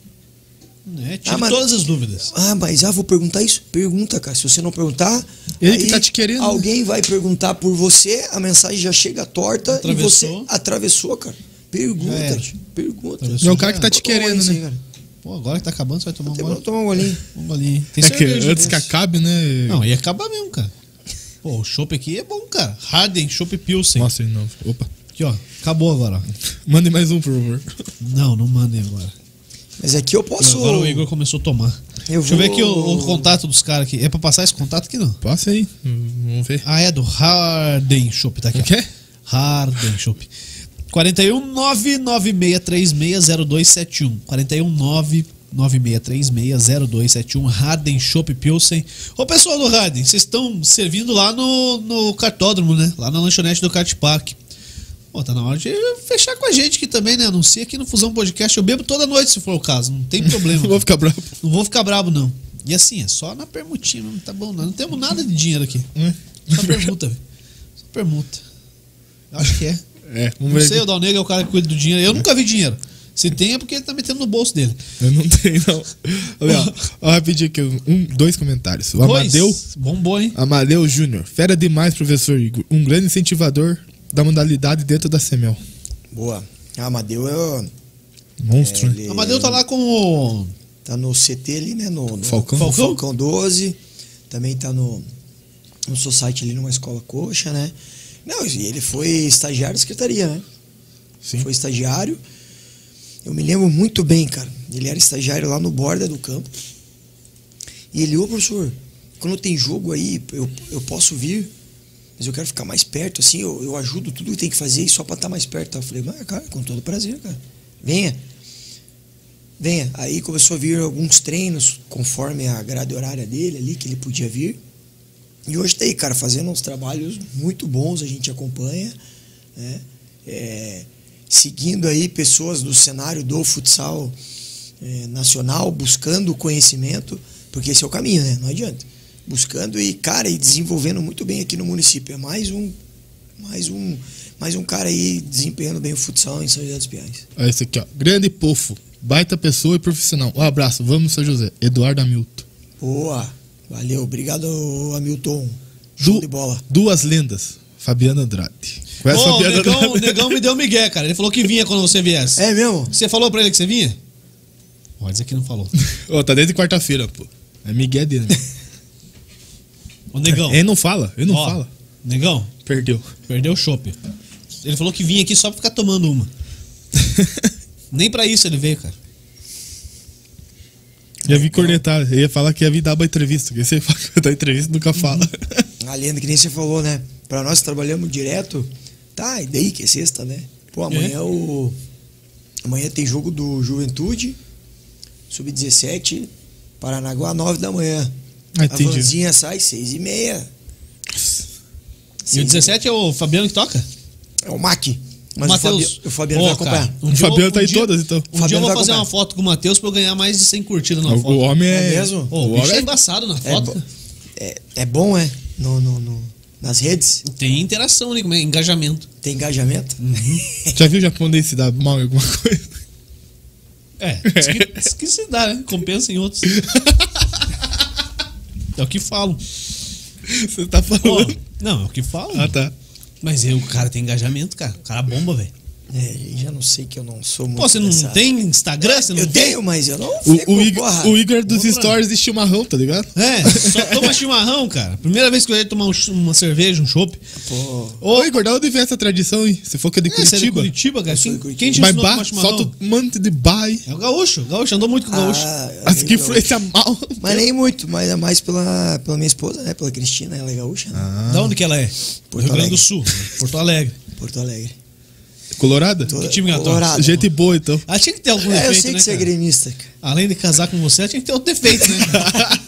Speaker 1: É, tira
Speaker 3: Ah, mas-
Speaker 1: todas as dúvidas.
Speaker 3: Ah, mas ah, vou perguntar isso? Pergunta, cara. Se você não perguntar,
Speaker 2: Ele que tá te querendo, né?
Speaker 3: Alguém vai perguntar por você, a mensagem já chega torta
Speaker 1: Atravessou.
Speaker 3: e você atravessou, cara. Pergunta,
Speaker 1: Já era.
Speaker 3: tio, pergunta.
Speaker 1: Atravessou.
Speaker 2: É o cara que tá te
Speaker 3: Vou tomar um
Speaker 2: querendo, né?
Speaker 3: golinho aí, cara.
Speaker 1: Pô, agora que tá acabando, você vai tomar um
Speaker 3: Tem problema,
Speaker 1: gole.
Speaker 3: tomar um golinho.
Speaker 1: Um golinho. Tem
Speaker 2: É que
Speaker 1: cerveja
Speaker 2: antes que
Speaker 1: desse.
Speaker 2: acabe, né?
Speaker 1: Não, ia acabar mesmo, cara. Pô, o chopp aqui é bom, cara. Harden, chopp Pilsen.
Speaker 2: Mostra de novo. Opa.
Speaker 1: Aqui, ó. Acabou agora, ó.
Speaker 2: Mande mais um, por favor.
Speaker 1: Não, não mandem agora.
Speaker 3: Mas aqui eu posso.
Speaker 1: Agora o Igor começou a tomar.
Speaker 3: Eu
Speaker 1: Deixa eu ver
Speaker 3: vou-
Speaker 1: aqui o, o contato dos caras aqui. É pra passar esse contato aqui, não?
Speaker 2: Passa aí. Vamos ver.
Speaker 1: Ah, é do Harden Shop, tá aqui.
Speaker 2: O
Speaker 1: ó.
Speaker 2: quê?
Speaker 1: Harden Shop. 41 996360271. 41 996360271. Harden Shop Pilsen. Ô pessoal do Harden, vocês estão servindo lá no, no cartódromo, né? Lá na lanchonete do Kart Park. Pô, tá na hora de fechar com a gente aqui também, né? Anuncia aqui no Fusão Podcast. Eu bebo toda noite, se for o caso. Não tem problema.
Speaker 2: Vou ficar bravo.
Speaker 1: Não vou ficar brabo, não. E assim, é só na permutinha, não tá bom, não. Não temos nada de dinheiro aqui. Só permuta, velho. Só permuta. Eu acho que é.
Speaker 2: É, vamos
Speaker 1: Não
Speaker 2: ver.
Speaker 1: sei, o
Speaker 2: aqui.
Speaker 1: Dal Negro é o cara que cuida do dinheiro. Eu nunca vi dinheiro. Se tem, é porque ele tá metendo no bolso dele.
Speaker 2: Eu não tenho, não. Olha, ó, ó, rapidinho aqui. Um, dois comentários. O
Speaker 1: Pois,
Speaker 2: Amadeu,
Speaker 1: Bombou, hein?
Speaker 2: Amadeu Júnior. Fera demais, professor Igor. Um grande incentivador da modalidade dentro da Semel.
Speaker 3: Boa. Ah, Amadeu é.
Speaker 2: Monstro, né?
Speaker 1: O Amadeu tá lá com o.
Speaker 3: Tá no CT ali, né? No, no
Speaker 2: Falcão?
Speaker 1: Falcão?
Speaker 3: Falcão? 12. Também tá no, no Society ali numa escola coxa, né? Não, e ele foi estagiário da secretaria, né?
Speaker 2: Sim.
Speaker 3: Foi estagiário. Eu me lembro muito bem, cara. Ele era estagiário lá no borda do campo. E ele, ô professor, quando tem jogo aí, eu, eu posso vir, mas eu quero ficar mais perto, assim, eu, eu ajudo tudo que tem que fazer e só pra estar mais perto. tá? Eu falei, mas cara, com todo prazer, cara. Venha. Venha. Aí começou a vir alguns treinos, conforme a grade horária dele ali, que ele podia vir. E hoje tá aí, cara, fazendo uns trabalhos muito bons, a gente acompanha, né? É, seguindo aí pessoas do cenário do futsal é, nacional, buscando conhecimento, porque esse é o caminho, né? Não adianta. Buscando e, cara, e desenvolvendo muito bem aqui no município. É mais um, mais um, mais um cara aí desempenhando bem o futsal em São José dos Pinhais.
Speaker 2: Olha esse aqui, ó. Grande pofo. Baita pessoa e profissional. Um abraço. Vamos, São José. Eduardo Hamilton.
Speaker 3: Boa, valeu, obrigado, Hamilton. Show
Speaker 2: Du-
Speaker 3: de bola.
Speaker 2: Duas lendas. Fabiana Andrade. Conhece
Speaker 1: Ô, o
Speaker 2: Fabiana
Speaker 1: negão, o
Speaker 2: Andrade?
Speaker 1: negão me deu migué, cara. Ele falou que vinha quando você viesse.
Speaker 3: É mesmo?
Speaker 1: Você falou pra ele que você vinha? Pode dizer que não falou.
Speaker 2: Ô, tá desde quarta-feira, pô. É Miguel dele.
Speaker 1: Ô, negão.
Speaker 2: Ele não fala, ele não
Speaker 1: ó,
Speaker 2: fala.
Speaker 1: Negão,
Speaker 2: Perdeu.
Speaker 1: perdeu o chopp. Ele falou que vinha aqui só pra ficar tomando uma. Nem pra isso ele veio, cara.
Speaker 2: ia vir cornetar, eu ia falar que ia vir dar uma entrevista. Porque você fala que dá entrevista
Speaker 1: Uhum.
Speaker 2: nunca fala.
Speaker 3: A lenda, Ah, que nem você falou, né? Pra nós trabalhamos direto. Tá, e daí que é sexta, né? Pô,
Speaker 1: É.
Speaker 3: amanhã o. Amanhã tem jogo do Juventude, sub-17, Paranaguá, 9 da manhã.
Speaker 2: Ah,
Speaker 3: a
Speaker 2: entendi.
Speaker 3: vanzinha sai 6 e meia.
Speaker 1: E o 17 é o Fabiano que toca?
Speaker 3: É o Mac. Mas o,
Speaker 1: Matheus.
Speaker 3: Fabi, o Fabiano
Speaker 1: Ô,
Speaker 3: vai acompanhar.
Speaker 1: cara, um dia
Speaker 2: Fabiano
Speaker 1: eu-
Speaker 2: tá
Speaker 1: um
Speaker 2: em
Speaker 1: dia-
Speaker 2: todas, então.
Speaker 1: Um dia eu
Speaker 3: Fabiano
Speaker 1: vou
Speaker 3: vai
Speaker 1: fazer
Speaker 3: acompanhar.
Speaker 1: uma foto com o Matheus pra eu ganhar mais de 100 curtidas na
Speaker 2: O,
Speaker 1: foto.
Speaker 2: o homem é.
Speaker 3: É mesmo?
Speaker 1: Ô,
Speaker 2: o
Speaker 1: o bicho é
Speaker 2: homem
Speaker 1: embaçado na
Speaker 3: É,
Speaker 1: foto.
Speaker 3: bo- é, é bom, é? No, no, no- nas redes?
Speaker 1: Tem interação, né? Como é? Engajamento.
Speaker 3: Tem engajamento?
Speaker 1: Uhum.
Speaker 2: Já viu o japonês se dar mal em alguma coisa?
Speaker 1: É, diz que, diz que se dá, né? Compensa em outros. é o que falo.
Speaker 2: Você tá
Speaker 1: Pô,
Speaker 2: falando.
Speaker 1: não, é o que falo.
Speaker 2: Ah, tá.
Speaker 1: Mas eu, o cara tem engajamento, cara. O cara bomba, velho.
Speaker 3: É, já não sei que eu não sou muito.
Speaker 1: Pô, você não
Speaker 3: dessa-
Speaker 1: tem Instagram? Você não
Speaker 3: Eu tenho, mas eu não.
Speaker 2: O,
Speaker 3: fico,
Speaker 2: o, Igor,
Speaker 3: porra.
Speaker 2: o Igor dos
Speaker 1: Vamos lá.
Speaker 2: stories de chimarrão, tá ligado?
Speaker 1: É, só toma chimarrão, cara. Primeira vez que eu ia tomar um ch- uma cerveja, um chopp.
Speaker 3: Pô.
Speaker 2: Ô, Igor, da onde vem essa tradição, hein? Você falou que é de
Speaker 1: É, você é de
Speaker 2: Curitiba.
Speaker 1: Curitiba, cara.
Speaker 3: sou de
Speaker 1: Quem,
Speaker 3: Curitiba.
Speaker 1: quem te
Speaker 2: Mas
Speaker 1: ensinou a
Speaker 2: bah,
Speaker 1: tomar chimarrão?
Speaker 2: solta um monte de bai.
Speaker 1: É o gaúcho. O gaúcho andou muito com o gaúcho.
Speaker 2: As que
Speaker 3: Ah, eu-
Speaker 2: influencia mal.
Speaker 3: Mas nem muito, mas é mais pela, pela minha esposa, né? Pela Cristina, ela é gaúcha, né?
Speaker 1: Da onde que ela é? Rio
Speaker 3: Porto
Speaker 1: Grande
Speaker 3: Alegre.
Speaker 1: do Sul, Porto Alegre.
Speaker 3: Porto Alegre.
Speaker 2: Colorada?
Speaker 1: Que time que ela torce?
Speaker 3: Colorado.
Speaker 2: Gente boa, então.
Speaker 1: Ela Ah, tinha que ter algum
Speaker 3: É,
Speaker 1: defeito,
Speaker 3: eu sei que
Speaker 1: né,
Speaker 3: você é
Speaker 1: cara?
Speaker 3: gremista, cara.
Speaker 1: Além de casar com você, ela tinha que ter outro defeito, né? cara?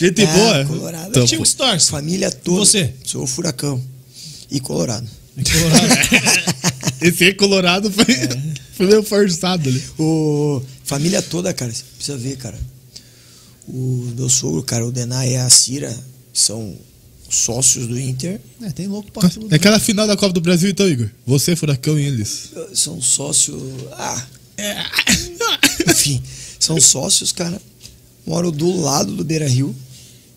Speaker 2: Gente
Speaker 1: É,
Speaker 3: Ah,
Speaker 2: boa.
Speaker 3: Colorado.
Speaker 2: Então,
Speaker 1: Tinha
Speaker 2: pô.
Speaker 1: um distorce.
Speaker 3: Família toda.
Speaker 1: Você?
Speaker 3: Sou furacão. E colorado.
Speaker 1: Em Colorado.
Speaker 2: Esse aí é colorado foi,
Speaker 1: É.
Speaker 2: foi meio forçado ali.
Speaker 3: O, família toda, cara, você precisa ver, cara. O meu sogro, cara, o Dená e a Cira são sócios do Inter.
Speaker 1: É, tem louco pra tudo.
Speaker 2: É aquela final da Copa do Brasil, então, Igor. Você, Furacão e eles.
Speaker 3: São sócios. Ah! Enfim, são sócios, cara. Moram do lado do Beira Rio.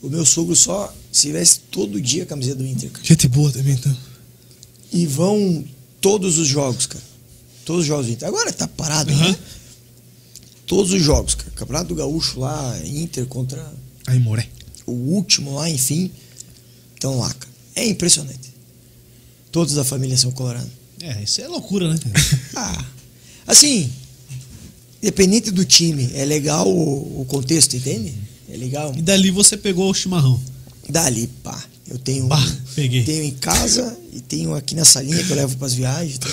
Speaker 3: O meu sogro só se veste todo dia a camiseta do Inter, cara.
Speaker 2: Gente boa também, então.
Speaker 3: e vão todos os jogos, cara. Todos os jogos do Inter. Agora tá parado,
Speaker 1: Aham.
Speaker 3: né? Todos os jogos, cara. Campeonato do Gaúcho lá, Inter contra
Speaker 2: Aí, Moré.
Speaker 3: o último lá, enfim. Então lá, cara. É impressionante. Todos da família são colorados.
Speaker 1: É, isso é loucura, né? cara?
Speaker 3: Ah, assim, independente do time, é legal o, o contexto, entende? É legal.
Speaker 1: E dali você pegou o chimarrão.
Speaker 3: Dali, pá. Eu tenho, um,
Speaker 1: Pá, peguei.
Speaker 3: tenho em casa e tenho aqui na salinha que eu levo pras viagens. Então,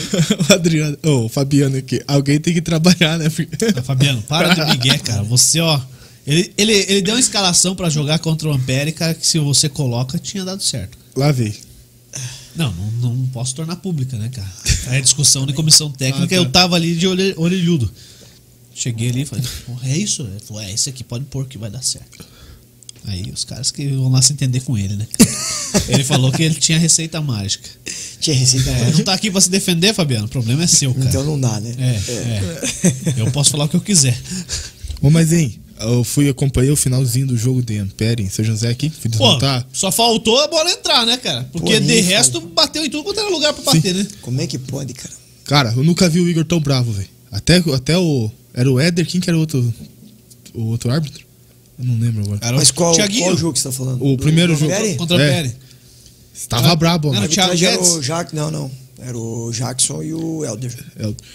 Speaker 2: o Adriano. Ô, o Fabiano aqui. Alguém tem que trabalhar, né? Porque-
Speaker 1: Ah, Fabiano, para de migué, cara. Você, ó... Ele, ele, ele deu uma escalação pra jogar contra o Ampere, cara, que se você coloca, tinha dado certo.
Speaker 2: Lá vem.
Speaker 1: Não, não, não posso tornar pública, né, cara? Aí a discussão de comissão técnica,
Speaker 2: Ah, tá.
Speaker 1: eu tava ali de olhe- orelhudo. Cheguei ali e falei, "Porra, é isso? Ele falou, é, esse aqui pode pôr que vai dar certo. Aí os caras que vão lá se entender com ele, né? Ele falou que ele tinha receita mágica.
Speaker 3: tinha receita.
Speaker 1: É, não tá aqui pra se defender, Fabiano, o problema é seu, cara.
Speaker 3: Então não dá, né?
Speaker 1: É, é. Eu posso falar o que eu quiser.
Speaker 2: Ô, mas, hein? Eu fui acompanhei o finalzinho do jogo de Ampere em São José aqui. Fui
Speaker 1: Pô,
Speaker 2: desmontar.
Speaker 1: só faltou a bola entrar, né, cara? Porque
Speaker 3: Pô,
Speaker 1: de
Speaker 3: nem
Speaker 1: resto bateu em tudo quanto era lugar pra bater, né?
Speaker 3: Como é que pode, cara?
Speaker 2: Cara, eu nunca vi o Igor tão bravo, velho. Até, até o. Era o Éder? Quem que era o outro. O outro árbitro? Eu não lembro agora.
Speaker 1: Era
Speaker 3: Mas
Speaker 1: o
Speaker 3: qual,
Speaker 1: É um Thiaguinho
Speaker 3: qual jogo que você tá falando?
Speaker 2: O primeiro jogo.
Speaker 3: Pérez?
Speaker 1: contra o
Speaker 2: É.
Speaker 1: Ampere.
Speaker 2: Tava
Speaker 1: Ah,
Speaker 2: brabo,
Speaker 1: era
Speaker 2: mano.
Speaker 1: o Thiago
Speaker 3: Arbitragem era
Speaker 1: Guedes?
Speaker 3: o Jack, não, não. Era o Jackson e o Helder.
Speaker 2: Helder.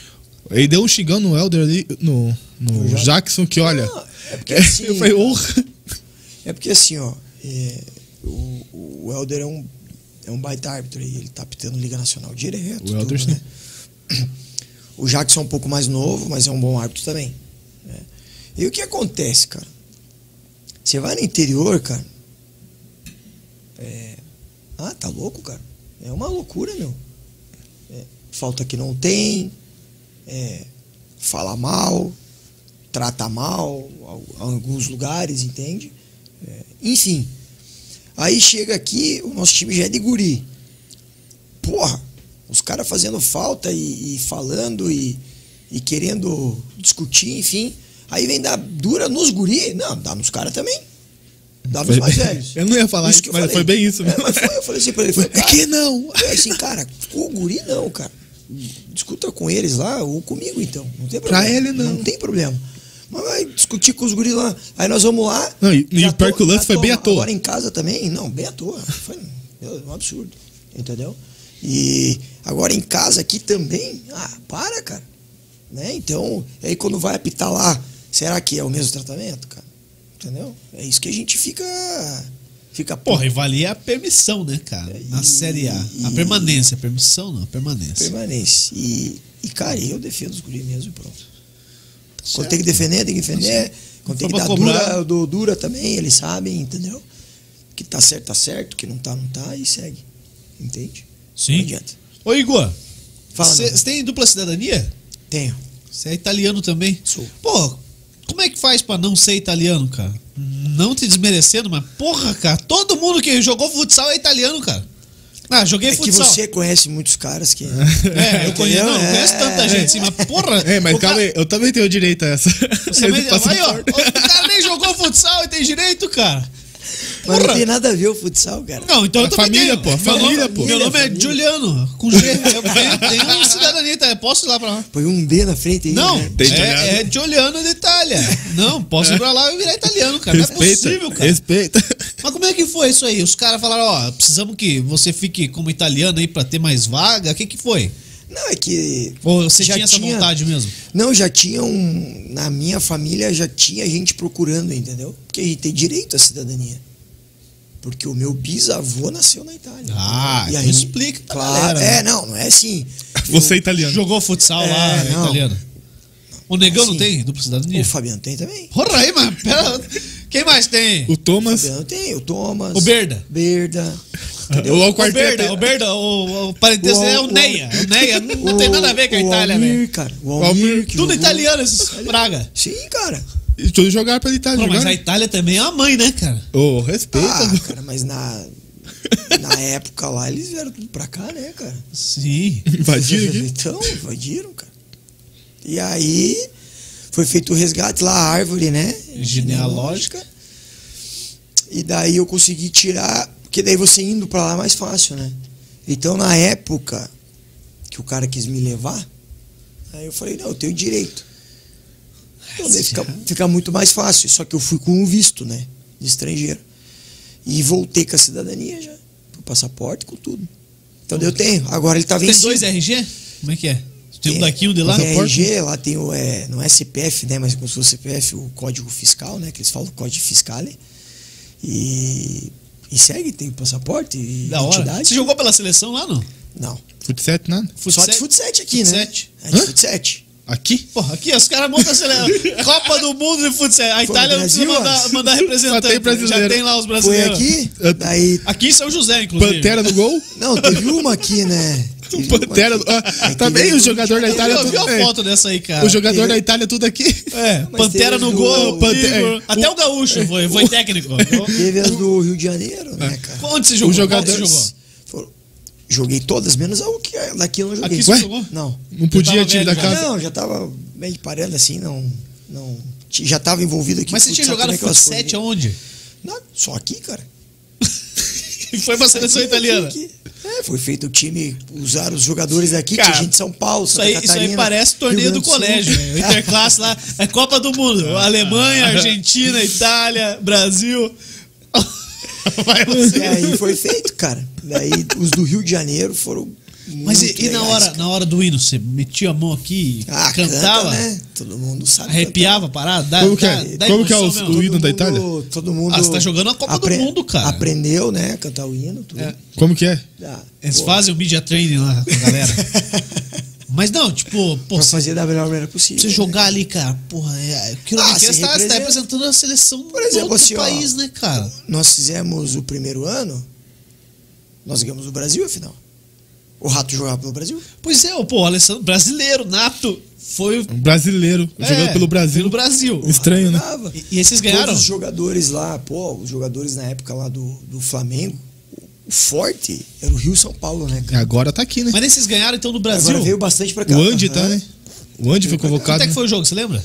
Speaker 2: Ele deu um xingão no Helder ali, no, no
Speaker 3: Já-
Speaker 2: Jackson, que olha.
Speaker 3: Ah, é porque assim-
Speaker 2: eu falei, honra.
Speaker 3: É porque assim, ó, é, o, o Helder é um, é um baita árbitro aí, ele tá pitando Liga Nacional direto.
Speaker 2: O Helder,
Speaker 3: tudo, né? O Jackson é um pouco mais novo, mas é um bom árbitro também. né? E o que acontece, cara? Você vai no interior, cara, é, Ah, tá louco, cara. É uma loucura, meu. É, falta que não tem, é, fala mal, trata mal al- alguns lugares, entende? É, enfim. Aí chega aqui, o nosso time já é de guri. Porra, os caras fazendo falta e, e falando e, e querendo discutir, enfim. Aí vem dar dura nos guri. Não, dá nos caras também. Dá nos mais velhos.
Speaker 2: Eu não ia falar isso,
Speaker 3: que eu
Speaker 2: mas
Speaker 3: falei.
Speaker 2: foi bem isso
Speaker 3: É,
Speaker 2: mesmo.
Speaker 3: mas foi, eu falei assim pra ele. Falei,
Speaker 2: É
Speaker 3: cara,
Speaker 2: que não.
Speaker 3: é assim, cara, com o guri não, cara. Discuta com eles lá ou comigo então. Não tem
Speaker 2: Pra
Speaker 3: problema.
Speaker 2: ele, não.
Speaker 3: Não tem problema. Mas vai discutir com os guris lá. Aí nós vamos lá.
Speaker 2: Não, e- e
Speaker 3: já
Speaker 2: o pior que o lance
Speaker 3: já
Speaker 2: foi bem à toa.
Speaker 3: Agora em casa também? Não, bem à toa. Foi um absurdo. Entendeu? E agora em casa aqui também? Ah, para, cara. Né? Então, aí quando vai apitar lá, será que é o mesmo tratamento, cara? Entendeu? É isso que a gente fica. Fica
Speaker 1: Porra, e valia a permissão, né, cara? Na
Speaker 3: E-
Speaker 1: Série A. A permanência. A permissão não, a permanência.
Speaker 3: Permanece. E, e, cara, eu defendo os guris mesmo e pronto. Quando tem que defender, tem que defender. Quando tem
Speaker 1: Tá Só
Speaker 3: que
Speaker 1: pra
Speaker 3: dar
Speaker 1: cobrar.
Speaker 3: dura, eu dou dura também, eles sabem, entendeu? Que tá certo, tá certo, que não tá, não tá, e segue. Entende? Não
Speaker 1: Sim.
Speaker 3: adianta.
Speaker 1: Ô, Igor,
Speaker 3: Fala,
Speaker 1: você
Speaker 3: Nando.
Speaker 1: tem dupla cidadania?
Speaker 3: Tenho.
Speaker 1: Você é italiano também?
Speaker 3: Sou.
Speaker 1: Pô, como é que faz pra não ser italiano, cara? Não te desmerecendo, mas porra, cara, todo mundo que jogou futsal é italiano, cara. Ah, joguei
Speaker 3: É que
Speaker 1: futsal.
Speaker 3: você conhece muitos caras que.
Speaker 1: É, eu conheço, não, eu conheço tanta gente assim, mas porra.
Speaker 2: É, mas
Speaker 1: o
Speaker 2: calma
Speaker 1: cara-
Speaker 2: aí, eu também tenho direito a essa.
Speaker 1: Você
Speaker 2: Esse
Speaker 1: vai, vai, ó,
Speaker 2: passaporte.
Speaker 1: o cara nem jogou futsal e tem direito, cara.
Speaker 3: Mas
Speaker 1: Porra.
Speaker 3: não tem nada a ver o futsal, cara.
Speaker 1: Não, então eu
Speaker 2: A
Speaker 1: também
Speaker 2: família,
Speaker 1: tenho.
Speaker 2: pô, a
Speaker 1: Meu
Speaker 2: família,
Speaker 1: nome-
Speaker 2: pô.
Speaker 1: Meu nome é
Speaker 3: Família.
Speaker 1: Juliano, com G. Eu tenho, tenho um cidadania italiana, posso ir lá pra lá?
Speaker 3: Põe um D na frente aí.
Speaker 1: Não,
Speaker 3: né?
Speaker 2: Tem Giuliano.
Speaker 1: é, é Giuliano da Itália. Não, posso ir pra lá e virar italiano, cara. Não é possível, cara.
Speaker 2: Respeita.
Speaker 1: Mas como é que foi isso aí? Os caras falaram, ó, precisamos que você fique como italiano aí pra ter mais vaga. O que que foi?
Speaker 3: Não, é que.
Speaker 1: Ou você
Speaker 3: Já
Speaker 1: tinha essa
Speaker 3: tinha-
Speaker 1: vontade mesmo?
Speaker 3: Não, já tinha um. Na minha família já tinha gente procurando, entendeu? Porque a gente tem direito à cidadania. Porque o meu bisavô nasceu na Itália.
Speaker 1: Ah,
Speaker 3: entendeu?
Speaker 1: então explica pra
Speaker 3: Claro,
Speaker 1: galera, né?
Speaker 3: é, não, não é assim.
Speaker 2: Você é italiano.
Speaker 1: Jogou futsal
Speaker 3: É,
Speaker 1: lá, é
Speaker 3: não.
Speaker 1: italiano. O Negão não
Speaker 3: Assim.
Speaker 1: tem dupla
Speaker 3: O
Speaker 1: cidadania?
Speaker 3: Fabiano tem também.
Speaker 1: Porra aí, mano. Pera... Quem mais tem?
Speaker 2: O
Speaker 3: O
Speaker 2: Thomas.
Speaker 3: Fabiano tem, o Thomas.
Speaker 1: O Berda.
Speaker 3: Berda.
Speaker 2: Ou ao
Speaker 1: O Berda,
Speaker 2: quarteto. tá-
Speaker 1: o Berda, o, o parentesco
Speaker 3: O Al-
Speaker 1: é o
Speaker 3: o
Speaker 1: Neia. O Neia não
Speaker 3: O-
Speaker 1: tem nada a ver com a
Speaker 3: o
Speaker 1: Itália,
Speaker 3: Almir,
Speaker 1: velho.
Speaker 3: cara. O
Speaker 2: O
Speaker 3: Almir,
Speaker 2: Almir.
Speaker 3: que
Speaker 1: Tudo
Speaker 3: jogou.
Speaker 1: italiano esses praga.
Speaker 3: Sim, cara.
Speaker 2: E Todos jogaram pra Itália.
Speaker 1: Pô, mas a
Speaker 2: jogaram?
Speaker 1: Itália também é a mãe, né, cara?
Speaker 2: Ô, respeita.
Speaker 3: Ah, cara, mas na, na época lá eles vieram tudo pra cá, né, cara?
Speaker 1: Sim.
Speaker 2: Invadiram aqui.
Speaker 3: Então, invadiram, cara. E aí foi feito o resgate lá, a árvore, né?
Speaker 1: Genealógica.
Speaker 3: E daí eu consegui tirar, porque daí você indo pra lá é mais fácil, né? Então na época que o cara quis me levar, aí eu falei, não, eu tenho direito. Então daí fica, fica muito mais fácil. Só que eu fui com um visto, né? De estrangeiro. E voltei com a cidadania já. Com o passaporte, com tudo. Então daí eu tenho. Agora ele tá
Speaker 1: Tem
Speaker 3: vencido.
Speaker 1: dois RG? Como é que é? Tem um daqui, um de lá?
Speaker 3: Tem RG, é lá tem o. É, não é CPF, né? Mas como se fosse CPF, o código fiscal, né? Que eles falam código fiscal. E, e segue, tem passaporte e
Speaker 1: Da hora.
Speaker 3: identidade.
Speaker 1: Você jogou pela seleção lá, não?
Speaker 3: Não.
Speaker 2: Futsal, nada.
Speaker 3: Só de futset aqui, né?
Speaker 1: Futset.
Speaker 3: É de
Speaker 2: Hã?
Speaker 3: futset.
Speaker 2: Aqui?
Speaker 1: Porra, aqui os caras montam a seleção. Copa do Mundo de futsal. A Itália não precisa
Speaker 3: Brasil,
Speaker 1: mandar,
Speaker 3: ó.
Speaker 1: mandar representante. né?
Speaker 2: Só tem brasileiro.
Speaker 1: Já tem lá os
Speaker 3: Foi
Speaker 1: brasileiros.
Speaker 3: aqui,
Speaker 2: Eu-
Speaker 3: daí.
Speaker 1: Aqui em São José, inclusive.
Speaker 2: Pantera no gol?
Speaker 3: Não, teve uma aqui, né? Teve uma
Speaker 2: Pantera.
Speaker 3: aqui. É
Speaker 2: Ah,
Speaker 3: Aí
Speaker 2: também
Speaker 3: teve-
Speaker 2: o jogador da Itália
Speaker 1: Eu vi
Speaker 2: tudo
Speaker 1: a
Speaker 2: bem.
Speaker 1: foto dessa aí, cara.
Speaker 2: O jogador
Speaker 3: Teve-
Speaker 2: da Itália tudo aqui.
Speaker 1: Ah, É,
Speaker 3: Mas
Speaker 1: Pantera
Speaker 3: teve
Speaker 1: no
Speaker 3: do-
Speaker 1: gol,
Speaker 2: Pantera-
Speaker 1: Igor.
Speaker 2: é,
Speaker 1: Até o Gaúcho foi, foi técnico.
Speaker 3: Teve as do Rio de Janeiro, né, cara?
Speaker 1: Onde você jogou?
Speaker 2: jogador-
Speaker 1: Onde É. você jogou?
Speaker 3: Foram- Joguei todas, menos a que daqui eu não joguei.
Speaker 1: Aqui você
Speaker 2: Ué?
Speaker 1: jogou?
Speaker 3: Não.
Speaker 2: Não
Speaker 1: tava
Speaker 2: podia time da
Speaker 1: velho já.
Speaker 2: casa.
Speaker 3: Não, já tava meio parando assim, não. não ti- já tava envolvido aqui.
Speaker 1: Mas
Speaker 3: com
Speaker 1: você tinha
Speaker 3: futsal,
Speaker 1: jogado um?
Speaker 3: como é que elas
Speaker 1: futsal
Speaker 3: coisas-
Speaker 1: aonde?
Speaker 3: Não, só aqui, cara.
Speaker 1: Foi pra seleção
Speaker 3: Aqui,
Speaker 1: italiana.
Speaker 3: aqui. É, foi feito o time, usaram os jogadores daqui,
Speaker 1: Cara,
Speaker 3: tinha gente de São Paulo,
Speaker 1: Isso
Speaker 3: Santa
Speaker 1: aí, isso
Speaker 3: Catarina.
Speaker 1: aí parece torneio do
Speaker 3: Rio Grande Sul.
Speaker 1: colégio. né? Interclasse lá. É Copa do Mundo. Alemanha, Argentina, Itália, Brasil. Vai
Speaker 3: E
Speaker 1: você.
Speaker 3: aí foi feito, cara. Daí os do Rio de Janeiro foram.
Speaker 1: Mas e,
Speaker 3: muito
Speaker 1: e na,
Speaker 3: legais,
Speaker 1: hora,
Speaker 3: cara.
Speaker 1: na hora do hino, você metia a mão aqui,
Speaker 3: Ah,
Speaker 1: cantava,
Speaker 3: canta, né? Todo mundo sabe.
Speaker 1: arrepiava, parada? Dá,
Speaker 2: Como que
Speaker 1: dá-
Speaker 2: é?
Speaker 1: dá
Speaker 2: Como que é
Speaker 1: emoção
Speaker 2: os-
Speaker 1: mesmo?
Speaker 2: o
Speaker 3: Todo
Speaker 2: hino da
Speaker 3: mundo-
Speaker 2: Itália?
Speaker 3: Todo mundo.
Speaker 1: Ah, você tá jogando a Copa do Mundo, cara.
Speaker 3: Aprendeu, né? a Cantar o hino, tudo.
Speaker 1: É.
Speaker 2: Como que é?
Speaker 3: Ah,
Speaker 1: Eles
Speaker 3: pô,
Speaker 1: fazem o media training lá com a galera. Mas não, tipo, pô,
Speaker 3: Pra
Speaker 1: se
Speaker 3: fazer da melhor maneira possível.
Speaker 1: você
Speaker 3: né?
Speaker 1: jogar ali, cara, porra, é, aquilo
Speaker 3: Ah,
Speaker 1: que você
Speaker 3: se
Speaker 1: tá, você tá
Speaker 3: representa.
Speaker 1: representando a seleção
Speaker 3: Por exemplo,
Speaker 1: do
Speaker 3: assim, ó.
Speaker 1: país, né, cara?
Speaker 3: Nós fizemos o primeiro ano, Nós ganhamos o Brasil, afinal. O Rato jogava pelo Brasil.
Speaker 1: Pois é, pô, o Alessandro, brasileiro, nato, foi o-
Speaker 2: Um brasileiro
Speaker 1: é,
Speaker 2: jogando pelo Brasil.
Speaker 1: Pelo Brasil.
Speaker 2: Estranho, né?
Speaker 3: Jogava.
Speaker 1: E, e esses ganharam?
Speaker 3: Todos os jogadores lá, pô, os jogadores na época lá do, do Flamengo, o forte era o Rio São Paulo, né,
Speaker 2: E
Speaker 3: cara?
Speaker 2: agora tá aqui, né?
Speaker 1: Mas esses ganharam então do
Speaker 3: Agora
Speaker 1: Brasil.
Speaker 3: veio bastante pra cá.
Speaker 2: O Andy tá,
Speaker 3: então, Aham.
Speaker 2: né? O Andy foi
Speaker 1: Quanto
Speaker 2: convocado.
Speaker 1: é que
Speaker 2: né?
Speaker 1: foi o jogo, você lembra?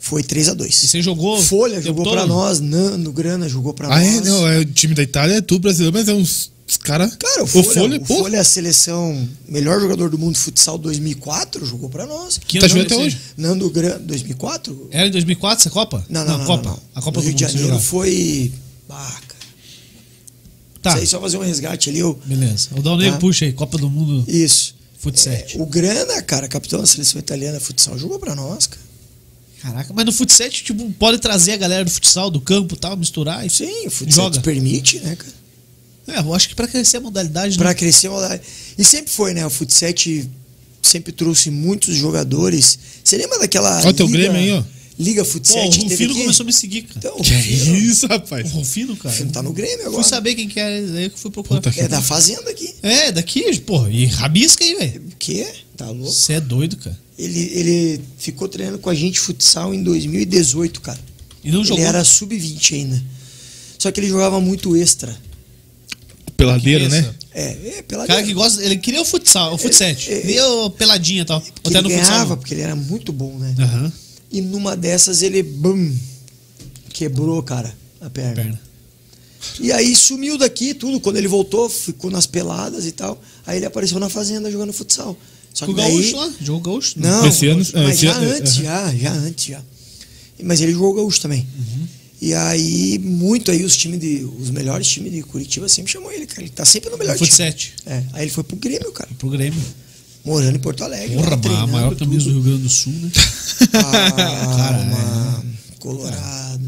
Speaker 3: Foi 3 a 2
Speaker 1: E você jogou.
Speaker 3: Folha
Speaker 1: o tempo
Speaker 3: jogou
Speaker 1: todo?
Speaker 3: pra nós, Nando Grana jogou pra
Speaker 2: Ah, é,
Speaker 3: nós.
Speaker 2: não, é o time da Itália, é tudo brasileiro, mas é uns os cara.
Speaker 3: Cara, o
Speaker 2: o
Speaker 3: Folha,
Speaker 2: Folha,
Speaker 3: o
Speaker 2: pô,
Speaker 3: Folha é a seleção melhor jogador do mundo de futsal 2004, jogou pra nós.
Speaker 1: Que
Speaker 2: tá
Speaker 1: ano
Speaker 2: jogando até
Speaker 1: você-
Speaker 2: hoje.
Speaker 3: Nando Grana 2004?
Speaker 1: Era em 2004 essa Copa?
Speaker 3: Não, não, não, não,
Speaker 1: Copa.
Speaker 3: não.
Speaker 1: A Copa
Speaker 3: No
Speaker 1: do
Speaker 3: Rio de
Speaker 1: Mundo. você
Speaker 3: Janeiro
Speaker 1: jogava.
Speaker 3: foi. Ah, cara.
Speaker 1: Tá,
Speaker 3: Isso aí, só fazer um resgate ali. Eu...
Speaker 1: beleza. O Dal Negro
Speaker 3: Tá.
Speaker 1: puxa aí, Copa do Mundo
Speaker 3: Isso.
Speaker 1: Futsal.
Speaker 3: É, o Grana, cara, capitão da seleção italiana de futsal, jogou pra nós, cara.
Speaker 1: Caraca, mas no futsal, tipo, pode trazer a galera do futsal, do campo e tal, misturar. E...
Speaker 3: Sim, o futsal
Speaker 1: Joga.
Speaker 3: te permite, né, cara?
Speaker 1: É, eu acho que pra crescer a modalidade.
Speaker 3: Pra
Speaker 1: né?
Speaker 3: crescer uma... E sempre foi, né? O futsal sempre trouxe muitos jogadores. Você lembra daquela.
Speaker 2: Ó, teu Grêmio aí, ó.
Speaker 3: Liga Futsal.
Speaker 1: Pô, o
Speaker 3: que teve
Speaker 1: Rufino
Speaker 3: aqui?
Speaker 1: começou a me seguir, cara.
Speaker 3: Então,
Speaker 2: Que
Speaker 3: o
Speaker 2: é
Speaker 3: Rufino-
Speaker 2: isso,
Speaker 1: O
Speaker 2: rapaz?
Speaker 1: Rufino, cara.
Speaker 3: o Rufino tá no Grêmio
Speaker 1: Fui
Speaker 3: agora.
Speaker 1: saber quem que era, aí que fui procurar.
Speaker 2: Puta que-
Speaker 3: É da Fazenda aqui.
Speaker 1: É, daqui, porra. E rabisca aí, velho.
Speaker 3: O quê? Tá louco?
Speaker 1: Você é doido, cara.
Speaker 3: Ele, ele ficou treinando com a gente futsal em 2018, cara.
Speaker 1: E não
Speaker 3: Ele
Speaker 1: jogou.
Speaker 3: era sub-20 ainda. Só que ele jogava muito extra.
Speaker 2: Peladeiro, né?
Speaker 1: Cabeça.
Speaker 3: É, é pela
Speaker 1: O cara que gosta. Ele queria o futsal, o futset.
Speaker 3: É, é.
Speaker 1: Deu peladinha e tal.
Speaker 3: Porque
Speaker 1: Até
Speaker 3: ele
Speaker 1: no
Speaker 3: ganhava,
Speaker 1: futsal.
Speaker 3: porque ele era muito bom, né?
Speaker 1: Aham.
Speaker 3: E numa dessas ele, bum, quebrou, cara, a perna.
Speaker 1: Perna.
Speaker 3: E aí sumiu daqui tudo. Quando ele voltou, ficou nas peladas e tal. Aí ele apareceu na fazenda jogando futsal. Só
Speaker 1: Com
Speaker 3: que
Speaker 1: o
Speaker 3: daí...
Speaker 1: gaúcho lá? Jogou gaúcho?
Speaker 3: Não,
Speaker 2: Esse ano- ah,
Speaker 3: mas
Speaker 2: esse
Speaker 3: já
Speaker 1: é
Speaker 2: ano-
Speaker 3: antes,
Speaker 2: aham.
Speaker 3: já, já antes, já. Mas ele jogou gaúcho também.
Speaker 1: Uhum.
Speaker 3: E aí, muito aí, os times de. Os melhores times de Curitiba sempre chamou ele, cara. Ele tá sempre no melhor time.
Speaker 1: Futset.
Speaker 3: É, aí ele foi pro Grêmio, cara.
Speaker 1: Pro Grêmio.
Speaker 3: Morando em Porto Alegre.
Speaker 1: Porra,
Speaker 3: lá,
Speaker 1: ma- a
Speaker 3: treinando,
Speaker 1: maior camisa do
Speaker 3: tudo.
Speaker 1: Rio Grande do Sul, né?
Speaker 3: Ah. Parma, Colorado.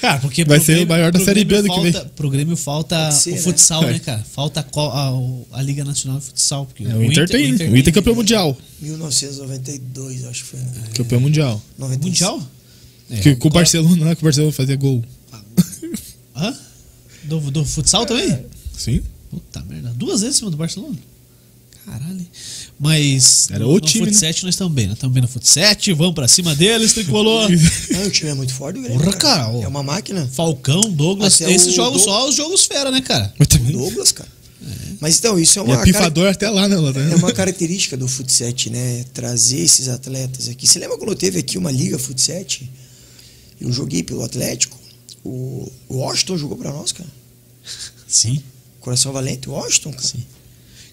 Speaker 1: Cara, porque
Speaker 2: Vai
Speaker 1: pro
Speaker 2: ser o
Speaker 1: Grêmio-
Speaker 2: maior da
Speaker 1: pro
Speaker 2: Série B
Speaker 1: Grêmio
Speaker 2: do que
Speaker 1: falta, Pro Grêmio falta
Speaker 3: Pode ser,
Speaker 1: o
Speaker 3: né?
Speaker 1: futsal, né,
Speaker 2: É.
Speaker 1: cara? Falta a, co- a- o- a Liga Nacional de Futsal. Porque
Speaker 2: É, o Inter tem, né? O Inter é campeão mundial.
Speaker 3: 1992, acho que foi. né?
Speaker 2: Campeão mundial.
Speaker 3: 96.
Speaker 1: Mundial? É,
Speaker 2: que, com o
Speaker 1: qual-
Speaker 2: Barcelona, né? Que o Barcelona fazia gol.
Speaker 1: Hã? Do, do futsal
Speaker 2: É.
Speaker 1: também?
Speaker 2: Sim.
Speaker 1: Puta merda. Duas vezes em cima do Barcelona. Caralho. Mas
Speaker 2: Era
Speaker 1: no,
Speaker 2: o
Speaker 1: no
Speaker 2: time, né?
Speaker 1: Futset nós também. Nós estamos bem no Futset. Vamos pra cima deles, tricolor.
Speaker 3: Não, o time é muito forte, o Grêmio.
Speaker 1: Porra, cara, ô.
Speaker 3: É uma máquina.
Speaker 1: Falcão, Douglas.
Speaker 3: Até
Speaker 1: esses
Speaker 3: o
Speaker 1: jogos
Speaker 3: Doug-
Speaker 1: só os jogos fera, né, cara?
Speaker 2: Mas também.
Speaker 3: Douglas, cara. Mas então, isso é
Speaker 2: E
Speaker 3: uma.
Speaker 2: é pifador até lá, né, Lota?
Speaker 3: É uma característica do futsal, né? Trazer esses atletas aqui. Você lembra quando teve aqui uma liga futsal? Eu joguei pelo Atlético. O o Washington jogou pra nós, cara.
Speaker 1: Sim.
Speaker 3: Coração Valente, o Washington, cara.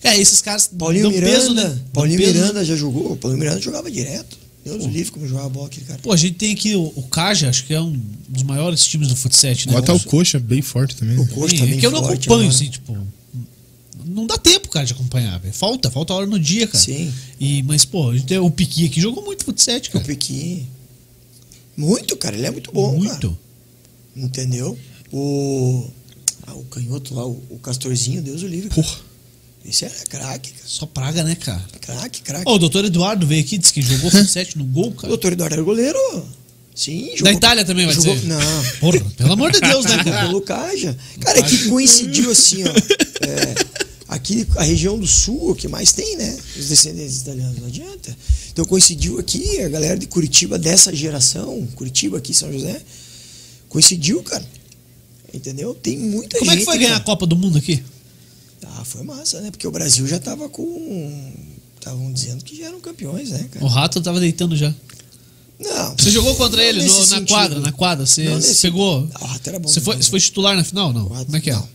Speaker 1: É, esses caras.
Speaker 3: Paulinho
Speaker 1: dão
Speaker 3: Miranda.
Speaker 1: peso, né? Dão
Speaker 3: Paulinho
Speaker 1: peso, né?
Speaker 3: Miranda já jogou. O Paulinho Miranda jogava direto. Deus o livre como jogava a bola aquele cara.
Speaker 1: Pô, a gente tem aqui o, o Kaja, acho que é um dos maiores times do futsal, né?
Speaker 2: Bota o
Speaker 1: Os-
Speaker 2: coxa bem forte também.
Speaker 3: O
Speaker 2: né?
Speaker 3: Coxa
Speaker 1: Sim, é
Speaker 3: também.
Speaker 1: que eu não
Speaker 3: forte né?
Speaker 1: acompanho,
Speaker 3: agora.
Speaker 1: assim, tipo. Não dá tempo, cara, de acompanhar, velho. Falta, falta hora no dia, cara.
Speaker 3: Sim.
Speaker 1: E, mas, pô, a gente tem o Piqui aqui jogou muito futsal,
Speaker 3: O
Speaker 1: cara.
Speaker 3: Pequim. Muito, cara. Ele é muito bom, cara.
Speaker 1: muito.
Speaker 3: Entendeu? O. ah, o canhoto lá, o, o Castorzinho, Deus o livre. cara.
Speaker 2: Porra.
Speaker 3: Esse era craque, cara.
Speaker 1: Só praga, né, cara?
Speaker 3: Craque, craque.
Speaker 1: Ó, o doutor Eduardo veio aqui, disse que jogou futsal no gol, cara.
Speaker 3: Doutor Eduardo era goleiro. Sim, jogou.
Speaker 1: da Itália também vai
Speaker 3: jogou,
Speaker 1: ser.
Speaker 3: Não.
Speaker 1: Porra, pelo amor de Deus, né,
Speaker 3: Jogou
Speaker 1: cara?
Speaker 3: pelo Caja. Cara, é que coincidiu assim, ó. É, aqui, a região do sul, o que mais tem, né? Os descendentes italianos, não adianta. Então coincidiu aqui, a galera de Curitiba, dessa geração, Curitiba aqui, São José, coincidiu, cara. Entendeu? Tem muita
Speaker 1: Como é
Speaker 3: gente.
Speaker 1: que foi ganhar a
Speaker 3: cara.
Speaker 1: Copa do Mundo aqui?
Speaker 3: Ah, foi massa, né? Porque o Brasil já tava com. Estavam dizendo que já eram campeões, né, cara?
Speaker 1: O Rato tava deitando já.
Speaker 3: Não.
Speaker 1: Você jogou contra
Speaker 3: não
Speaker 1: ele
Speaker 3: nesse
Speaker 1: no- na
Speaker 3: sentido.
Speaker 1: quadra, na quadra. Você
Speaker 3: Não
Speaker 1: você
Speaker 3: nesse-
Speaker 1: pegou.
Speaker 3: Ah, o Rato era bom
Speaker 1: Você foi,
Speaker 3: demais,
Speaker 1: você foi titular na final? Não.
Speaker 3: O Rato-
Speaker 1: Como é que é?
Speaker 3: não.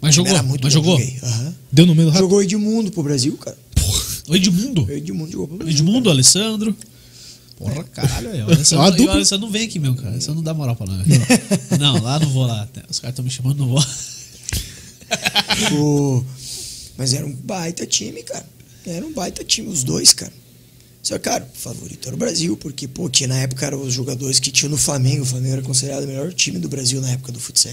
Speaker 1: Mas jogou,
Speaker 3: Era muito
Speaker 1: mas
Speaker 3: bom,
Speaker 1: jogou.
Speaker 3: joguei. Aham.
Speaker 2: Deu no meio do rato.
Speaker 3: Jogou Edmundo pro Brasil, cara.
Speaker 1: O Edmundo.
Speaker 3: O Edmundo jogou pro Brasil.
Speaker 1: Edmundo, Alessandro. Porra, caralho, velho. O Alessandro,
Speaker 2: Ó, a
Speaker 1: e o
Speaker 2: dupla.
Speaker 1: Alessandro não vem aqui, meu, cara. O Alessandro não dá moral pra nós. velho. Não, lá não vou lá. Os caras estão me chamando, não vou.
Speaker 3: O- Mas era um baita time, cara. Era um baita time, os dois, cara. Só, que, cara, o favorito era o Brasil, porque, pô, tinha na época eram os jogadores que tinham no Flamengo. O Flamengo era considerado o melhor time do Brasil na época do futsal.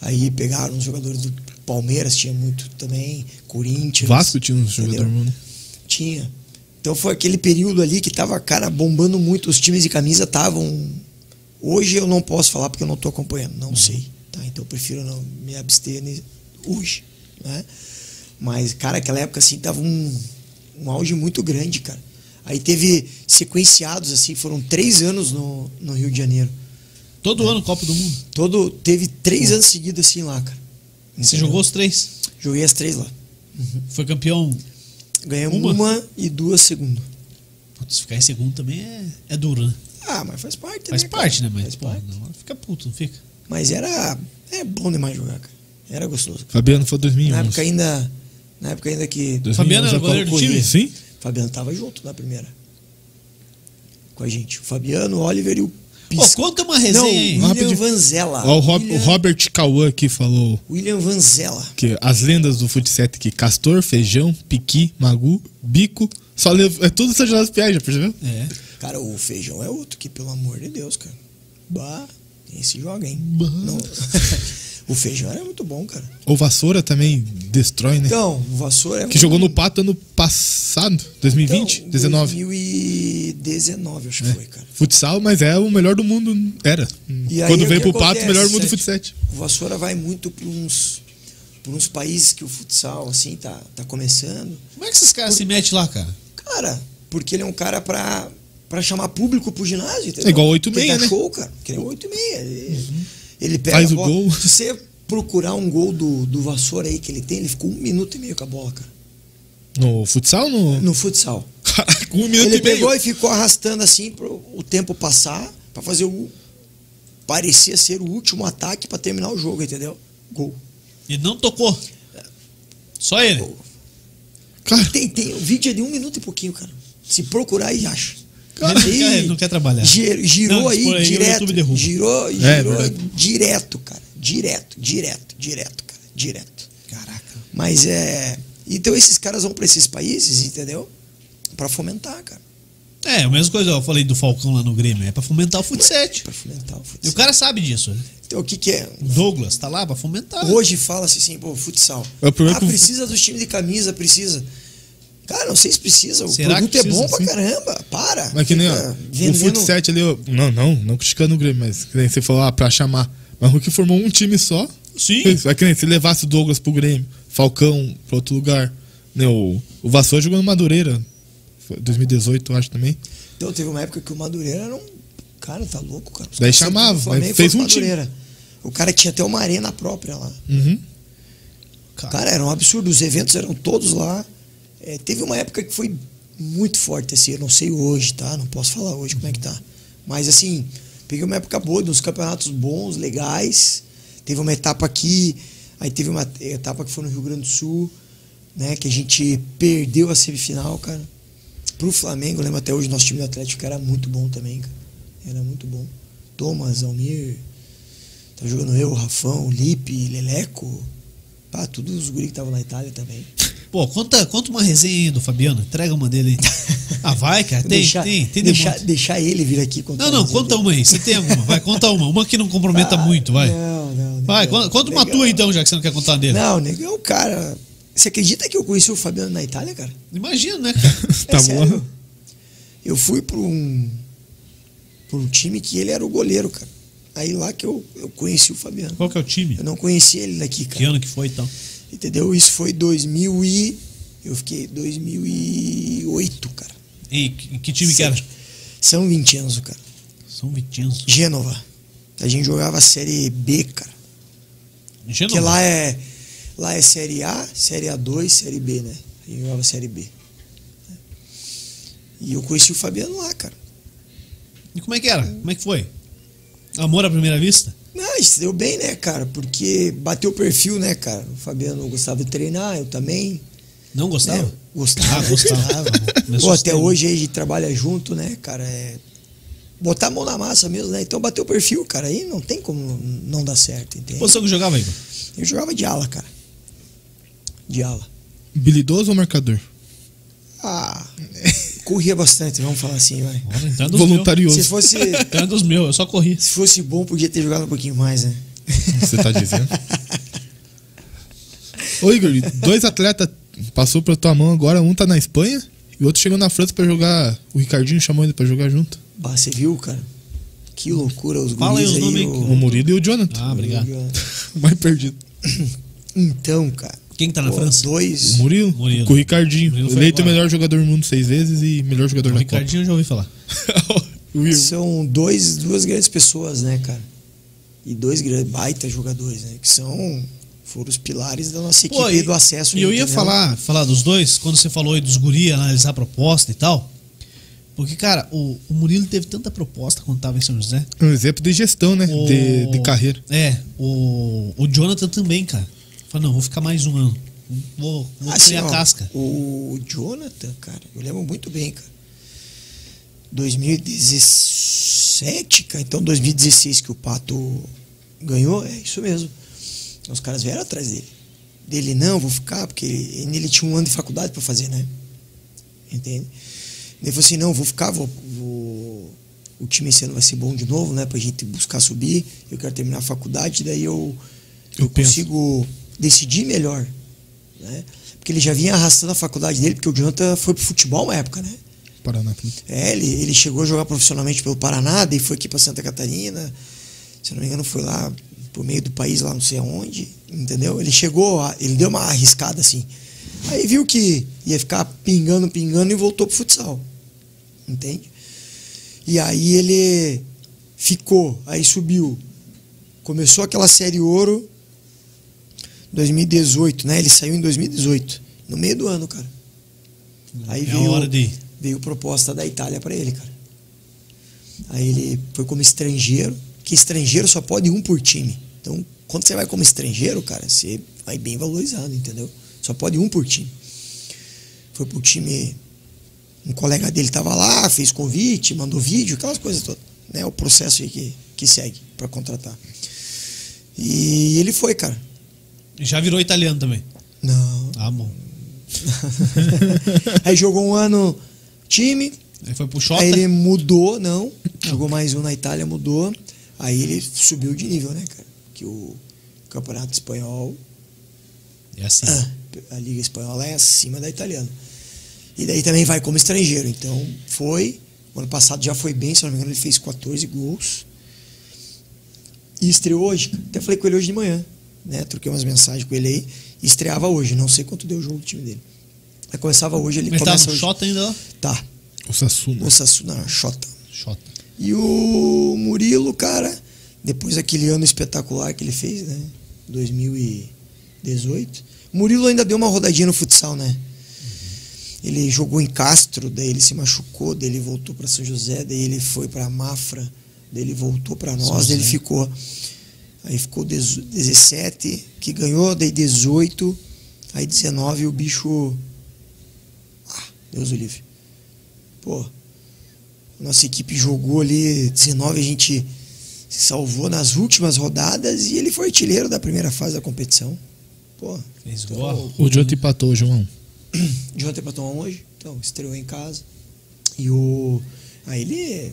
Speaker 3: Aí pegaram os jogadores do Palmeiras, tinha muito também, Corinthians.
Speaker 2: Vasco tinha um jogador,
Speaker 3: entendeu?
Speaker 2: mano.
Speaker 3: Tinha. Então foi aquele período ali que tava, cara, bombando muito. Os times de camisa estavam. Hoje eu não posso falar porque eu não tô acompanhando, não sei. Tá? Então eu prefiro não me abster ne- hoje. né? Mas, cara, aquela época assim tava um, um auge muito grande, cara. Aí teve sequenciados, assim, foram três anos no, no Rio de Janeiro.
Speaker 1: Todo ano Copa do Mundo.
Speaker 3: Todo, teve três anos seguidos assim lá, cara.
Speaker 1: Hum. Você
Speaker 3: Entendeu?
Speaker 1: jogou os três.
Speaker 3: Joguei as três lá.
Speaker 1: Foi campeão.
Speaker 3: Ganhamos
Speaker 1: Uma?
Speaker 3: uma, e duas segunda.
Speaker 1: Putz, ficar em segundo também é, é duro, né?
Speaker 3: Ah, mas faz parte,
Speaker 1: Faz
Speaker 3: né?
Speaker 1: parte, né?
Speaker 3: cara?
Speaker 1: Mas,
Speaker 3: Faz
Speaker 1: pô,
Speaker 3: parte.
Speaker 1: na hora fica puto, não fica?
Speaker 3: Mas era. É bom demais jogar, cara. Era gostoso.
Speaker 2: Fabiano foi 2011.
Speaker 3: Na época ainda. Na época ainda que.
Speaker 2: 2011
Speaker 1: Fabiano era
Speaker 2: a Copa-
Speaker 1: goleiro do time?
Speaker 2: Sim.
Speaker 3: Fabiano tava junto na primeira. Com a gente. O Fabiano, o Oliver e o
Speaker 1: Pô,
Speaker 3: Pisco.
Speaker 1: conta uma resenha
Speaker 3: Não,
Speaker 1: aí.
Speaker 3: William
Speaker 2: Rapidinho.
Speaker 3: Vanzella.
Speaker 2: Ó, o, Rob- o
Speaker 3: William,
Speaker 2: Robert Cauã aqui falou
Speaker 3: William Vanzella.
Speaker 2: que as lendas do futset que Castor, Feijão, Piqui, Magu, Bico, só lev- é tudo essa gelada piada, percebeu?
Speaker 1: É.
Speaker 3: Cara, o feijão é outro que, pelo amor de Deus, cara. Bah, quem se joga, hein? Não- o feijão era muito bom, cara.
Speaker 2: Ou Vassoura também destrói, né?
Speaker 3: Então, o Vassoura é
Speaker 2: É.
Speaker 3: Então,
Speaker 2: que jogou no Pato ano passado, 2020, 19.
Speaker 3: 2019,
Speaker 2: É.
Speaker 3: acho que foi, cara.
Speaker 2: Futsal, mas é o melhor do mundo, era.
Speaker 3: E aí,
Speaker 2: Quando
Speaker 3: o
Speaker 2: veio
Speaker 3: que
Speaker 2: pro Pato,
Speaker 3: acontece,
Speaker 2: o melhor do mundo do
Speaker 3: Sete?
Speaker 2: futset.
Speaker 3: O Vassoura vai muito para uns, pra uns países que o futsal, assim, tá, tá começando.
Speaker 1: Como é que esses caras se metem lá, cara?
Speaker 3: Cara, porque ele é um cara pra, pra chamar público pro ginásio, entendeu?
Speaker 2: É igual 8 e
Speaker 3: Quem
Speaker 2: meia,
Speaker 3: tá
Speaker 2: né? Uhum.
Speaker 3: show, cara. Que nem 8 e meia. Ele, ele pega
Speaker 2: Faz
Speaker 3: a
Speaker 2: o
Speaker 3: bola.
Speaker 2: gol.
Speaker 3: Se você procurar um gol do, do Vassoura aí que ele tem, ele ficou um minuto e meio com a bola, cara.
Speaker 2: No futsal, no.
Speaker 3: No futsal.
Speaker 2: Caraca, um minuto
Speaker 3: Ele
Speaker 2: e meio.
Speaker 3: pegou e ficou arrastando assim pro o tempo passar pra fazer o... Parecia ser o último ataque pra terminar o jogo, entendeu? Gol.
Speaker 1: Ele não tocou. Só ele.
Speaker 3: Gol.
Speaker 2: Cara,
Speaker 3: Tem, tem, o vídeo é de um minuto e pouquinho, cara. Se procurar aí, acha.
Speaker 1: Cara, ele não quer- não quer trabalhar.
Speaker 3: gi- girou
Speaker 1: Não, se
Speaker 3: aí
Speaker 1: for aí, o
Speaker 3: direto.
Speaker 1: YouTube derruba.
Speaker 3: girou, girou
Speaker 2: É, verdade.
Speaker 3: direto, cara. Direto, direto, direto, cara. Direto.
Speaker 1: Caraca.
Speaker 3: Mas é. Então esses caras vão pra esses países, entendeu? Pra fomentar, cara.
Speaker 1: É, a mesma coisa eu falei do Falcão lá no Grêmio. É pra fomentar o futset.
Speaker 3: Pra fomentar o
Speaker 1: E o
Speaker 3: futsal.
Speaker 1: cara sabe disso. né?
Speaker 3: Então o que, que é?
Speaker 1: O Douglas tá lá pra fomentar.
Speaker 3: Hoje fala-se assim, pô, futsal.
Speaker 2: É o problema
Speaker 3: ah,
Speaker 2: que o-
Speaker 3: precisa do time de camisa, precisa. Cara, não sei se precisa. O
Speaker 1: Será
Speaker 3: produto
Speaker 1: que
Speaker 3: é
Speaker 1: precisa,
Speaker 3: bom pra
Speaker 1: sim?
Speaker 3: caramba. Para.
Speaker 2: mas que nem, ó,
Speaker 3: Fica
Speaker 2: o
Speaker 3: vendendo-
Speaker 2: futset ali, ó, não, não, não criticando o Grêmio, mas que nem você falou, ah, pra chamar. Mas o Hulk formou um time só.
Speaker 1: Sim.
Speaker 2: Isso, é que nem se levasse o Douglas pro Grêmio, Falcão pra outro lugar. Né, o, o Vassoura jogou no Madureira, foi 2018, eu acho também.
Speaker 3: Então teve uma época que o Madureira era um. Cara, tá louco, cara. Os
Speaker 2: Daí
Speaker 3: caras
Speaker 2: chamava,
Speaker 3: saíram do Flamengo
Speaker 2: mas
Speaker 3: e foram
Speaker 2: fez um
Speaker 3: pro Madureira. O cara tinha até uma arena própria lá.
Speaker 2: Uhum.
Speaker 3: Cara, era um absurdo. Os eventos eram todos lá. É, teve uma época que foi muito forte, assim. Eu não sei hoje, tá? Não posso falar hoje como é que tá. Mas, assim, peguei uma época boa, de uns campeonatos bons, legais. Teve uma etapa aqui, aí teve uma etapa que foi no Rio Grande do Sul, né? Que a gente perdeu a semifinal, cara. Pro Flamengo, eu lembro até hoje, nosso time do Atlético era muito bom também, cara. Era muito bom. Thomas, Almir, tá jogando eu, Rafão, Lipe, Leleco. Pá, todos os guri que estavam na Itália também.
Speaker 1: Pô, conta, conta uma resenha aí do Fabiano. Entrega uma dele aí. Ah, vai, cara. Tem, tem, tem de
Speaker 3: deixar,
Speaker 1: monte.
Speaker 3: deixar ele vir aqui contar.
Speaker 1: Não, não,
Speaker 3: mais
Speaker 1: conta
Speaker 3: dele.
Speaker 1: uma aí. Você tem alguma? Vai, conta uma. Uma que não comprometa
Speaker 3: Ah,
Speaker 1: muito, vai.
Speaker 3: Não, não.
Speaker 1: Vai,
Speaker 3: negão,
Speaker 1: conta, conta uma
Speaker 3: negão.
Speaker 1: tua então, já que você não quer contar dele.
Speaker 3: Não, negão, é um cara. Você acredita que eu conheci o Fabiano na Itália, cara?
Speaker 1: Imagina, né, cara?
Speaker 2: Tá
Speaker 3: é
Speaker 2: bom.
Speaker 3: sério. Eu fui para um pra um time que ele era o goleiro, cara. Aí lá que eu, eu conheci o Fabiano.
Speaker 1: Qual que é o time?
Speaker 3: Eu não conhecia ele daqui,
Speaker 1: Que
Speaker 3: cara.
Speaker 1: ano que foi então? e tal?
Speaker 3: Entendeu? Isso foi 2000 e eu fiquei 2008, cara.
Speaker 1: E que, que time que era?
Speaker 3: São Vincenzo, cara.
Speaker 1: São Vicenzo.
Speaker 3: Gênova. A gente jogava a série B, cara. Porque
Speaker 1: Genova.
Speaker 3: lá é lá é série A, série A2, série B, né? A gente jogava série B. E eu conheci o Fabiano lá, cara.
Speaker 1: E como é que era? Como é que foi? Amor à primeira vista?
Speaker 3: Mas se deu bem, né, cara? Porque bateu o perfil, né, cara? O Fabiano gostava de treinar, eu também.
Speaker 1: Não gostava?
Speaker 3: né? Gostava.
Speaker 1: Ah, gostava. Me
Speaker 3: Pô, até
Speaker 1: assustei.
Speaker 3: hoje a gente trabalha junto, né, cara? É botar a mão na massa mesmo, né? Então bateu o perfil, cara. Aí não tem como não dar certo, entende?
Speaker 1: Posição que jogava, Igor?
Speaker 3: Eu jogava de ala, cara. De ala.
Speaker 2: Habilidoso ou marcador?
Speaker 3: Ah, corria bastante, vamos falar assim, vai.
Speaker 1: Olha, então é dos
Speaker 2: Voluntarioso.
Speaker 3: Se fosse,
Speaker 1: meus. Então é dos meus, eu só corri.
Speaker 3: se fosse bom, podia ter jogado um pouquinho mais, né?
Speaker 2: Você tá dizendo? Ô Igor, dois atletas passou pra tua mão agora, um tá na Espanha e o outro chegou na França pra jogar. O Ricardinho chamou ele pra jogar junto.
Speaker 3: Bah, você viu, cara? Que loucura os
Speaker 1: Fala aí
Speaker 3: guris
Speaker 1: os nomes aí que-
Speaker 2: O Murilo e o Jonathan.
Speaker 1: Ah, obrigado.
Speaker 2: O mais perdido.
Speaker 3: Então, cara,
Speaker 1: Quem tá na França?
Speaker 2: O
Speaker 3: Dois.
Speaker 2: Murilo,
Speaker 1: Murilo.
Speaker 2: com o Ricardinho.
Speaker 1: Murilo foi
Speaker 2: Eleito o
Speaker 1: embora.
Speaker 2: melhor jogador do mundo seis vezes e melhor jogador
Speaker 1: O
Speaker 2: da
Speaker 1: Ricardinho eu já ouvi falar.
Speaker 2: Copa. O Will.
Speaker 3: São dois, duas grandes pessoas, né, cara? E dois grandes, baita jogadores, né? Que são. Foram os pilares da nossa equipe
Speaker 1: Pô,
Speaker 3: e do acesso.
Speaker 1: E eu ia
Speaker 3: entendeu?
Speaker 1: falar, falar dos dois, quando você falou aí dos guri, analisar a proposta e tal. Porque, cara, o, o Murilo teve tanta proposta quando tava em São José.
Speaker 2: É Um exemplo de gestão, né?
Speaker 1: O-
Speaker 2: De, de carreira.
Speaker 1: É, o, o Jonathan também, cara. Falou, não, vou ficar mais um ano. Vou, vou
Speaker 3: Assim,
Speaker 1: criar
Speaker 3: ó,
Speaker 1: casca.
Speaker 3: O Jonathan, cara, eu lembro muito bem, cara. 2017, cara, então 2016 que o Pato ganhou, é isso mesmo. Então, os caras vieram atrás dele. Dele, não, vou ficar, porque ele, ele tinha um ano de faculdade pra fazer, né? Entende? Ele falou assim, não, vou ficar, vou, vou- o time esse ano vai ser bom de novo, né? Pra gente buscar subir, eu quero terminar a faculdade, daí eu,
Speaker 2: Eu
Speaker 3: eu,
Speaker 2: penso.
Speaker 3: consigo decidir melhor, né? Porque ele já vinha arrastando a faculdade dele, porque o Jonathan foi pro futebol uma época, né?
Speaker 2: Paraná.
Speaker 3: É, ele, ele chegou a jogar profissionalmente pelo Paraná, daí foi aqui para Santa Catarina, se eu não me engano foi lá pro meio do país, lá não sei aonde, entendeu? Ele chegou, a- ele deu uma arriscada assim. Aí viu que ia ficar pingando, pingando e voltou pro futsal, entende? E aí ele ficou, aí subiu. Começou aquela série ouro 2018, né? Ele saiu em 2018, no meio do ano, cara. Aí
Speaker 1: é a
Speaker 3: veio-
Speaker 1: hora de.
Speaker 3: veio proposta da Itália para ele, cara. Aí ele foi como estrangeiro, que estrangeiro só pode um por time. Então, quando você vai como estrangeiro, cara, você vai bem valorizado, entendeu? Só pode um por time. Foi pro time, um colega dele tava lá, fez convite, mandou vídeo, aquelas coisas todas, né? O processo aí que, que segue para contratar. E ele foi, cara.
Speaker 1: Já virou italiano também.
Speaker 3: Não.
Speaker 1: Ah, bom.
Speaker 3: aí jogou um ano time,
Speaker 1: Aí foi pro Xota.
Speaker 3: Aí ele mudou, não. Jogou mais um na Itália, mudou. Aí ele subiu de nível, né, cara? Que o campeonato espanhol,
Speaker 1: É assim.
Speaker 3: Ah, a liga espanhola é acima da italiana. E daí também vai como estrangeiro. Então foi. O ano passado já foi bem, se eu não me engano, ele fez 14 gols. E estreou hoje. Até falei com ele hoje de manhã, né? Troquei umas mensagens com ele aí. Estreava hoje, não sei quanto deu o jogo do time dele. Aí começava hoje, ele
Speaker 1: Mas tava
Speaker 3: começa
Speaker 1: no
Speaker 3: hoje.
Speaker 1: Xota ainda lá?
Speaker 3: Tá,
Speaker 2: O Sassuna.
Speaker 3: o Sassuna, Xota.
Speaker 1: Xota.
Speaker 3: E o Murilo, cara, depois daquele ano espetacular que ele fez, né? 2018. Murilo ainda deu uma rodadinha no futsal, né? Ele jogou em Castro, daí ele se machucou, daí ele voltou para São José, daí ele foi para Mafra, daí ele voltou para nós, daí ele
Speaker 1: José.
Speaker 3: ficou. Aí ficou dezo- 17, que ganhou, daí 18, aí 19 o bicho. Ah, Deus o livre. Pô, nossa equipe jogou ali 19, a gente se salvou nas últimas rodadas e ele foi artilheiro da primeira fase da competição. Pô,
Speaker 1: Fez
Speaker 3: Então,
Speaker 1: gol.
Speaker 2: O Jonathan empatou, João.
Speaker 3: de ontem pra tomar um hoje, então estreou em casa. E o. Aí ele.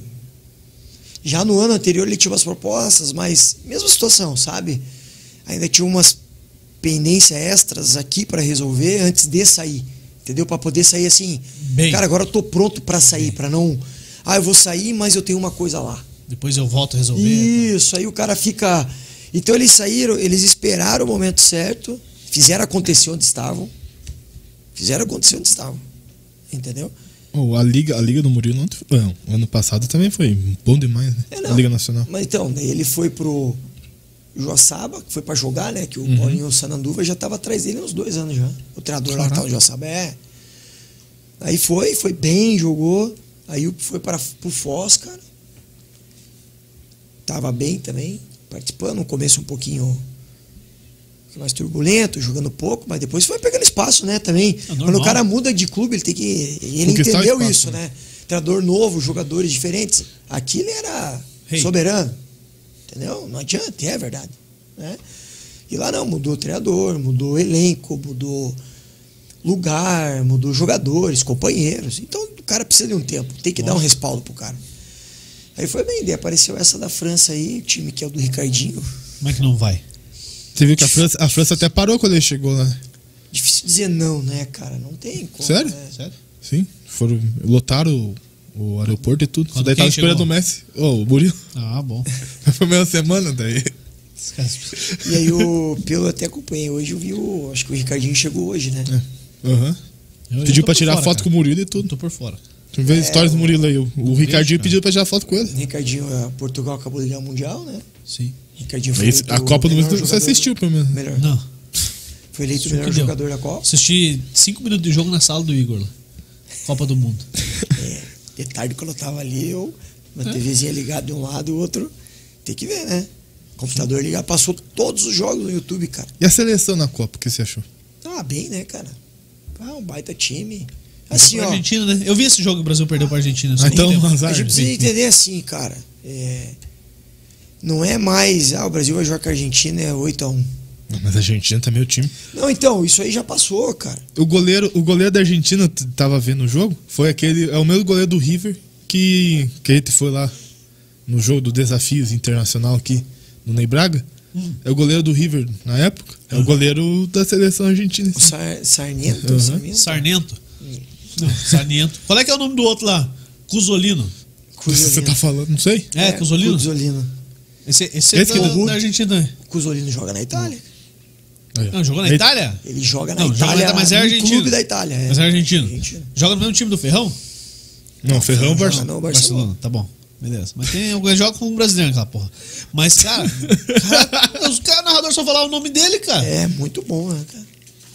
Speaker 3: Já no ano anterior ele tinha umas propostas, mas mesma situação, sabe? Ainda tinha umas pendências extras aqui pra resolver antes de sair. Entendeu? Pra poder sair assim.
Speaker 1: Bem.
Speaker 3: Cara, agora eu tô pronto pra sair, pra não. Ah, eu vou sair, mas eu tenho uma coisa lá.
Speaker 1: Depois eu volto a resolver. né,
Speaker 3: Isso, aí o cara fica. Então eles saíram, eles esperaram o momento certo, fizeram acontecer onde estavam. Fizeram acontecer onde estavam. Entendeu?
Speaker 2: Oh, a, Liga, a Liga do Murilo ontem, não, ano passado também foi bom demais, né?
Speaker 3: É,
Speaker 2: a
Speaker 3: não.
Speaker 2: Liga Nacional.
Speaker 3: Mas então, daí ele foi pro Joaçaba, que foi pra jogar, né? Que o
Speaker 2: Uhum.
Speaker 3: Paulinho Sananduva já tava atrás dele uns dois anos já. O treinador lá que tava no Joaçaba, é. Aí foi, foi bem, jogou. Aí foi para pro Foz, cara. Tava bem também, participando. No começo um pouquinho mais turbulento, jogando pouco, mas depois foi pegando espaço, né, também.
Speaker 1: É normal.
Speaker 3: Quando o cara muda de clube, ele tem que... Ele
Speaker 2: Ah, Conquistar
Speaker 3: entendeu
Speaker 2: espaço,
Speaker 3: isso,
Speaker 2: né?
Speaker 3: né? Treinador novo, jogadores diferentes. Aqui ele era
Speaker 1: Rei.
Speaker 3: soberano. Entendeu? Não adianta, é verdade. Né? E lá não, mudou o treinador, mudou o elenco, mudou lugar, mudou jogadores, companheiros. Então o cara precisa de um tempo, tem que dar um respaldo pro cara. Aí foi bem, daí apareceu essa da França aí, o time que é o do Ricardinho.
Speaker 1: Como é que não vai?
Speaker 2: Você viu que a França, a França até parou quando ele chegou lá.
Speaker 3: Difícil dizer não, né, cara? Não tem como.
Speaker 2: Sério?
Speaker 3: né?
Speaker 1: Sério?
Speaker 2: Sim, foram, lotaram o, o aeroporto e tudo.
Speaker 1: Quando
Speaker 2: daí
Speaker 1: quem
Speaker 2: tava esperando
Speaker 1: chegou?
Speaker 2: o Messi. Ô, o Murilo.
Speaker 1: Ah, bom.
Speaker 2: Foi meia semana daí.
Speaker 3: E aí o Pelo eu até acompanhei. Hoje eu vi o. Acho que o Ricardinho chegou hoje, né?
Speaker 2: Aham.
Speaker 1: Eu- eu
Speaker 2: Pediu
Speaker 1: tô tá
Speaker 2: pra
Speaker 1: por
Speaker 2: tirar
Speaker 1: fora,
Speaker 2: foto
Speaker 1: cara.
Speaker 2: com o Murilo e
Speaker 1: Eu
Speaker 2: tudo.
Speaker 1: tô por fora.
Speaker 2: Tu vê as histórias do Murilo aí. O, o Ricardinho
Speaker 1: cara.
Speaker 2: pediu pra tirar foto com ele.
Speaker 3: O Ricardinho, eh, Portugal acabou de ganhar o Mundial, né?
Speaker 1: Sim.
Speaker 3: O Ricardinho
Speaker 2: Mas
Speaker 3: eleito
Speaker 2: a
Speaker 3: o
Speaker 2: Copa do
Speaker 3: melhor
Speaker 2: Mundo você
Speaker 3: jogador-
Speaker 2: assistiu, pelo menos.
Speaker 3: Melhor.
Speaker 1: Não.
Speaker 3: Foi eleito o
Speaker 1: Assistiu
Speaker 3: melhor
Speaker 1: que deu.
Speaker 3: jogador da Copa.
Speaker 1: Assisti 5 minutos de jogo na sala do Igor lá. Copa do Mundo.
Speaker 3: É, de tarde quando eu tava ali, eu, uma TVzinha ligada de um lado e o outro. Tem que ver, né? Computador ligado, passou todos os jogos no YouTube, cara.
Speaker 2: E a seleção na Copa, o que você achou?
Speaker 3: Tava bem, né, cara? Ah, um baita time. Assim,
Speaker 1: Pra
Speaker 3: ó.
Speaker 1: Argentina, né? Eu vi esse jogo que o Brasil perdeu pra Argentina. só
Speaker 2: Ah,
Speaker 1: tem
Speaker 2: então,
Speaker 1: tempo.
Speaker 2: azar.
Speaker 3: A gente precisa entender assim, cara. é, não é mais, ah, o Brasil vai jogar com a Argentina, é 8x1.
Speaker 2: Não, mas a Argentina tá meio time.
Speaker 3: Não, então, isso aí já passou, cara.
Speaker 2: O goleiro, o goleiro da Argentina t- tava vendo o jogo. Foi aquele. É o mesmo goleiro do River que. Que a gente foi lá no jogo do Desafios Internacional aqui no Ney Braga.
Speaker 3: Hum.
Speaker 2: É o goleiro do River na época. É o goleiro da seleção argentina.
Speaker 3: O Sar- Sarmiento,
Speaker 2: Uhum.
Speaker 3: Sarmiento?
Speaker 1: Sarnento.
Speaker 2: Hum.
Speaker 1: Não, Sarnento. Qual é que é o nome do outro lá? Cusolino.
Speaker 2: Você
Speaker 3: Cusolino.
Speaker 2: tá falando, não sei.
Speaker 1: É, Cusolino?
Speaker 3: Cusolino.
Speaker 1: Esse, esse é
Speaker 2: Esse que
Speaker 1: da,
Speaker 2: é do Hulk?
Speaker 1: da Argentina. né?
Speaker 3: Cusolino joga na Itália.
Speaker 2: Aí, ó.
Speaker 1: Não, jogou na
Speaker 2: Aí-
Speaker 1: Itália?
Speaker 3: Ele joga na
Speaker 1: Não, joga na
Speaker 3: Itália,
Speaker 1: Itália, mas é
Speaker 3: no
Speaker 1: argentino.
Speaker 3: clube da Itália. É.
Speaker 1: Mas é argentino.
Speaker 3: Argentino.
Speaker 1: Joga no mesmo time do Ferrão?
Speaker 2: Não, Ferrão, Barça.
Speaker 3: Não, Barcelona.
Speaker 1: Tá bom. Beleza. Mas tem alguém joga com um brasileiro aquela porra. Mas, cara, cara os caras narrador só falavam o nome dele, cara.
Speaker 3: É muito bom, né, cara?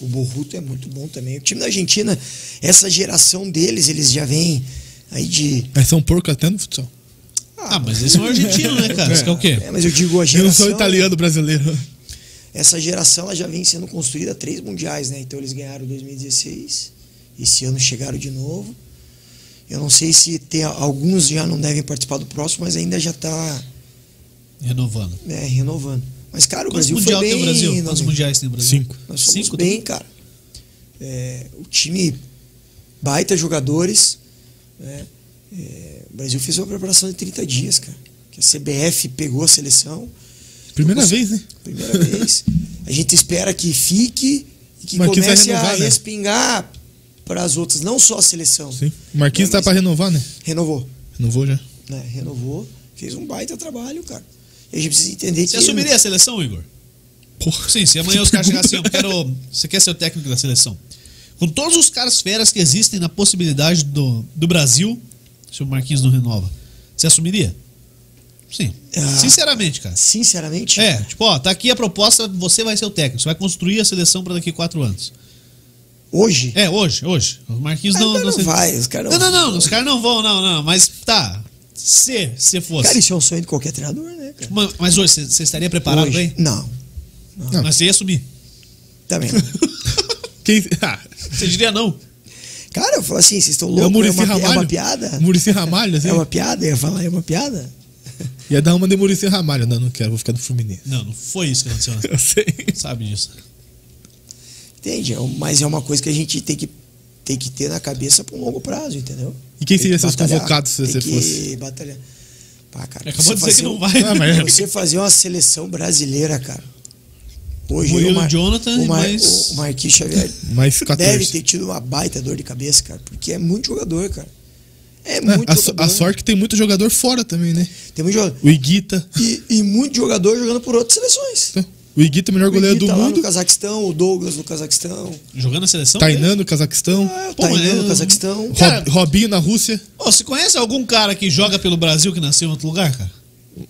Speaker 3: O Borruto é muito bom também. O time da Argentina, essa geração deles, eles já vêm aí de...
Speaker 2: Mas são porco até no futsal.
Speaker 1: Ah, mas esse é um argentino, né, cara? Isso que é o quê?
Speaker 3: É, mas eu digo a
Speaker 2: Eu não
Speaker 3: geração...
Speaker 2: sou italiano brasileiro.
Speaker 3: essa geração ela já vem sendo construída há três mundiais, né? Então eles ganharam 2016, esse ano chegaram de novo. Eu não sei se tem alguns já não devem participar do próximo, mas ainda já tá está
Speaker 1: Renovando.
Speaker 3: né, renovando. Mas cara, o
Speaker 1: Quantos
Speaker 3: Brasil
Speaker 1: mundial
Speaker 3: foi
Speaker 1: tem
Speaker 3: bem.
Speaker 1: o Brasil? Quantos
Speaker 3: nós,
Speaker 1: mundiais tem o Brasil?
Speaker 2: Cinco.
Speaker 3: nós fomos
Speaker 1: Cinco?
Speaker 3: bem, cara. É, o time baita jogadores. né? É, o Brasil fez uma preparação de 30 dias, cara. Que a CBF pegou a seleção.
Speaker 2: Primeira
Speaker 3: Eu consigo-
Speaker 2: vez, né?
Speaker 3: Primeira vez. A gente espera que fique e que
Speaker 2: Mas que vai
Speaker 3: comece a
Speaker 2: renovar, né?
Speaker 3: respingar para as outras, não só a seleção.
Speaker 2: Sim. O Marquinhos
Speaker 3: Não,
Speaker 2: tá
Speaker 3: mas-
Speaker 2: pra renovar, né?
Speaker 3: Renovou,
Speaker 2: Renovou já.
Speaker 3: né? Renovou, fez um baita trabalho, cara. E a gente precisa entender
Speaker 1: Você
Speaker 3: que
Speaker 1: assumiria a seleção, Igor?
Speaker 2: Porra.
Speaker 1: Sim, se amanhã os caras chegarem assim, eu quero. Você quer ser o técnico da seleção? Com todos os caras feras que existem na possibilidade do, do Brasil, se o Marquinhos não renova, você assumiria? Sim.
Speaker 3: Ah.
Speaker 1: Sinceramente, cara.
Speaker 3: sinceramente,
Speaker 1: É, tipo, ó, tá aqui a proposta, você vai ser o técnico, você vai construir a seleção pra daqui quatro anos.
Speaker 3: hoje
Speaker 1: É, hoje, hoje. O Marquinhos
Speaker 3: Ah,
Speaker 1: não.
Speaker 3: então não
Speaker 1: se-
Speaker 3: vai, os caras
Speaker 1: não,
Speaker 3: não-
Speaker 1: não, não, os caras não vão, não, não, mas tá. Se, se fosse.
Speaker 3: Cara, isso é um sonho de qualquer treinador, né, cara?
Speaker 1: Ma- mas hoje, você- você estaria preparado
Speaker 3: Hoje.
Speaker 1: bem?
Speaker 3: Não,
Speaker 2: Não.
Speaker 1: Mas você ia assumir.
Speaker 3: também não.
Speaker 2: Quem... Ah,
Speaker 1: Você diria não.
Speaker 3: Cara, eu falo assim, vocês estão
Speaker 2: é o
Speaker 3: loucos, é,
Speaker 2: Murici
Speaker 3: uma, pi- é
Speaker 2: Ramalho?
Speaker 3: uma piada?
Speaker 2: Murici Ramalho, assim?
Speaker 3: É uma piada? Eu ia falar, é uma piada?
Speaker 2: Ia dar uma de Murici Ramalho. Não, não quero, vou ficar no Fluminense.
Speaker 1: Não, não foi isso que aconteceu. né?
Speaker 2: Eu sei.
Speaker 1: Sabe disso.
Speaker 3: Entende? É um- Mas é uma coisa que a gente tem que, tem que ter na cabeça para um longo prazo, entendeu?
Speaker 2: E quem
Speaker 3: Tem
Speaker 2: seria
Speaker 3: que
Speaker 2: seus
Speaker 3: batalhar,
Speaker 2: convocados se
Speaker 3: tem
Speaker 2: você
Speaker 3: que
Speaker 2: fosse?
Speaker 3: batalhar. Pá, cara,
Speaker 1: Acabou de
Speaker 3: você
Speaker 1: dizer que
Speaker 3: fazer
Speaker 1: não
Speaker 3: um-
Speaker 1: vai.
Speaker 2: Ah, mas-
Speaker 3: Você fazer uma seleção brasileira, cara. Hoje
Speaker 1: Murilo
Speaker 3: o Mar-
Speaker 1: Jonathan
Speaker 3: o, Mar-
Speaker 1: e mais-
Speaker 3: o Marquinhos Xavier
Speaker 2: Mais
Speaker 3: deve
Speaker 2: 14.
Speaker 3: ter tido uma baita dor de cabeça, cara, porque é muito jogador, cara. É
Speaker 2: Né?
Speaker 3: muito
Speaker 2: A, so-
Speaker 3: jogador.
Speaker 2: a sorte que tem muito jogador fora também, né?
Speaker 3: Tem muito jogador.
Speaker 2: O Iguita.
Speaker 3: E, e muito jogador jogando por outras seleções.
Speaker 2: O Iguita é o melhor goleiro
Speaker 3: Iguita
Speaker 2: do
Speaker 3: lá
Speaker 2: mundo.
Speaker 3: no Cazaquistão, o Douglas no Cazaquistão,
Speaker 1: Jogando na seleção?
Speaker 2: Tainan no Cazaquistão.
Speaker 3: ah, o
Speaker 1: Pô, mas
Speaker 3: Tainan no
Speaker 2: é.
Speaker 1: eu-
Speaker 3: Cazaquistão.
Speaker 1: Cara-
Speaker 2: Rob- Robinho na Rússia.
Speaker 1: Ô, você conhece algum cara que joga pelo Brasil que nasceu em outro lugar, cara?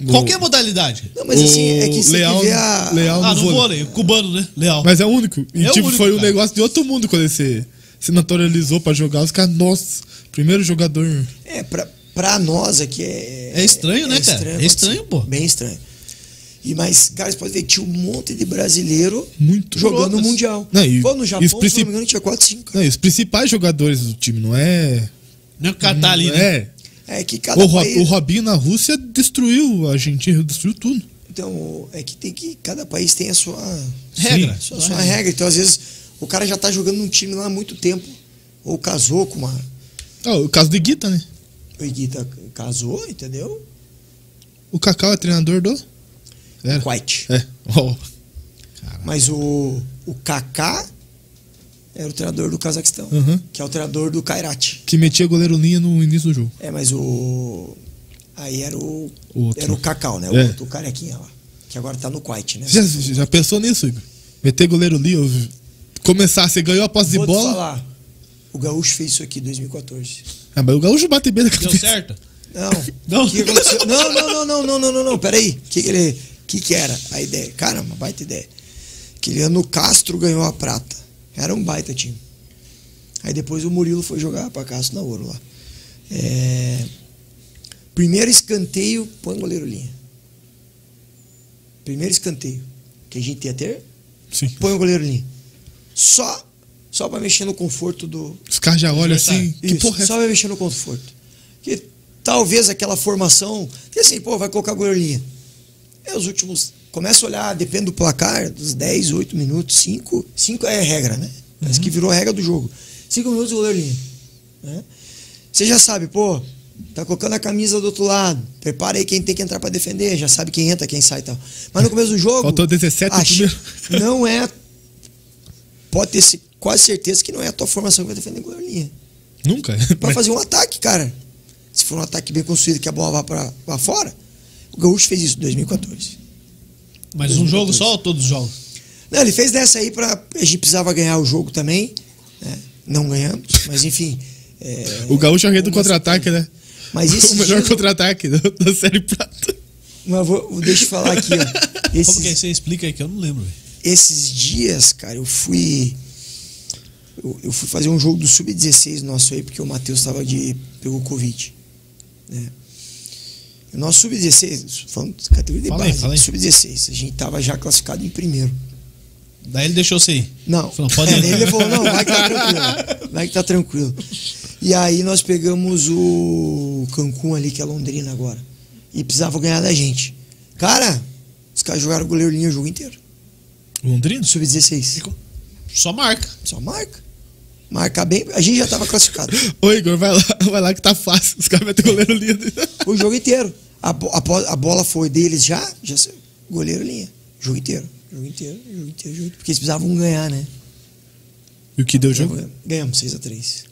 Speaker 1: Qualquer modalidade.
Speaker 3: Não, mas assim, é que
Speaker 2: O
Speaker 3: você tem
Speaker 2: Leal,
Speaker 3: que ver a...
Speaker 2: Leal
Speaker 1: Ah, no
Speaker 2: no vôlei.
Speaker 1: vôlei, o cubano, né? Leal.
Speaker 2: Mas é o único. E
Speaker 1: É o
Speaker 2: tipo,
Speaker 1: único,
Speaker 2: foi um
Speaker 1: cara.
Speaker 2: negócio de outro mundo quando ele se, se naturalizou pra jogar. Os caras, nossa, primeiro jogador.
Speaker 3: É, pra, pra nós aqui é.
Speaker 1: É estranho, né, cara? É estranho, pô.
Speaker 3: acontecer. Bem estranho. E, mas, cara, você pode ver, tinha um monte de brasileiro
Speaker 2: Muito.
Speaker 3: jogando
Speaker 1: Outras.
Speaker 3: o Mundial.
Speaker 2: Não, e-
Speaker 3: pô, no
Speaker 2: e
Speaker 3: Japão,
Speaker 2: os
Speaker 3: se
Speaker 2: princip-
Speaker 3: não me engano, tinha 4, 5.
Speaker 2: Não, e os principais jogadores do time, não é.
Speaker 1: Não é o cara tá ali,
Speaker 2: não
Speaker 1: né?
Speaker 2: É.
Speaker 3: É que cada
Speaker 2: O, Ro-
Speaker 3: país.
Speaker 2: o Robinho na Rússia destruiu a Argentina, destruiu tudo.
Speaker 3: Então, é que tem que. Cada país tem a sua,
Speaker 1: Regra.
Speaker 3: a sua regra. Então, às vezes, o cara já tá jogando num time lá há muito tempo. Ou casou com uma.
Speaker 2: Ah, o caso do Guita, né?
Speaker 3: O Iguita casou, entendeu?
Speaker 2: O Cacau é treinador do. Era.
Speaker 3: Quite.
Speaker 2: É. Ó,
Speaker 3: Mas o, o Kaká era o treinador do Cazaquistão,
Speaker 2: Uhum.
Speaker 3: que é o treinador do Kairat.
Speaker 2: que metia goleiro linha no início do jogo.
Speaker 3: É, mas o. Aí era o.
Speaker 2: O outro.
Speaker 3: Era o Cacau, né? O
Speaker 2: É.
Speaker 3: outro, o carequinha lá. que agora tá no Kuwait, né?
Speaker 2: Já, já pensou nisso, Igor? Meter goleiro ali, eu- começar, você ganhou a posse
Speaker 3: Vou
Speaker 2: de
Speaker 3: te
Speaker 2: bola.
Speaker 3: falar. O Gaúcho fez isso aqui em 2014.
Speaker 2: Ah, mas o gaúcho bate bem na
Speaker 1: Deu
Speaker 2: cabeça.
Speaker 1: certo?
Speaker 3: Não.
Speaker 1: Não.
Speaker 3: O que aconteceu? Não, não, não, não, não, não, não, não. Peraí. O que, que ele. O que, que era a ideia? Cara, uma baita ideia. Aquele ano o Castro ganhou a prata. Era um baita time. Aí depois o Murilo foi jogar pra Castro na ouro lá. É, Primeiro escanteio, põe o goleiro linha. Primeiro escanteio. Que a gente ia ter,
Speaker 2: Sim.
Speaker 3: põe o goleiro linha. Só, só pra mexer no conforto do,
Speaker 2: Os caras já olham assim, que
Speaker 3: isso,
Speaker 2: porra é
Speaker 3: só vai mexer no conforto. Que talvez aquela formação, que assim, pô, vai colocar goleirinha. É os últimos. Começa a olhar, depende do placar, dos 10, 8 minutos, 5. 5 é regra, né? Parece
Speaker 2: Uhum.
Speaker 3: que virou a regra do jogo. 5 minutos goleirinha. Né? Você já sabe, pô, tá colocando a camisa do outro lado. Prepara aí quem tem que entrar pra defender, já sabe quem entra, quem sai e tal. Mas no começo do jogo.
Speaker 2: Faltou 17
Speaker 3: a
Speaker 2: no
Speaker 3: chi-
Speaker 2: primeiro.
Speaker 3: Não é. Pode ter ce- quase certeza que não é a tua formação que vai defender goleirinha
Speaker 2: Nunca.
Speaker 3: pra fazer um ataque, cara. Se for um ataque bem construído que a bola vá pra, pra fora, o Gaúcho fez isso em 2014.
Speaker 1: Mas um jogo só ou todos os jogos?
Speaker 3: Não, ele fez dessa aí pra. A gente precisava ganhar o jogo também. né? Não ganhamos, mas enfim. é,
Speaker 2: O gaúcho é o rei do
Speaker 3: uma-
Speaker 2: contra-ataque, né?
Speaker 3: Mas esses
Speaker 2: o melhor
Speaker 3: dias-
Speaker 2: contra-ataque da, da série prata.
Speaker 3: Mas vou, deixa eu falar aqui, ó. Esses,
Speaker 1: Como que é? Você explica aí que eu não lembro. velho.
Speaker 3: esses dias, cara, eu fui. Eu, eu fui fazer um jogo do Sub-16 nosso aí, porque o Matheus tava de. pegou Covid. Né? O nosso Sub-16, falando de categoria de
Speaker 1: Fala aí,
Speaker 3: base,
Speaker 1: fala aí.
Speaker 3: Sub-16, a gente tava já classificado em primeiro.
Speaker 1: Daí ele deixou você ir.
Speaker 3: Não.
Speaker 1: Falou, pode ir.
Speaker 3: É, ele falou, não, vai que tá tranquilo. Vai que tá tranquilo. E aí nós pegamos o Cancún ali, que é Londrina agora. E precisava ganhar da gente. Cara, os caras jogaram goleiro linha o jogo inteiro.
Speaker 2: Londrina?
Speaker 3: Sub-16.
Speaker 1: Só marca.
Speaker 3: Só marca. Marca bem. A gente já tava classificado.
Speaker 2: Ô, Igor, vai lá, vai lá que tá fácil. Os caras metem goleiro lindo.
Speaker 3: O jogo inteiro. A, bo- a bo- a bola foi deles já, já saiu. goleiro linha. Jogo inteiro. Jogo inteiro, jogo inteiro, jogo inteiro. Porque eles precisavam ganhar, né?
Speaker 2: E o que deu o jogo?
Speaker 3: Ganhamos 6x3.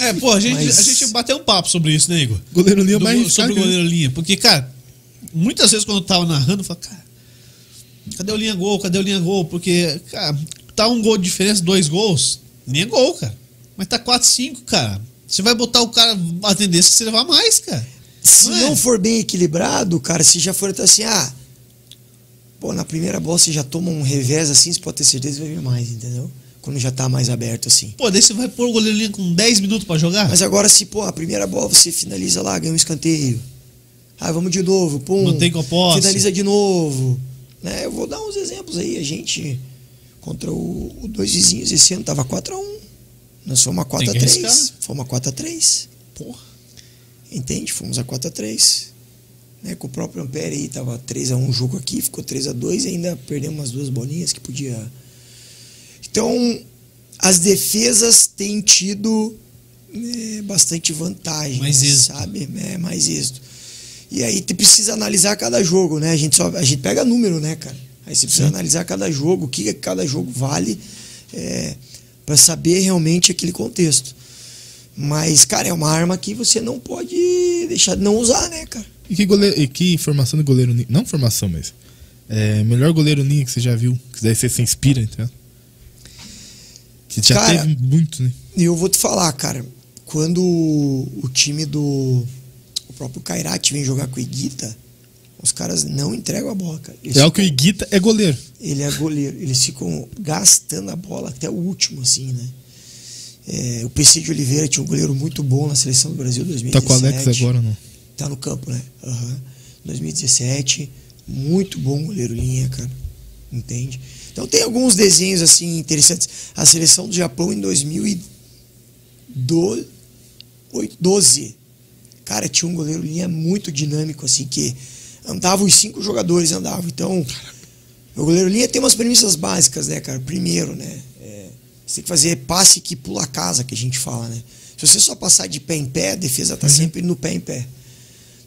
Speaker 1: É, pô, a gente,
Speaker 3: Mas-
Speaker 1: a gente bateu um papo sobre isso, né, Igor?
Speaker 2: Goleiro linha
Speaker 1: Do-
Speaker 2: mais
Speaker 1: sobre o
Speaker 2: caro.
Speaker 1: goleiro linha. Porque, cara, muitas vezes quando eu tava narrando, eu falava, cara, cadê o linha gol? Cadê o linha gol? Porque, cara, tá um gol de diferença, dois gols, linha é gol, cara. Mas tá 4, 5, cara. Você vai botar o cara, a tendência é você levar mais, cara.
Speaker 3: Se
Speaker 1: Não é?
Speaker 3: não, for bem equilibrado, cara, se já for então, assim, ah, pô, na primeira bola você já toma um revés assim, você pode ter certeza que vai vir mais, entendeu? Quando já tá mais aberto assim.
Speaker 1: Pô, daí você vai pôr o goleiro linha com 10 minutos pra jogar?
Speaker 3: Mas agora, se, pô, a primeira bola você finaliza lá, ganha um escanteio. Ah, vamos de novo, pum.
Speaker 1: Mantém com a posse.
Speaker 3: Finaliza de novo. Né? Eu vou dar uns exemplos aí. A gente, contra o, o dois vizinhos esse ano, tava 4x1. Nós fomos a
Speaker 1: que
Speaker 3: 4x3.
Speaker 1: arriscar. né?
Speaker 3: Fomos a 4x3.
Speaker 1: Porra.
Speaker 3: Entende? Fomos a 4x3. Né? Com o próprio Ampere aí, tava 3x1 o jogo aqui, ficou 3x2 e ainda perdeu umas duas bolinhas que podia. Então, as defesas têm tido né, bastante vantagem,
Speaker 1: Mais êxito.
Speaker 3: sabe? É, mais êxito. E aí tu precisa analisar cada jogo, né? A gente, só, a gente pega número, né, cara? Aí você precisa analisar cada jogo, o que cada jogo vale, é, para saber realmente aquele contexto. Mas, cara, é uma arma que você não pode deixar de não usar, né, cara?
Speaker 2: E que, goleiro, e que formação do goleiro ninho? Não formação, mas. É, melhor goleiro ninho que você já viu. Que daí você se inspira, entendeu? Que já
Speaker 3: Cara-
Speaker 2: teve muito, né?
Speaker 3: E eu vou te falar, cara, quando o time do. O próprio Kairati vem jogar com o Iguita, os caras não entregam a bola, cara. Eles
Speaker 2: É o que o
Speaker 3: ficam-
Speaker 2: Iguita é goleiro.
Speaker 3: Ele é goleiro. Eles ficam gastando a bola até o último, assim, né? É, o PC de Oliveira tinha um goleiro muito bom na seleção do Brasil 2017.
Speaker 2: Tá com o
Speaker 3: é
Speaker 2: Alex agora, não.
Speaker 3: Tá no campo, né? Aham. 2017. Muito bom goleiro linha, cara. Entende? Então tem alguns desenhos assim interessantes. A seleção do Japão em 2012. Cara, tinha um goleiro linha muito dinâmico, assim, que andava os cinco jogadores, andavam. Então, o goleiro linha tem umas premissas básicas, né, cara? Primeiro, né? é, você tem que fazer passe que pula a casa, que a gente fala, né? Se você só passar de pé em pé, a defesa
Speaker 2: Uhum.
Speaker 3: tá sempre no pé em pé.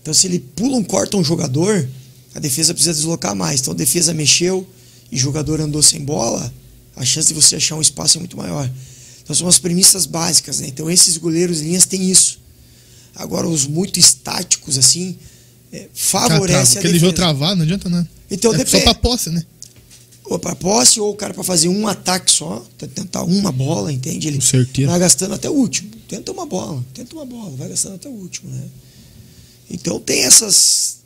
Speaker 3: Então, se ele pula um, corta um jogador, a defesa precisa deslocar mais. Então, a defesa mexeu e o jogador andou sem bola, a chance de você achar um espaço é muito maior. Então, são as premissas básicas, né? Então, esses goleiros linhas têm isso. Agora, os muito estáticos, assim, é,
Speaker 2: Cara, trava.
Speaker 3: favorece a
Speaker 2: Aquele jogo
Speaker 3: defesa.
Speaker 2: travado, não adianta nada.
Speaker 3: Então
Speaker 2: É só
Speaker 3: depende.
Speaker 2: pra posse, né?
Speaker 3: Ou pra posse, ou o cara pra fazer um ataque só, t- tentar uma bola, entende? Ele
Speaker 2: Com certeza.
Speaker 3: vai gastando até o último. Tenta uma bola, tenta uma bola, vai gastando até o último, né? Então tem essas.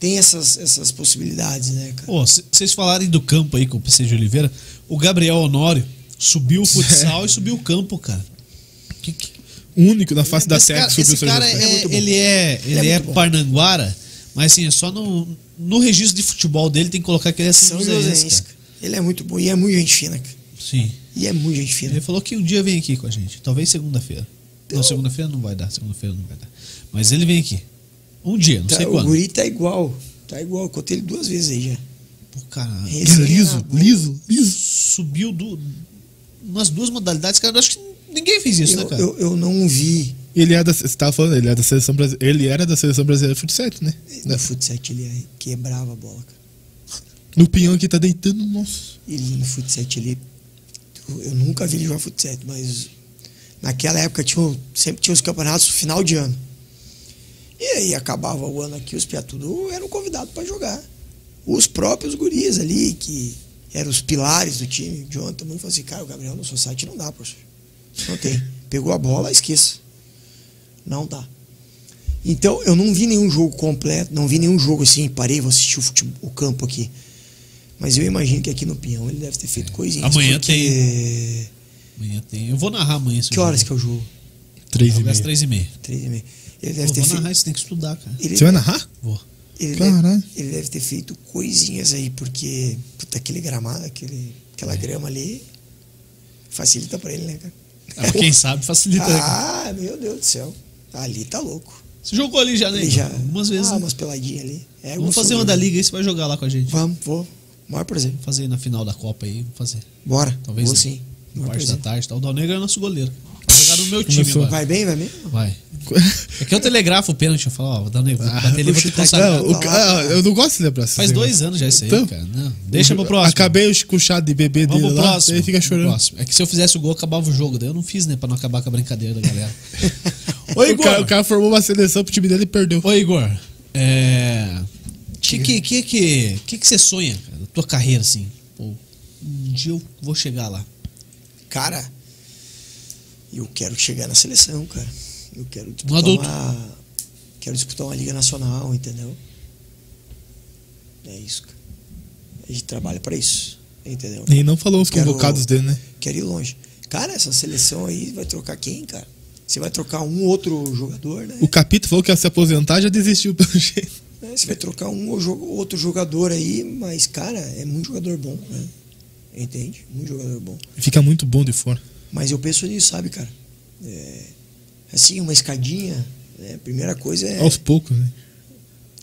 Speaker 3: Tem essas, essas possibilidades, né, cara?
Speaker 1: Pô, se- vocês falarem do campo aí com o PC de Oliveira, o Gabriel Honório subiu o
Speaker 3: É.
Speaker 1: futsal e subiu o campo, cara. Que, que,
Speaker 2: Único na face da
Speaker 1: esse
Speaker 2: terra
Speaker 1: cara,
Speaker 2: que subiu o
Speaker 1: esse
Speaker 2: São
Speaker 1: cara
Speaker 2: José.
Speaker 1: é- ele é, ele
Speaker 3: Ele é
Speaker 1: é,
Speaker 3: muito bom.
Speaker 1: parnanguara, mas assim, é só no, no registro de futebol dele tem que colocar que ele é São
Speaker 3: São Joséense,
Speaker 1: Joséense. cara.
Speaker 3: cara. Ele é muito bom e é muito gente fina, cara.
Speaker 1: Sim.
Speaker 3: E é muito gente
Speaker 1: Ele
Speaker 3: fina.
Speaker 1: falou que um dia vem aqui com a gente. Talvez segunda-feira. Não,
Speaker 3: Então-
Speaker 1: segunda-feira não vai dar. Segunda-feira não vai dar. Mas ele vem aqui. Um dia, não
Speaker 3: Tá-
Speaker 1: sei
Speaker 3: o
Speaker 1: quando.
Speaker 3: guri tá igual. Tá igual. Eu Contei ele duas vezes aí já.
Speaker 1: Pô, cara,
Speaker 3: Ele é
Speaker 2: Cara,
Speaker 3: era
Speaker 2: liso,
Speaker 3: bom.
Speaker 2: liso, liso.
Speaker 1: subiu do, nas duas modalidades, cara. Eu acho que ninguém fez isso, né,
Speaker 3: Eu,
Speaker 1: cara?
Speaker 3: eu, eu não vi
Speaker 2: Ele é da. Você tava falando, ele é da seleção brasileira. Ele era da seleção brasileira de futsal, né?
Speaker 1: É.
Speaker 3: no futsal ele é quebrava a bola, cara.
Speaker 2: No pinhão aqui tá deitando, nossa.
Speaker 3: Ele no futsal ele. Eu nunca vi ele jogar futsal, mas naquela época tinha, um- sempre tinha os campeonatos final de ano. E aí acabava o ano aqui, os piá tudo eram convidados para jogar. Os próprios guris ali, que eram os pilares do time, o John também falou assim, cara, o Gabriel no society não dá, professor. Não tem. Pegou a bola, esqueça. Não dá. Então, eu não vi nenhum jogo completo, não vi nenhum jogo assim, parei, vou assistir o, fute- o campo aqui. Mas eu imagino que aqui no Pinhão ele deve ter feito coisinhas.
Speaker 1: Amanhã
Speaker 3: porque-
Speaker 1: Amanhã tem. Eu vou narrar amanhã. esse
Speaker 3: Que
Speaker 1: jogo.
Speaker 3: horas que é o jogo?
Speaker 2: Três e
Speaker 1: Jogo às
Speaker 2: meio.
Speaker 1: três e meia.
Speaker 3: Três e meia. Ele deve
Speaker 1: Pô,
Speaker 3: ter
Speaker 1: vou
Speaker 3: feito.
Speaker 1: narrar, você tem que estudar, cara.
Speaker 3: Ele,
Speaker 2: Você vai narrar?
Speaker 1: Vou.
Speaker 3: ele, é.
Speaker 2: Caralho.
Speaker 3: deve, ele deve ter feito coisinhas aí, porque puta, aquele gramado, aquele,
Speaker 1: É.
Speaker 3: aquela grama ali facilita pra ele, né, cara?
Speaker 1: Ah, quem sabe facilita. né, cara?
Speaker 3: Ah, meu Deus do céu. Ali tá louco.
Speaker 1: Você jogou ali já, né?
Speaker 3: Ele já.
Speaker 1: Algumas vezes.
Speaker 3: Ah,
Speaker 1: né?
Speaker 3: umas peladinhas ali. É,
Speaker 1: Vamos
Speaker 3: gostoso,
Speaker 1: fazer uma
Speaker 3: né?
Speaker 1: da liga aí, você vai jogar lá com a gente. Vamos
Speaker 3: Vamos, vou. Maior prazer.
Speaker 1: fazer na final da Copa aí, vamos fazer.
Speaker 3: Bora.
Speaker 1: Talvez
Speaker 3: Vou
Speaker 1: não.
Speaker 3: sim.
Speaker 1: Na
Speaker 3: Maior
Speaker 1: parte da
Speaker 3: prazer.
Speaker 1: tarde, tá? O Dalnegra é nosso goleiro. Vai jogar no meu time
Speaker 2: Começou.
Speaker 1: agora.
Speaker 3: Vai bem, vai mesmo?
Speaker 1: Vai. É que eu telegrafo o pênalti, eu falo, ó, Dalnegra, vou
Speaker 2: Ah,
Speaker 1: bater ele, vou te
Speaker 2: puxa,
Speaker 1: consagrar.
Speaker 2: não, o ca- ah, eu não gosto de lembrar. esses
Speaker 1: tá Faz
Speaker 2: negócios.
Speaker 1: dois anos já isso aí,
Speaker 2: Então,
Speaker 1: cara. Não, deixa pro próximo.
Speaker 2: Acabei os- com o chá de bebê
Speaker 1: Vamos
Speaker 2: dele
Speaker 1: pro
Speaker 2: lá,
Speaker 1: próximo.
Speaker 2: ele fica
Speaker 1: vamos pro
Speaker 2: chorando.
Speaker 1: próximo. É que se eu fizesse o gol, acabava o jogo. Daí eu não fiz, né? Pra não acabar com a brincadeira da galera. Ô,
Speaker 2: O cara,
Speaker 1: Igor.
Speaker 2: o cara formou uma seleção pro time dele e perdeu.
Speaker 1: Ô, Igor. É. Que que, que, que, que que você sonha, cara? Da tua carreira, assim? Pô, um dia eu vou chegar lá.
Speaker 3: Cara, eu quero chegar na seleção, cara. Eu quero disputar
Speaker 1: adulto.
Speaker 3: uma. Quero disputar uma Liga Nacional, entendeu? É isso, cara. A gente trabalha pra isso, entendeu?
Speaker 2: E não falou os
Speaker 3: Quero-
Speaker 2: convocados dele, né?
Speaker 3: Quero ir longe. Cara, essa seleção aí vai trocar quem, cara? Você vai trocar um outro jogador, né?
Speaker 2: O Capito falou que ia se aposentar já desistiu pelo jeito.
Speaker 3: né? Você vai trocar um ou jo- outro jogador aí, mas, cara, é muito jogador bom, né? Entende? Muito jogador bom.
Speaker 2: Fica muito bom de fora.
Speaker 3: Mas eu penso nisso, sabe, cara? É, assim, uma escadinha, né? A primeira coisa é,
Speaker 2: Aos poucos, né?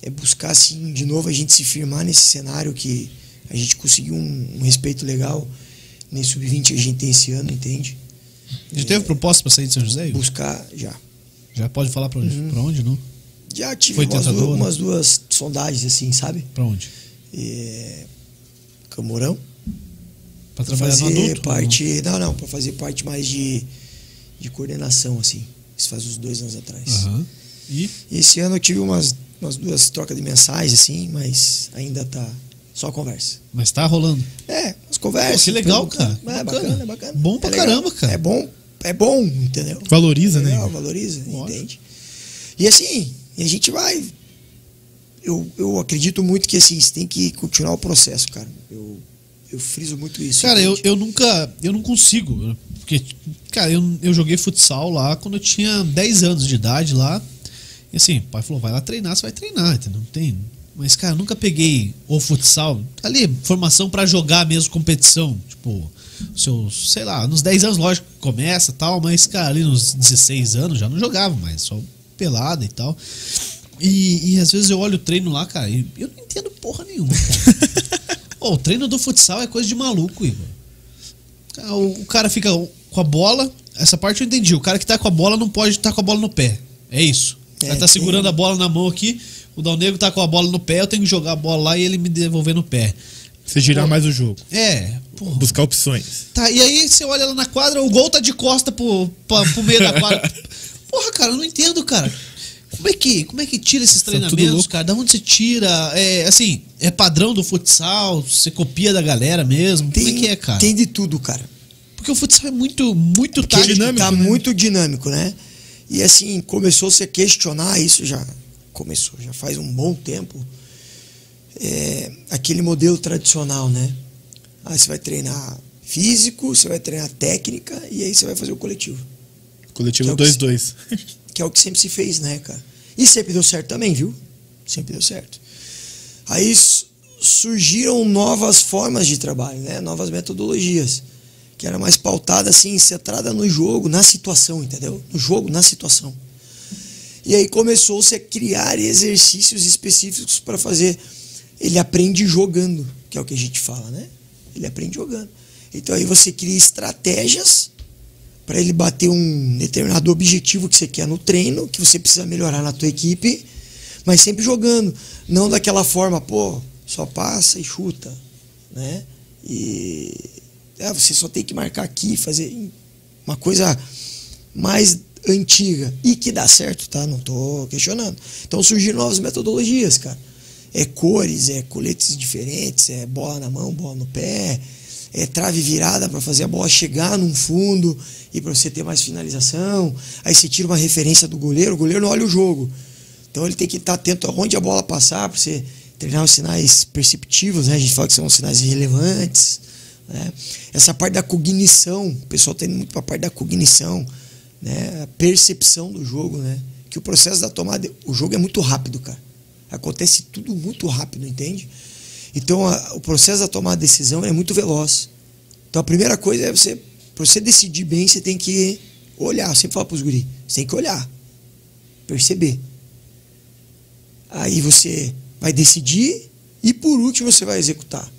Speaker 3: é buscar, assim, de novo a gente se firmar nesse cenário que a gente conseguiu um, um respeito legal nesse sub-20 a gente tem esse ano, entende?
Speaker 1: Já teve proposta pra sair de São José? Igor? Uhum.
Speaker 3: Buscar já.
Speaker 1: Já pode falar pra onde? Pra onde, não?
Speaker 3: Já tive
Speaker 1: Foi
Speaker 3: umas,
Speaker 1: tentador,
Speaker 3: duas,
Speaker 1: né?
Speaker 3: umas duas sondagens, assim, sabe?
Speaker 1: Pra onde?
Speaker 3: É, Camorão.
Speaker 1: Pra
Speaker 3: Pra
Speaker 1: trabalhar no
Speaker 3: fazer
Speaker 1: adulto? né?
Speaker 3: parte. Não, não, pra fazer parte mais de, de coordenação, assim. Isso faz uns dois anos atrás.
Speaker 1: Aham. E
Speaker 3: E Esse ano eu tive umas, umas duas trocas de mensagens, assim, mas ainda tá só conversa.
Speaker 1: Mas tá rolando.
Speaker 3: É, umas conversas.
Speaker 1: Pô, que legal,
Speaker 3: perguntando.
Speaker 1: cara.
Speaker 3: É
Speaker 1: Bacana.
Speaker 3: bacana, é bacana.
Speaker 1: Bom pra
Speaker 3: É legal.
Speaker 1: caramba, cara.
Speaker 3: É bom, é bom, entendeu?
Speaker 2: Valoriza, né?
Speaker 3: Legal,
Speaker 2: Igor?
Speaker 3: valoriza,
Speaker 1: Lógico.
Speaker 3: entende? E assim, a gente vai. Eu, eu acredito muito que assim, você tem que continuar o processo, cara. Eu, eu friso muito isso.
Speaker 1: Cara, eu,
Speaker 3: entende?
Speaker 1: eu nunca. Eu não consigo. né? Porque, cara, eu, eu joguei futsal lá quando eu tinha 10 anos de idade lá. E assim, o pai falou, vai lá treinar, você vai treinar, entendeu? Não tem. Mas, cara, eu nunca peguei o futsal. Ali, formação pra jogar mesmo competição. Tipo, seus, sei lá, nos 10 anos, lógico, que começa e tal, mas, cara, ali nos 16 anos já não jogava mais, só pelada e tal. E, e às vezes eu olho o treino lá, cara, e eu não entendo porra nenhuma, cara. Ô, o treino do futsal é coisa de maluco, Igor. Cara, O, o cara fica com a bola. Essa parte eu entendi. O cara que tá com a bola não pode estar com a bola no pé. É isso. O
Speaker 3: É,
Speaker 1: cara tá
Speaker 3: tem-
Speaker 1: segurando a bola na mão aqui. O Dal Negro tá com a bola no pé. Eu tenho que jogar a bola lá e ele me devolver no pé.
Speaker 2: Você girar mais o jogo.
Speaker 1: É, porra.
Speaker 2: Buscar opções.
Speaker 1: Tá, e aí você olha lá na quadra, o gol tá de costa pro, pra- pro meio da quadra. Porra, cara, eu não entendo, cara. Como é que, como é que tira esses
Speaker 2: Tá tudo
Speaker 1: treinamentos,
Speaker 2: louco.
Speaker 1: cara? Da onde você tira? É, assim, é padrão do futsal? Você copia da galera mesmo?
Speaker 3: Tem,
Speaker 1: como é que é, cara?
Speaker 3: Tem de tudo, cara.
Speaker 1: Porque o futsal é muito, muito
Speaker 3: Tá,
Speaker 1: tático.
Speaker 2: dinâmico,
Speaker 3: tá
Speaker 2: né?
Speaker 3: muito dinâmico, né? E assim, começou -se a questionar isso já. Começou, já faz um bom tempo. É, aquele modelo tradicional, né? Ah, você vai treinar físico, você vai treinar técnica e aí você vai fazer o coletivo.
Speaker 2: Coletivo
Speaker 3: Que é o que se-
Speaker 2: 2-2.
Speaker 3: Que é o que sempre se fez, né, cara? E sempre deu certo também, viu? Sempre deu certo. Aí s- surgiram novas formas de trabalho, né? Novas metodologias. Que era mais pautada, assim, centrada no jogo, na situação, entendeu? No jogo, na situação. E aí começou-se a criar exercícios específicos para fazer. Ele aprende jogando, que é o que a gente fala, né? Ele aprende jogando. Então aí você cria estratégias para ele bater um determinado objetivo que você quer no treino, que você precisa melhorar na tua equipe, mas sempre jogando, não daquela forma, pô, só passa e chuta, né? E ah, você só tem que marcar aqui, fazer uma coisa mais antiga e que dá certo, tá? Não tô questionando. Então surgiram novas metodologias, cara. É cores, é coletes diferentes, é bola na mão, bola no pé, é trave virada para fazer a bola chegar num fundo e para você ter mais finalização. Aí você tira uma referência do goleiro, o goleiro não olha o jogo. Então ele tem que estar atento aonde a bola passar para você treinar os sinais perceptivos, né? A gente fala que são os sinais relevantes, né? Essa parte da cognição, o pessoal tá indo muito para a parte da cognição, né? A percepção do jogo, né? Que o processo da tomada, o jogo é muito rápido, cara. Acontece tudo muito rápido, entende? Então a- o processo da tomada de decisão é muito veloz. Então a primeira coisa é você, pra você decidir bem, você tem que olhar. Eu sempre falo pros guri, você tem que olhar, perceber. Aí você vai decidir e por último você vai executar.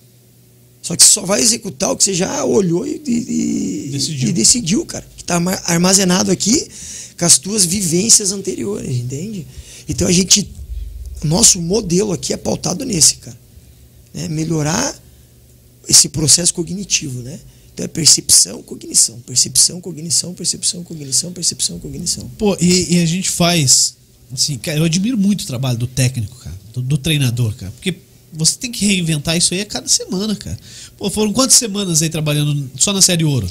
Speaker 3: Só que você só vai executar o que você já olhou e, e- e-
Speaker 1: Decidiu.
Speaker 3: e decidiu, cara. Que está armazenado aqui com as tuas vivências anteriores, entende? Então a gente. Nosso modelo aqui é pautado nesse, cara. Né? Melhorar esse processo cognitivo, né? Então é percepção, cognição, percepção, cognição, percepção, cognição, percepção, cognição.
Speaker 1: Pô, e, e a gente faz. Assim, cara, eu admiro muito o trabalho do técnico, cara. Do, do treinador, cara. Porque você tem que reinventar isso aí a cada semana, cara. Pô, foram quantas semanas aí trabalhando só na Série Ouro?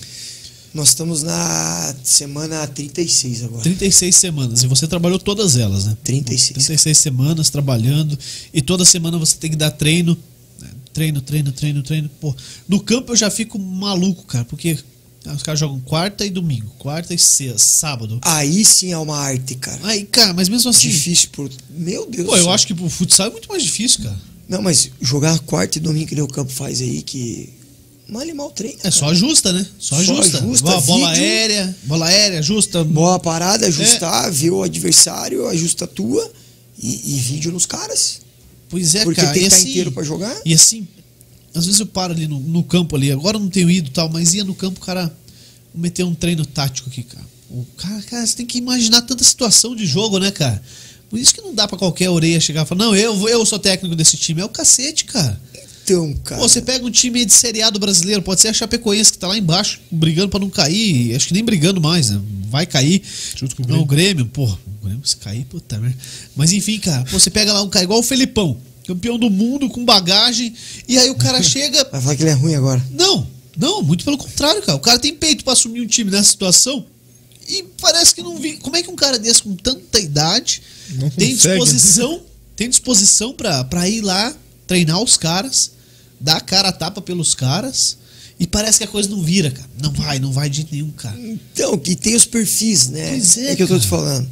Speaker 3: Nós estamos na semana 36 agora.
Speaker 1: 36 semanas. E você trabalhou todas elas, né?
Speaker 3: 36.
Speaker 1: 36 semanas trabalhando. E toda semana você tem que dar treino. né? Treino, treino, treino, treino. Pô, no campo eu já fico maluco, cara. Porque ah, os caras jogam quarta e domingo. Quarta e sexta, sábado.
Speaker 3: Aí sim é uma arte, cara.
Speaker 1: Aí, cara, mas mesmo assim.
Speaker 3: Difícil por. Meu Deus
Speaker 1: Pô,
Speaker 3: do
Speaker 1: eu
Speaker 3: céu.
Speaker 1: acho que pro futsal é muito mais difícil, cara.
Speaker 3: Não, mas jogar quarta e domingo que nem o campo faz aí, que. Mal e mal treina.
Speaker 1: É só
Speaker 3: cara.
Speaker 1: ajusta, né? Só
Speaker 3: Só
Speaker 1: ajusta.
Speaker 3: ajusta,
Speaker 1: bola, bola
Speaker 3: vídeo.
Speaker 1: aérea, bola aérea, ajusta.
Speaker 3: Bola
Speaker 1: É.
Speaker 3: parada, ajustar, ver o adversário, ajusta a tua e, e vídeo nos caras.
Speaker 1: Pois é,
Speaker 3: Porque
Speaker 1: cara.
Speaker 3: tem
Speaker 1: e
Speaker 3: que estar
Speaker 1: assim-
Speaker 3: inteiro pra jogar.
Speaker 1: E assim, às vezes eu paro ali no, no campo ali, agora eu não tenho ido e tal, mas ia no campo, cara, vou meter um treino tático aqui, cara. O cara, cara, você tem que imaginar tanta situação de jogo, né, cara? Por isso que não dá pra qualquer orelha chegar e falar, não, eu, vou- eu sou técnico desse time. É o cacete, cara.
Speaker 3: Então, cara.
Speaker 1: Pô, você pega um time aí de seriado brasileiro, pode ser a Chapecoense que tá lá embaixo, brigando pra não cair, acho que nem brigando mais, né? Vai cair.
Speaker 2: Junto com o
Speaker 1: Não, o Grêmio, pô, o Grêmio se cair, puta merda. Mas enfim, cara, pô, você pega lá um cara igual o Felipão, campeão do mundo com bagagem, e aí o cara chega,
Speaker 3: Vai falar que ele é ruim agora.
Speaker 1: não, não, muito pelo contrário, cara. O cara tem peito pra assumir um time nessa situação. E parece que não vi. Como é que um cara desse com tanta idade
Speaker 2: Não
Speaker 1: tem
Speaker 2: consegue, né?
Speaker 1: disposição, tem disposição pra, pra ir lá treinar os caras, dar a cara a tapa pelos caras, e parece que a coisa não vira, cara. Não vai, não vai de jeito nenhum, cara.
Speaker 3: Então, que tem os perfis, né?
Speaker 1: Pois é,
Speaker 3: que eu tô te
Speaker 1: cara.
Speaker 3: falando.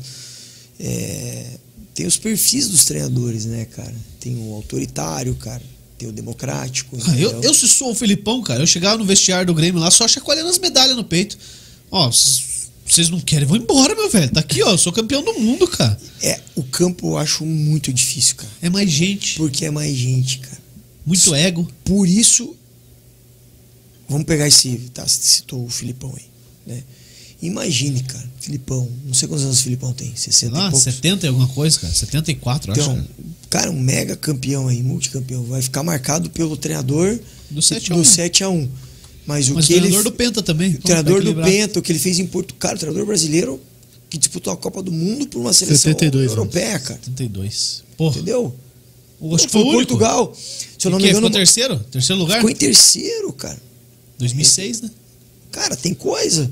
Speaker 3: É, tem os perfis dos treinadores, né, cara? Tem o autoritário, cara. Tem o democrático.
Speaker 1: Ah, eu,
Speaker 3: entendeu?
Speaker 1: eu se sou o Felipão, cara, eu chegava no vestiário do Grêmio lá só chacoalhando as medalhas no peito. Ó, c- vocês não querem, vão embora, meu velho. Tá aqui, ó, eu sou campeão do mundo, cara.
Speaker 3: É, o campo eu acho muito difícil, cara.
Speaker 1: É mais gente,
Speaker 3: Porque é mais gente, cara.
Speaker 1: muito ego.
Speaker 3: Por isso, vamos pegar esse, tá? Você citou o Filipão aí, né? Imagine, cara, Filipão, não sei quantos anos o Filipão tem, 60 e
Speaker 1: Ah,
Speaker 3: poucos.
Speaker 1: 70 e alguma coisa, cara. 74,
Speaker 3: Então,
Speaker 1: acho. Cara.
Speaker 3: cara, um mega campeão aí, multicampeão, vai ficar marcado pelo treinador
Speaker 1: Do 7 a 1.
Speaker 3: do 7 a 1. Mas o
Speaker 1: Mas o
Speaker 3: que ele
Speaker 1: treinador do Penta tá também.
Speaker 3: o treinador do
Speaker 1: Penta.
Speaker 3: Bento, o que ele fez em Porto Cara, o treinador brasileiro que disputou a Copa do Mundo por uma seleção
Speaker 2: 72 anos.
Speaker 3: europeia, cara.
Speaker 1: 32. Porra,
Speaker 3: Entendeu?
Speaker 1: eu acho que
Speaker 3: Foi
Speaker 1: foi o único.
Speaker 3: Portugal. Se eu não
Speaker 1: E
Speaker 3: me
Speaker 1: quem
Speaker 3: engano,
Speaker 1: ficou terceiro? Terceiro lugar?
Speaker 3: ficou em terceiro, cara.
Speaker 1: 2006, né?
Speaker 3: Cara, tem coisa.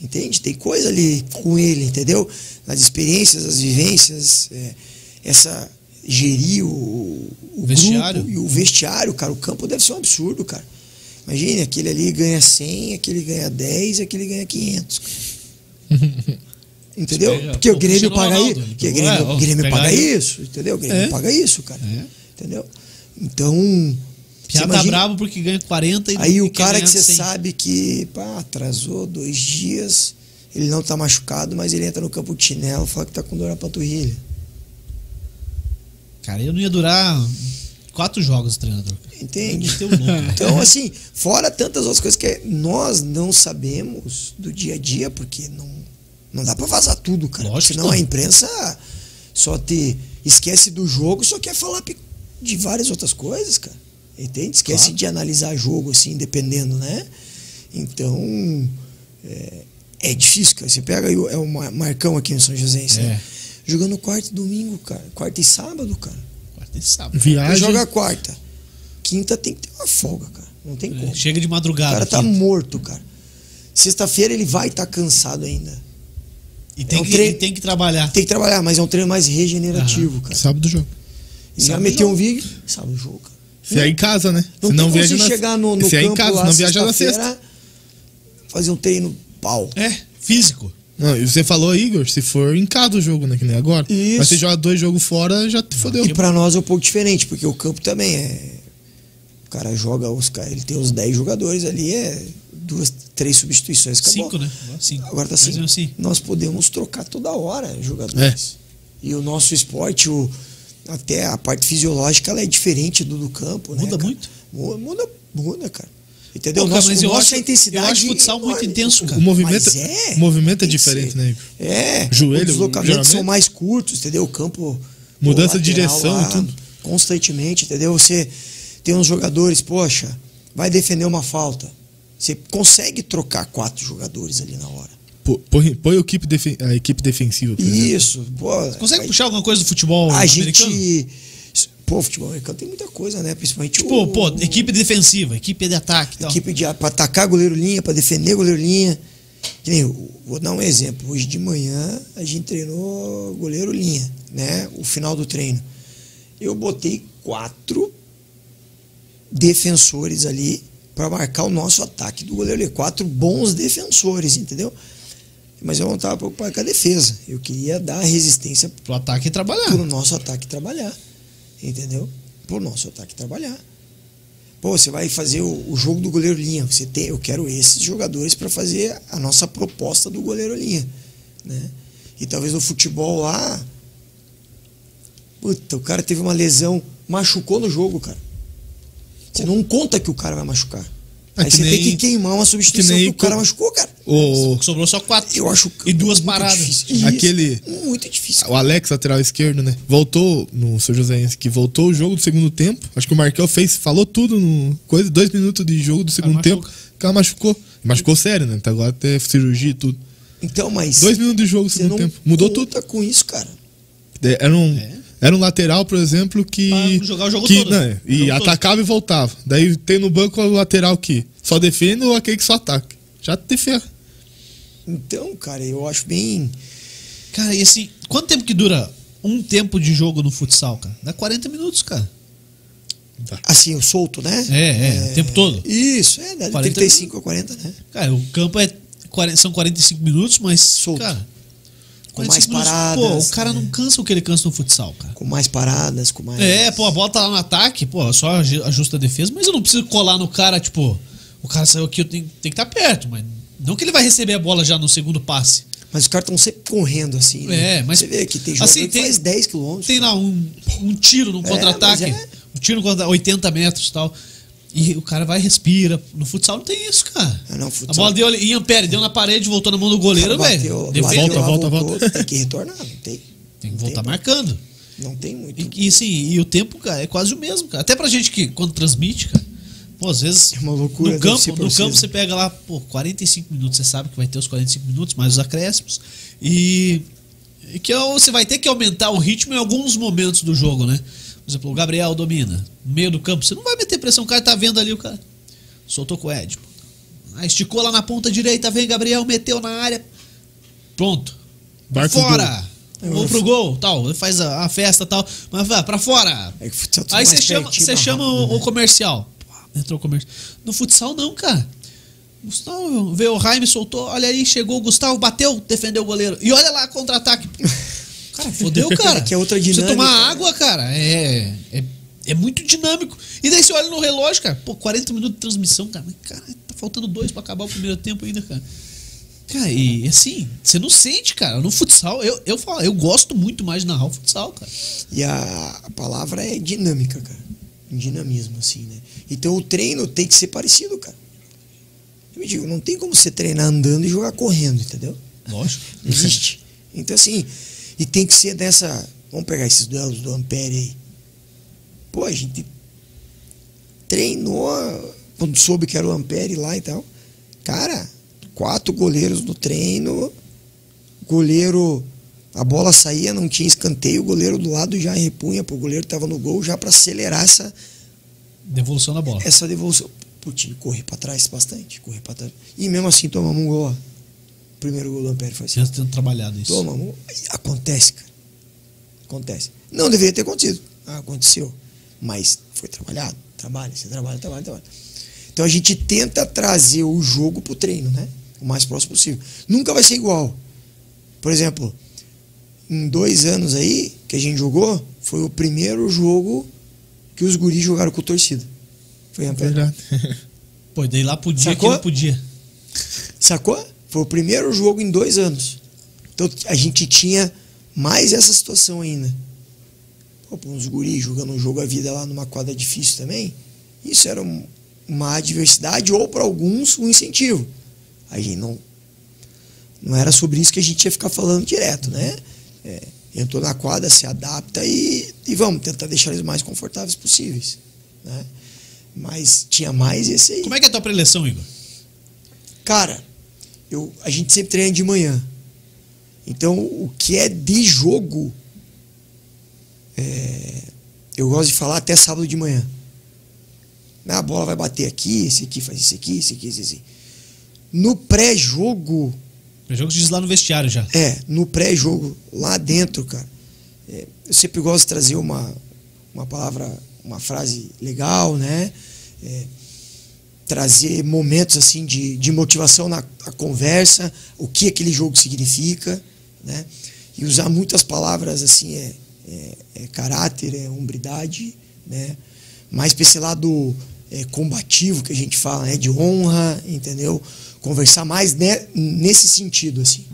Speaker 3: Entende? Tem coisa ali com ele, entendeu? As experiências, as vivências, é, essa gerir o, o
Speaker 1: Vestiário.
Speaker 3: grupo e o vestiário, cara. O campo deve ser um absurdo, cara. Imagine, aquele ali ganha 100, aquele ganha 10, aquele ganha 500. entendeu?
Speaker 1: Pega-
Speaker 3: Porque o
Speaker 1: é pô,
Speaker 3: Grêmio
Speaker 1: Cristiano
Speaker 3: paga
Speaker 1: Ronaldo,
Speaker 3: isso.
Speaker 1: ele
Speaker 3: Porque o
Speaker 1: pegou,
Speaker 3: Grêmio,
Speaker 1: é, ó,
Speaker 3: Grêmio
Speaker 1: pegar
Speaker 3: paga
Speaker 1: ele.
Speaker 3: isso, entendeu? O Grêmio
Speaker 2: É.
Speaker 3: paga isso, cara.
Speaker 1: É.
Speaker 3: Entendeu? Então. você
Speaker 1: Já tá
Speaker 3: imagina-
Speaker 1: bravo porque ganha 40 e
Speaker 3: Aí
Speaker 1: e
Speaker 3: o
Speaker 1: quer
Speaker 3: cara que
Speaker 1: ganhar
Speaker 3: você
Speaker 1: 100.
Speaker 3: sabe que pá, atrasou dois dias, ele não tá machucado, mas ele entra no campo de chinelo, fala que tá com dor na panturrilha.
Speaker 1: Cara, eu não ia durar quatro jogos, treinador.
Speaker 3: Entende?
Speaker 1: Tem um louco.
Speaker 3: Então, assim, fora tantas outras coisas que é, nós não sabemos do dia a dia, porque não, não dá pra vazar tudo, cara.
Speaker 1: Lógico que
Speaker 3: Senão
Speaker 1: não.
Speaker 3: a imprensa só te esquece do jogo, só quer falar pe- de várias outras coisas, cara. Entende? Esquece
Speaker 1: Claro.
Speaker 3: de analisar jogo, assim, dependendo, né? Então, é, é difícil, cara. Você pega aí o, é o Mar- Marcão aqui no São José,
Speaker 1: É.
Speaker 3: né? jogando quarta e domingo, cara. Quarta e sábado, cara.
Speaker 1: Quarta e sábado.
Speaker 3: Ele
Speaker 2: Viagem.
Speaker 3: joga quarta. Quinta tem que ter uma folga, cara. Não tem como.
Speaker 1: Chega de
Speaker 3: O
Speaker 1: madrugada.
Speaker 3: cara tá
Speaker 1: aqui.
Speaker 3: morto, cara. Sexta-feira ele vai estar cansado ainda.
Speaker 1: e, tem
Speaker 3: é um
Speaker 1: que,
Speaker 3: tre-
Speaker 1: e tem que trabalhar.
Speaker 3: Tem que trabalhar, mas é um treino mais regenerativo, cara.
Speaker 2: Sábado jogo.
Speaker 3: Você vai
Speaker 1: Sábado
Speaker 3: meter
Speaker 1: jogo.
Speaker 3: um vídeo, sabe o jogo, cara.
Speaker 2: Se é em casa, né?
Speaker 3: Não
Speaker 2: se
Speaker 3: tem
Speaker 2: não
Speaker 3: como
Speaker 2: viaja
Speaker 3: você
Speaker 2: na...
Speaker 3: chegar no, no
Speaker 2: se é em
Speaker 3: campo
Speaker 2: casa,
Speaker 3: lá
Speaker 2: não viaja na sexta.
Speaker 3: sexta-feira, fazer um treino pau.
Speaker 1: É, físico.
Speaker 3: Tá
Speaker 2: Não, e você falou, Igor, se for em casa o jogo, né? Que nem agora.
Speaker 3: Isso.
Speaker 2: Mas você joga dois jogos fora, já te fodeu.
Speaker 3: E pra nós é um pouco diferente, porque o campo também é. O cara joga os caras, ele tem uns 10 jogadores ali, é duas, três substituições, acabou.
Speaker 1: Cinco, né? Cinco.
Speaker 3: Agora tá
Speaker 1: Mais
Speaker 3: assim,
Speaker 1: ou menos assim.
Speaker 3: nós podemos trocar toda hora
Speaker 2: É,
Speaker 3: jogadores. E o nosso esporte, o- até a parte fisiológica, ela é diferente do do campo, né?
Speaker 1: Muda
Speaker 3: cara?
Speaker 1: muito?
Speaker 3: Mu- Muda, muda, cara. Entendeu?
Speaker 1: Pô,
Speaker 3: O
Speaker 1: cara,
Speaker 3: nosso,
Speaker 1: mas
Speaker 3: o
Speaker 1: eu
Speaker 3: nosso
Speaker 1: acho-
Speaker 3: a intensidade
Speaker 1: eu acho futsal muito
Speaker 3: enorme.
Speaker 1: intenso, cara.
Speaker 2: O movimento,
Speaker 3: Mas é,
Speaker 2: o movimento é
Speaker 3: tem que
Speaker 2: diferente,
Speaker 3: ser.
Speaker 2: né, Igor?
Speaker 3: É,
Speaker 2: Joelho,
Speaker 3: os deslocamentos são
Speaker 2: geralmente.
Speaker 3: mais curtos, entendeu? O campo.
Speaker 2: Mudança
Speaker 3: o
Speaker 2: de
Speaker 3: lateral
Speaker 2: direção,
Speaker 3: lá,
Speaker 2: tudo.
Speaker 3: Constantemente, entendeu? Você tem uns jogadores, poxa, vai defender uma falta. Você consegue trocar quatro jogadores ali na hora.
Speaker 2: Pô- Põe, põe a, equipe defen- a equipe defensiva. por exemplo.
Speaker 3: Isso, pô.
Speaker 1: Consegue
Speaker 3: aí-
Speaker 1: puxar alguma coisa do futebol
Speaker 3: a
Speaker 1: americano?
Speaker 3: gente. Pô, futebol americano tem muita coisa, né? Principalmente
Speaker 1: Pô,
Speaker 3: o-
Speaker 1: pô, equipe defensiva, equipe de ataque e tal.
Speaker 3: equipe de para atacar goleiro linha, para defender goleiro linha. Que nem, eu- vou dar um exemplo. Hoje de manhã a gente treinou goleiro linha, né? O final do treino. Eu botei quatro defensores ali para marcar o nosso ataque do goleiro linha. Quatro bons defensores, entendeu? Mas eu não estava preocupado com a defesa. Eu queria dar resistência
Speaker 1: Pro ataque e trabalhar.
Speaker 3: pro nosso ataque trabalhar. Entendeu? Pro nosso ataque trabalhar. Pô, você vai fazer o, o jogo do goleiro linha. Você tem, eu quero esses jogadores para fazer a nossa proposta do goleiro linha, né? E talvez no futebol lá, puta, o cara teve uma lesão, machucou no jogo, cara. Você não conta que o cara vai machucar.
Speaker 2: É
Speaker 3: Aí
Speaker 2: que
Speaker 3: você tem
Speaker 2: nem-
Speaker 3: que queimar uma substituição
Speaker 2: que
Speaker 3: que,
Speaker 2: nem
Speaker 3: o cara
Speaker 2: co-
Speaker 3: machucou, cara.
Speaker 2: O,
Speaker 1: Sobrou só quatro.
Speaker 3: Eu acho
Speaker 1: E duas
Speaker 3: muito
Speaker 1: paradas.
Speaker 3: difícil. Isso,
Speaker 2: Aquele- Ah,
Speaker 3: muito difícil.
Speaker 2: o Alex, lateral esquerdo, né? Voltou no São Joséense, que voltou o jogo do segundo tempo. Acho que o Markel fez, falou tudo no coisa, dois minutos de jogo do segundo tempo.
Speaker 1: machuca.
Speaker 2: O cara machucou. Machucou sério, né? Tá agora até cirurgia e tudo.
Speaker 3: Então, mas
Speaker 2: Dois minutos de jogo no
Speaker 3: Você
Speaker 2: segundo
Speaker 3: não
Speaker 2: tempo. Mudou tudo.
Speaker 3: conta com isso, cara.
Speaker 2: É, Era um,
Speaker 1: É.
Speaker 2: era um lateral, por exemplo, que.
Speaker 1: Pra jogar o jogo
Speaker 2: que,
Speaker 1: todo.
Speaker 2: né,
Speaker 1: O
Speaker 2: e
Speaker 1: jogo todo.
Speaker 2: atacava e voltava. Daí tem no banco o lateral que só defende ou aquele que só ataca. Já te ferra.
Speaker 3: Então, cara, eu acho bem.
Speaker 1: Cara, e assim, quanto tempo que dura um tempo de jogo no futsal, cara? Dá 40 minutos, cara.
Speaker 3: Assim, eu solto, né?
Speaker 1: É, é, o tempo todo.
Speaker 3: Isso, é, dá de
Speaker 1: 40
Speaker 3: 35 a 40, né?
Speaker 1: Cara, o campo é 40 são 45 minutos, mas.
Speaker 3: Solto.
Speaker 1: Cara,
Speaker 3: Com mais
Speaker 1: 45 minutos,
Speaker 3: paradas,
Speaker 1: Pô, o cara
Speaker 3: né?
Speaker 1: não cansa o que ele cansa no futsal, cara.
Speaker 3: Com mais paradas, com mais.
Speaker 1: É, pô, a bola tá lá no ataque, pô, só aju- ajusta a defesa, mas eu não preciso colar no cara, tipo, o cara saiu aqui, eu tenho, tem que estar perto, mas não que ele vai receber a bola já no segundo passe.
Speaker 3: Mas os caras estão sempre correndo, assim. né?
Speaker 1: É, mas-
Speaker 3: Você vê que tem jogador
Speaker 1: assim,
Speaker 3: que
Speaker 1: tem-
Speaker 3: faz 10 quilômetros.
Speaker 1: Tem lá um, um tiro num
Speaker 3: É,
Speaker 1: contra-ataque,
Speaker 3: mas é.
Speaker 1: um tiro contra 80 metros e tal. E o cara vai e respira. No futsal não tem isso, cara.
Speaker 3: Ah, não,
Speaker 1: a
Speaker 3: futsal-
Speaker 1: bola deu ali, Ian Pérez, deu na parede, voltou na mão do
Speaker 3: O cara
Speaker 1: goleiro,
Speaker 3: bateu-
Speaker 1: velho. Defende,
Speaker 3: bateu lá,
Speaker 2: volta,
Speaker 3: voltou,
Speaker 2: volta.
Speaker 3: Tem que retornar, não tem.
Speaker 1: Tem que
Speaker 3: não
Speaker 1: voltar
Speaker 3: tem,
Speaker 1: marcando.
Speaker 3: Não tem muito.
Speaker 1: E, e, assim, e o tempo, cara, é quase o mesmo, cara. Até pra gente que, quando transmite, cara. Pô, às vezes.
Speaker 3: É uma loucura,
Speaker 1: No
Speaker 3: deve
Speaker 1: campo,
Speaker 3: ser pra
Speaker 1: no
Speaker 3: você,
Speaker 1: campo
Speaker 3: né?
Speaker 1: você pega lá, pô, 45 minutos, você sabe que vai ter os 45 minutos, mais os acréscimos. E. e que é o- você vai ter que aumentar o ritmo em alguns momentos do jogo, né? Por exemplo, o Gabriel domina. No meio do campo, você não vai meter pressão, o cara tá vendo ali o cara. Soltou com o Edmo. Ah, esticou lá na ponta direita, vem Gabriel, meteu na área. Pronto. Pra
Speaker 2: Marca o
Speaker 1: fora!
Speaker 3: gol.
Speaker 1: Vou pro gol, tal, faz a, a festa tal, mas vai pra fora!
Speaker 3: É que futsal tudo
Speaker 1: Aí você
Speaker 3: mais
Speaker 1: chama,
Speaker 3: pertinho,
Speaker 1: você
Speaker 3: mais
Speaker 1: chama
Speaker 3: rápido,
Speaker 1: o,
Speaker 3: né?
Speaker 1: o comercial. Pô, entrou o comercial. No futsal não, cara. Gustavo veio o Raime, soltou, olha aí, chegou o Gustavo, bateu, defendeu o goleiro. E olha lá, contra-ataque. Cara, fodeu, cara.
Speaker 3: É que é outra
Speaker 1: Você
Speaker 3: dinâmica,
Speaker 1: tomar
Speaker 3: né?
Speaker 1: água, cara, é, é, é muito dinâmico. E daí você olha no relógio, cara, pô, 40 minutos de transmissão, cara. Mas, cara, tá faltando dois pra acabar o primeiro tempo ainda, cara. Cara, e assim, você não sente, cara. No futsal, eu, eu falo, eu gosto muito mais de narrar o futsal, cara.
Speaker 3: E a, a palavra é dinâmica, cara. Dinamismo, assim, né? Então o treino tem que ser parecido, cara. Eu me digo, não tem como você treinar andando e jogar correndo, entendeu?
Speaker 1: Lógico.
Speaker 3: Não existe. Então, assim, e tem que ser dessa. Vamos pegar esses duelos do Ampere aí. Pô, a gente treinou quando soube que era o Ampere lá e tal. Cara, quatro goleiros no treino. Goleiro, a bola saía, não tinha escanteio. O goleiro do lado já repunha, pô, o goleiro tava no gol já para acelerar essa,
Speaker 1: Devolução da bola.
Speaker 3: essa devolução. Putz, correr para trás bastante, correr para trás. E mesmo assim tomamos um gol, ó. O primeiro gol do Ampere foi assim.
Speaker 1: Vocês tendo trabalhado isso.
Speaker 3: Toma, amor. acontece, cara. Acontece. Não deveria ter acontecido. Ah, aconteceu. Mas foi trabalhado. Trabalha, você trabalha, trabalha, trabalha. Então a gente tenta trazer o jogo pro treino, né? O mais próximo possível. Nunca vai ser igual. Por exemplo, em dois anos aí que a gente jogou, foi o primeiro jogo que os guris jogaram com torcida. Foi a
Speaker 2: Verdade.
Speaker 1: Pô, e daí lá podia
Speaker 3: Sacou?
Speaker 1: que não podia.
Speaker 3: Sacou? Foi o primeiro jogo em dois anos. Então a gente tinha mais essa situação ainda. Pô, pra uns guris jogando um jogo a vida lá numa quadra difícil também. Isso era um- uma adversidade ou para alguns um incentivo. A gente não. Não era sobre isso que a gente ia ficar falando direto, né? É, entrou na quadra, se adapta e, e vamos tentar deixar eles mais confortáveis possíveis. Né? Mas tinha mais esse aí.
Speaker 1: Como é que é a tua preleção, Igor?
Speaker 3: Cara, eu, a gente sempre treina de manhã. Então, o que é de jogo, é, eu gosto de falar até sábado de manhã. Ah, A bola vai bater aqui, esse aqui faz isso aqui, esse aqui, esse aqui. No pré-jogo,
Speaker 1: O jogo se diz lá no vestiário já.
Speaker 3: é, no pré-jogo, lá dentro, cara. é, eu sempre gosto de trazer uma, uma palavra, uma frase legal, né? É, trazer momentos assim de, de motivação na na conversa, o que aquele jogo significa, né? E usar muitas palavras assim é, é, é caráter, é hombridade, né? Mais pra esse lado é, combativo que a gente fala, né? De honra, entendeu? Conversar mais ne- nesse sentido, assim,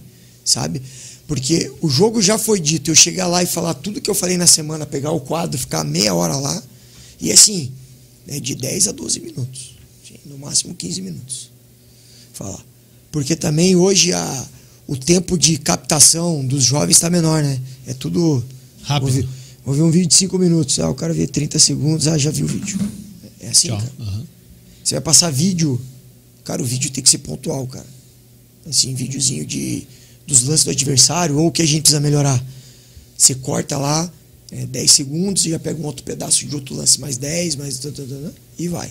Speaker 3: sabe? Porque o jogo já foi dito, eu chegar lá e falar tudo que eu falei na semana, pegar o quadro, ficar meia hora lá, e assim, né, de 10 a 12 minutos. Sim, No máximo 15 minutos. Falar. Porque também hoje a, o tempo de captação dos jovens está menor, né? É tudo.
Speaker 1: Rápido.
Speaker 3: Vou ver, vou ver um vídeo de 5 minutos. Ah, o cara vê 30 segundos. Ah, já viu o vídeo. É assim,
Speaker 1: Tchau.
Speaker 3: cara.
Speaker 1: Aham.
Speaker 3: Você vai passar vídeo. Cara, o vídeo tem que ser pontual, cara. Assim, videozinho de, dos lances do adversário ou o que a gente precisa melhorar. Você corta lá é, 10 segundos e já pega um outro pedaço de outro lance, mais 10, mais. tã, tã, tã, tã, e vai.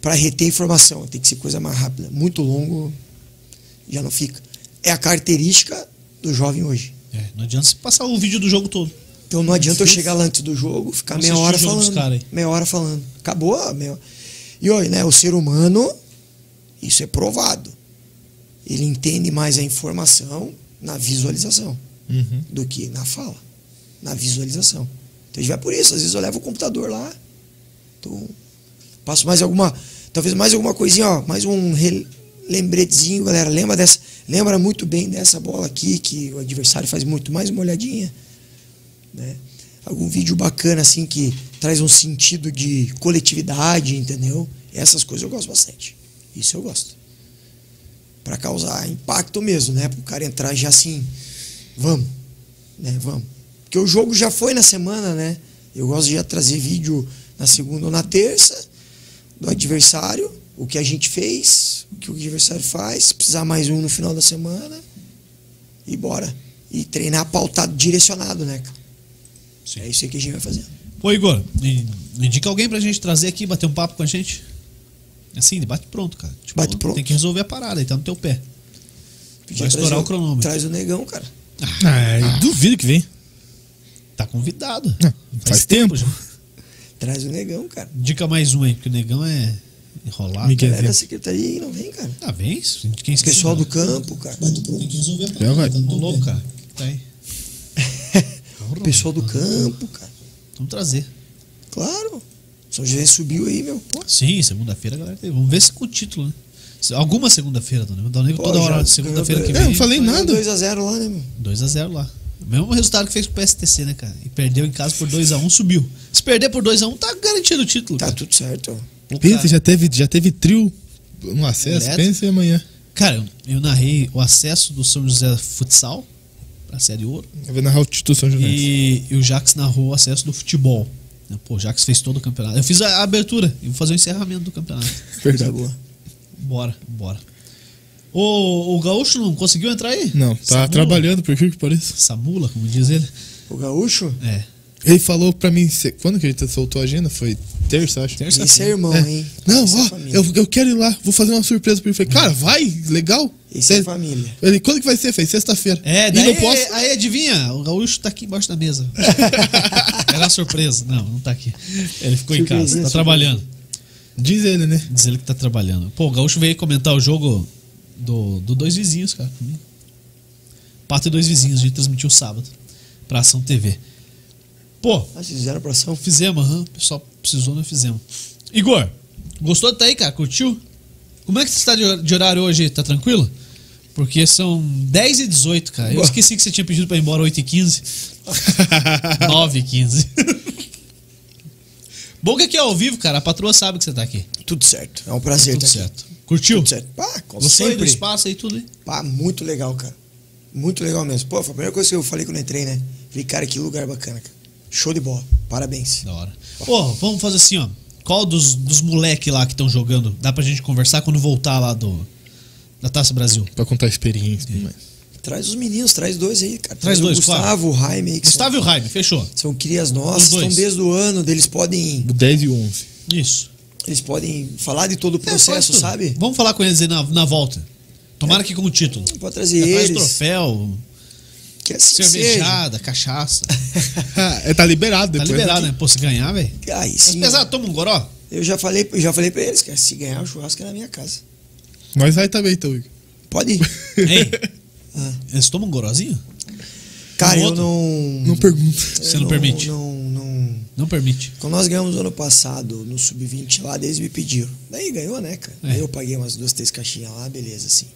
Speaker 3: Pra reter informação, tem que ser coisa mais rápida. Muito longo, já não fica. É a característica do jovem hoje.
Speaker 1: É, não adianta você passar o vídeo do jogo todo.
Speaker 3: Então não adianta eu chegar lá antes do jogo, ficar
Speaker 1: Vamos
Speaker 3: meia hora
Speaker 1: assistir o jogo dos
Speaker 3: falando.
Speaker 1: cara aí.
Speaker 3: Meia hora falando. Acabou, meu. E olha, né? O ser humano, isso é provado. Ele entende mais a informação na visualização
Speaker 2: Uhum.
Speaker 3: do que na fala, na visualização. Então a gente vai por isso, às vezes eu levo o computador lá, então, passo mais alguma, talvez mais alguma coisinha, ó, mais um rel- lembretezinho, galera, lembra dessa, lembra muito bem dessa bola aqui que o adversário faz muito, mais uma olhadinha, né? Algum vídeo bacana assim que traz um sentido de coletividade, entendeu? Essas coisas eu gosto bastante. Isso eu gosto. Pra causar impacto mesmo, né? Para o cara entrar já assim, vamos, né? Vamos. Porque o jogo já foi na semana, né? Eu gosto de já trazer vídeo na segunda ou na terça, do adversário, o que a gente fez, o que o adversário faz, se precisar mais um no final da semana e bora. E treinar pautado, direcionado, né, cara?
Speaker 1: Sim.
Speaker 3: É isso aí que a gente vai fazer.
Speaker 1: Ô, Igor, in- indica alguém pra gente trazer aqui, bater um papo com a gente. Assim, bate pronto, cara. Tipo,
Speaker 3: Bate pronto.
Speaker 1: Tem que resolver a parada, aí tá no teu pé.
Speaker 3: Podia
Speaker 1: Vai
Speaker 3: trazer
Speaker 1: estourar o cronômetro.
Speaker 3: Traz o negão, cara.
Speaker 2: Ah, eu duvido que vem.
Speaker 1: Tá convidado.
Speaker 2: É, faz tempo.
Speaker 1: já.
Speaker 3: Traz o negão, cara.
Speaker 1: Indica mais um aí, porque o negão é enrolado.
Speaker 2: Miguel. Quer
Speaker 3: Galera
Speaker 2: dizer-
Speaker 3: da secretaria aí não vem, cara.
Speaker 1: Ah, vem isso. Quem
Speaker 3: O pessoal do campo, cara.
Speaker 1: Tem que resolver a
Speaker 2: Já vai.
Speaker 1: tá no louco, cara. Tá aí.
Speaker 3: O pessoal do campo, cara.
Speaker 1: Vamos trazer.
Speaker 3: Claro. São José subiu aí, meu. Pô,
Speaker 1: Sim, segunda-feira, galera. tem- Vamos ver se com o título, né? Se- Alguma segunda-feira, Dona Neva. Dona Neva
Speaker 3: Pô,
Speaker 1: toda
Speaker 3: já
Speaker 1: hora,
Speaker 3: ganhou
Speaker 1: segunda-feira que
Speaker 3: dois-
Speaker 1: vem.
Speaker 2: É, eu falei nada.
Speaker 3: 2x0 lá, né, meu?
Speaker 1: 2x0 lá. O mesmo resultado que fez com o PSTC, né, cara? E perdeu em casa por 2x1, subiu. Se perder por 2x1, tá garantido o título.
Speaker 3: Tá
Speaker 1: cara.
Speaker 3: tudo certo. ó.
Speaker 1: Pô, cara.
Speaker 2: Pensa, já teve, já teve trio no Um acesso.
Speaker 1: Direto.
Speaker 2: Pensa em amanhã.
Speaker 1: Cara, eu- eu narrei o acesso do São José Futsal pra Série Ouro.
Speaker 2: Eu vou narrar o título São José.
Speaker 1: E, e o Jax narrou o acesso do futebol. Pô, o Jax fez todo o campeonato. Eu fiz a a abertura e vou fazer o encerramento do campeonato.
Speaker 2: Verdade.
Speaker 3: Tá boa.
Speaker 1: Bora, bora. O, o Gaúcho não conseguiu entrar aí?
Speaker 2: Não, tá
Speaker 1: Samula.
Speaker 2: trabalhando, por que que pareça.
Speaker 1: Samula, como diz ele.
Speaker 3: O gaúcho?
Speaker 1: É.
Speaker 2: Ele falou pra mim, se- quando que ele soltou a agenda? Foi terça, acho. Uhum.
Speaker 1: Terça-
Speaker 3: Esse é irmão, hein?
Speaker 2: Não,
Speaker 3: Esse é
Speaker 2: ó,
Speaker 3: família.
Speaker 2: eu, eu quero ir lá, vou fazer uma surpresa pra ele.
Speaker 1: Uhum.
Speaker 2: Eu falei, cara, vai, legal.
Speaker 3: Esse é
Speaker 2: Cê-
Speaker 3: família.
Speaker 2: Ele, quando que vai ser? Fez sexta-feira.
Speaker 1: É,
Speaker 2: e
Speaker 1: daí,
Speaker 2: não posso.
Speaker 1: aí adivinha, o Gaúcho tá aqui embaixo da mesa. Era É uma surpresa. Não, não tá aqui. Ele ficou em casa,
Speaker 3: Surpresinha,
Speaker 1: tá trabalhando.
Speaker 2: Diz ele, né?
Speaker 1: Diz ele que tá trabalhando. Pô, o Gaúcho veio comentar o jogo do, do Dois Vizinhos, cara. comigo. Pato e Dois Vizinhos, a gente transmitiu sábado pra Ação TV. Pô,
Speaker 3: Ah, vocês fizeram pra ação?
Speaker 1: fizemos, aham. O pessoal precisou, nós fizemos. Igor, gostou de tá aí, cara? Curtiu? Como é que você tá de hor- de horário hoje? Tá tranquilo? Porque são 10 e 18 cara. Eu
Speaker 3: Boa.
Speaker 1: esqueci que você tinha pedido pra ir embora 8 e 15 9 e 15 Bom que aqui é ao vivo, cara. A patroa sabe que você tá aqui.
Speaker 3: Tudo certo. É um prazer
Speaker 1: Tudo
Speaker 3: tá aqui.
Speaker 1: certo. Curtiu?
Speaker 3: Tudo certo. Pá, como
Speaker 1: Gostei do
Speaker 3: sempre.
Speaker 1: espaço aí, tudo aí.
Speaker 3: Pá, muito legal, cara. Muito legal mesmo. Pô, foi a primeira coisa que eu falei quando eu entrei, né? Falei, cara, que lugar bacana, cara. Show de bola. Parabéns.
Speaker 1: Da hora. Pô, vamos fazer assim, ó. Qual dos, dos moleque lá que estão jogando? Dá pra gente conversar quando voltar lá do da Taça Brasil.
Speaker 2: Pra contar a experiência. Mas...
Speaker 3: Traz os meninos, traz dois aí, cara.
Speaker 1: Traz dois,
Speaker 3: o Gustavo, o Jaime aí. que são-
Speaker 1: Gustavo e o Jaime, fechou.
Speaker 3: São crias
Speaker 1: Os
Speaker 3: nossas,
Speaker 1: dois.
Speaker 3: estão desde o ano, daí eles podem,
Speaker 2: 10 e 11.
Speaker 1: Isso.
Speaker 3: eles podem falar de todo o
Speaker 1: É, faz
Speaker 3: processo,
Speaker 1: tudo.
Speaker 3: um sabe?
Speaker 1: Vamos falar com eles aí na, na volta. Tomara que com o título.
Speaker 3: Pode trazer
Speaker 1: Traz
Speaker 3: eles,
Speaker 1: troféu,
Speaker 3: que assim seja.
Speaker 1: cervejada, cachaça.
Speaker 2: Ah, é, tá liberado
Speaker 1: Tá
Speaker 2: depois.
Speaker 1: liberado, né? Pô, se ganhar, velho.
Speaker 3: Aí
Speaker 1: Mas
Speaker 3: sim,
Speaker 1: pesado, toma um goró.
Speaker 3: eu já falei, eu já falei pra eles, cara, se ganhar o churrasco é na minha casa.
Speaker 2: Nós vai também, então, Igor.
Speaker 3: Pode ir.
Speaker 1: Ei,
Speaker 3: Ah.
Speaker 1: eles tomam um gorozinho?
Speaker 3: Cara,
Speaker 1: Um
Speaker 3: eu
Speaker 1: outro?
Speaker 3: não...
Speaker 2: Não pergunta.
Speaker 3: eu
Speaker 1: Você não permite?
Speaker 3: Não, não...
Speaker 1: Não permite.
Speaker 3: Quando nós ganhamos ano passado no Sub-20 lá, daí eles me pediram. Daí ganhou, né, cara?
Speaker 1: É.
Speaker 3: Aí eu paguei umas duas, três caixinhas lá, beleza, assim.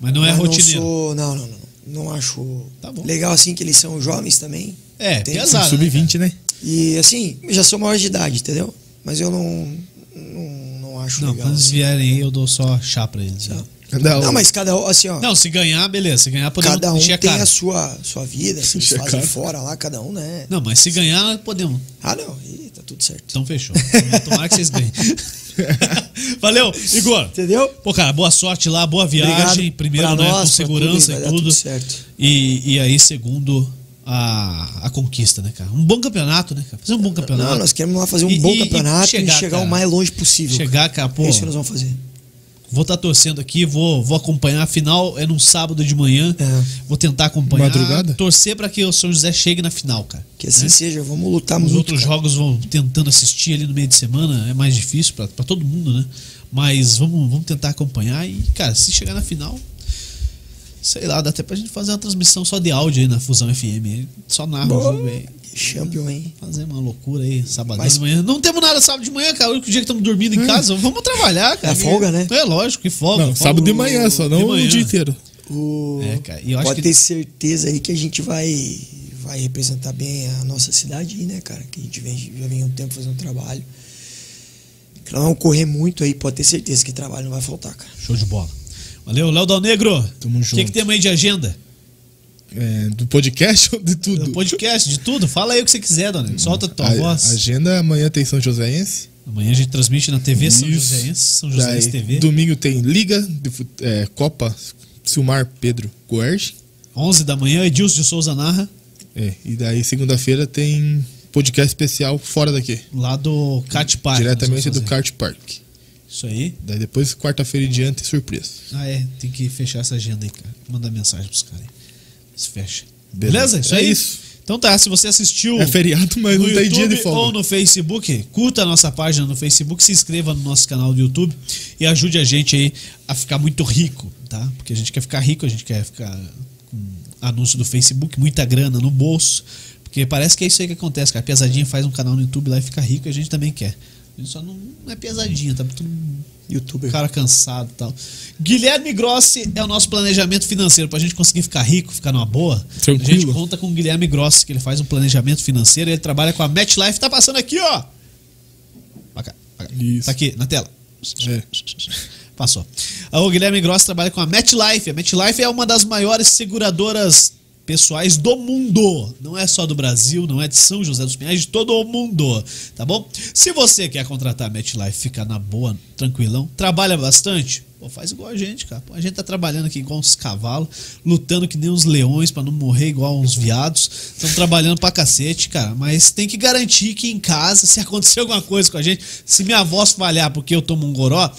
Speaker 1: Mas não é
Speaker 3: Mas
Speaker 1: rotineiro.
Speaker 3: Não, sou, não, não, não. Não acho
Speaker 1: Tá bom.
Speaker 3: legal, assim, que eles são jovens também.
Speaker 1: É,
Speaker 3: Tem um
Speaker 1: pesado. né,
Speaker 2: Sub-20, né?
Speaker 3: E assim, já sou maior de idade, entendeu? Mas eu não, não, não acho
Speaker 1: Não,
Speaker 3: legal.
Speaker 1: quando eles vierem aí, eu dou só chá pra eles. né?
Speaker 2: Da hora.
Speaker 3: Não, mas cada um, assim, ó.
Speaker 1: Não, se ganhar, beleza. Se ganhar, podemos
Speaker 3: cada um
Speaker 1: encher
Speaker 3: tem
Speaker 1: a cara.
Speaker 3: a sua, sua vida, se eles
Speaker 2: Encher a
Speaker 3: fazem
Speaker 2: cara.
Speaker 3: fora lá, cada um, né?
Speaker 1: Não, mas se ganhar, podemos.
Speaker 3: Ah, não, Ih, tá tudo certo.
Speaker 1: Então fechou. Tomara que vocês ganhem. Valeu, Igor.
Speaker 3: Entendeu?
Speaker 1: Pô, cara, boa sorte lá, boa viagem.
Speaker 3: Obrigado
Speaker 1: Primeiro,
Speaker 3: pra
Speaker 1: né,
Speaker 3: nós,
Speaker 1: com
Speaker 3: pra
Speaker 1: segurança
Speaker 3: tudo, vai
Speaker 1: e
Speaker 3: dar
Speaker 1: tudo.
Speaker 3: tudo certo.
Speaker 1: E, e aí, segundo, a, a conquista, né, cara? Um bom campeonato, né, cara? Fazer um bom campeonato.
Speaker 3: Não, nós queremos lá fazer um
Speaker 1: E-
Speaker 3: bom
Speaker 1: e- e
Speaker 3: campeonato e chegar,
Speaker 1: chegar, cara.
Speaker 3: o mais longe possível.
Speaker 1: Chegar, cara, pô,
Speaker 3: É isso que nós vamos fazer.
Speaker 1: vou estar torcendo aqui, vou, vou acompanhar. A final é num sábado de manhã.
Speaker 3: É.
Speaker 1: Vou tentar acompanhar.
Speaker 2: Madrugada?
Speaker 1: Torcer pra que o São José chegue na final, cara.
Speaker 3: Que assim
Speaker 1: né?
Speaker 3: seja, vamos lutar
Speaker 1: Os
Speaker 3: muito.
Speaker 1: outros
Speaker 3: cara.
Speaker 1: jogos vão tentando assistir ali no meio de semana, é mais difícil pra pra todo mundo, né? Mas vamos, vamos tentar acompanhar e, cara, se chegar na final, sei lá, dá até pra gente fazer uma transmissão só de áudio aí na Fusão FM. aí, Só narra o
Speaker 3: Boa.
Speaker 1: jogo aí.
Speaker 3: Champion, hein?
Speaker 1: Fazer uma loucura aí, sábado
Speaker 3: Mas-
Speaker 1: de manhã. Não temos nada sábado de manhã, cara. O único dia que estamos dormindo
Speaker 2: Hum.
Speaker 1: em casa, vamos trabalhar, cara.
Speaker 3: É folga, né?
Speaker 1: É lógico, que folga.
Speaker 2: Não,
Speaker 1: folga
Speaker 2: sábado de
Speaker 1: o-
Speaker 2: manhã só, não
Speaker 1: de
Speaker 2: o
Speaker 1: manhã.
Speaker 2: dia inteiro.
Speaker 3: O-
Speaker 1: É, cara, e eu acho
Speaker 3: Pode
Speaker 1: que-
Speaker 3: ter certeza aí que a gente vai, vai representar bem a nossa cidade aí, né, cara? Que a gente vem, já vem há um tempo fazendo trabalho. Que nós vamos correr muito aí, pode ter certeza que trabalho não vai faltar, cara.
Speaker 1: Show de bola. Valeu, Léo Dal Negro.
Speaker 2: Tamo
Speaker 1: O que,
Speaker 2: junto.
Speaker 1: que temos aí de agenda?
Speaker 2: É, do podcast ou de tudo?
Speaker 1: Do podcast, de tudo? Fala aí o que você quiser, dona. Solta tua
Speaker 2: a,
Speaker 1: voz.
Speaker 2: Agenda amanhã tem São Joséense.
Speaker 1: Amanhã a gente transmite na TV São
Speaker 2: Isso.
Speaker 1: Joséense, São Joséense
Speaker 2: Daí,
Speaker 1: TV.
Speaker 2: Domingo tem Liga, de fut- é, Copa, Silmar Pedro Guerge.
Speaker 1: 11 da manhã, Edilson de Souza narra,
Speaker 2: É, e daí segunda-feira tem podcast especial fora daqui.
Speaker 1: lá do Cat Park.
Speaker 2: diretamente
Speaker 1: nós
Speaker 2: do
Speaker 1: vamos fazer.
Speaker 2: Kart Park.
Speaker 1: Isso aí.
Speaker 2: Daí depois, quarta-feira em diante, surpresa.
Speaker 1: Ah, é. Tem que fechar essa agenda aí, cara. Mandar mensagem pros caras aí. Se fecha. Beleza?
Speaker 2: Beleza.
Speaker 1: Isso
Speaker 2: É
Speaker 1: aí?
Speaker 2: isso.
Speaker 1: Então tá, se você assistiu.
Speaker 2: É feriado, mas
Speaker 1: no
Speaker 2: não tem
Speaker 1: YouTube
Speaker 2: dia de
Speaker 1: ou
Speaker 2: folga.
Speaker 1: no Facebook, curta a nossa página no Facebook, se inscreva no nosso canal do YouTube e ajude a gente aí a ficar muito rico, tá? Porque a gente quer ficar rico, a gente quer ficar com anúncio do Facebook, muita grana no bolso, porque parece que é isso aí que acontece, cara. A Pesadinha faz um canal no YouTube lá e fica rico, e a gente também quer. A gente só não, não é pesadinha, tá tudo
Speaker 3: Youtuber.
Speaker 1: cara cansado e tal. Guilherme Grossi é o nosso planejamento financeiro. Pra gente conseguir ficar rico, ficar numa boa,
Speaker 2: Tranquilo.
Speaker 1: a gente conta com o Guilherme Grossi, que ele faz um planejamento financeiro. Ele trabalha com a MetLife. Tá passando aqui, ó. Pra cá, pra cá.
Speaker 2: Isso.
Speaker 1: Tá aqui, na tela.
Speaker 2: É.
Speaker 1: Passou. Ah, O Guilherme Grossi trabalha com a MetLife. A MetLife é uma das maiores seguradoras pessoais do mundo. Não é só do Brasil, não é de São José dos Pinhais, de todo o mundo, tá bom? Se você quer contratar a MetLife, fica na boa, tranquilão, trabalha bastante, pô, faz igual a gente, cara. Pô, a gente tá trabalhando aqui igual uns cavalos, lutando que nem uns leões pra não morrer igual uns viados. Estamos trabalhando pra cacete, cara, mas tem que garantir que em casa, se acontecer alguma coisa com a gente, se minha voz falhar porque eu tomo um goró,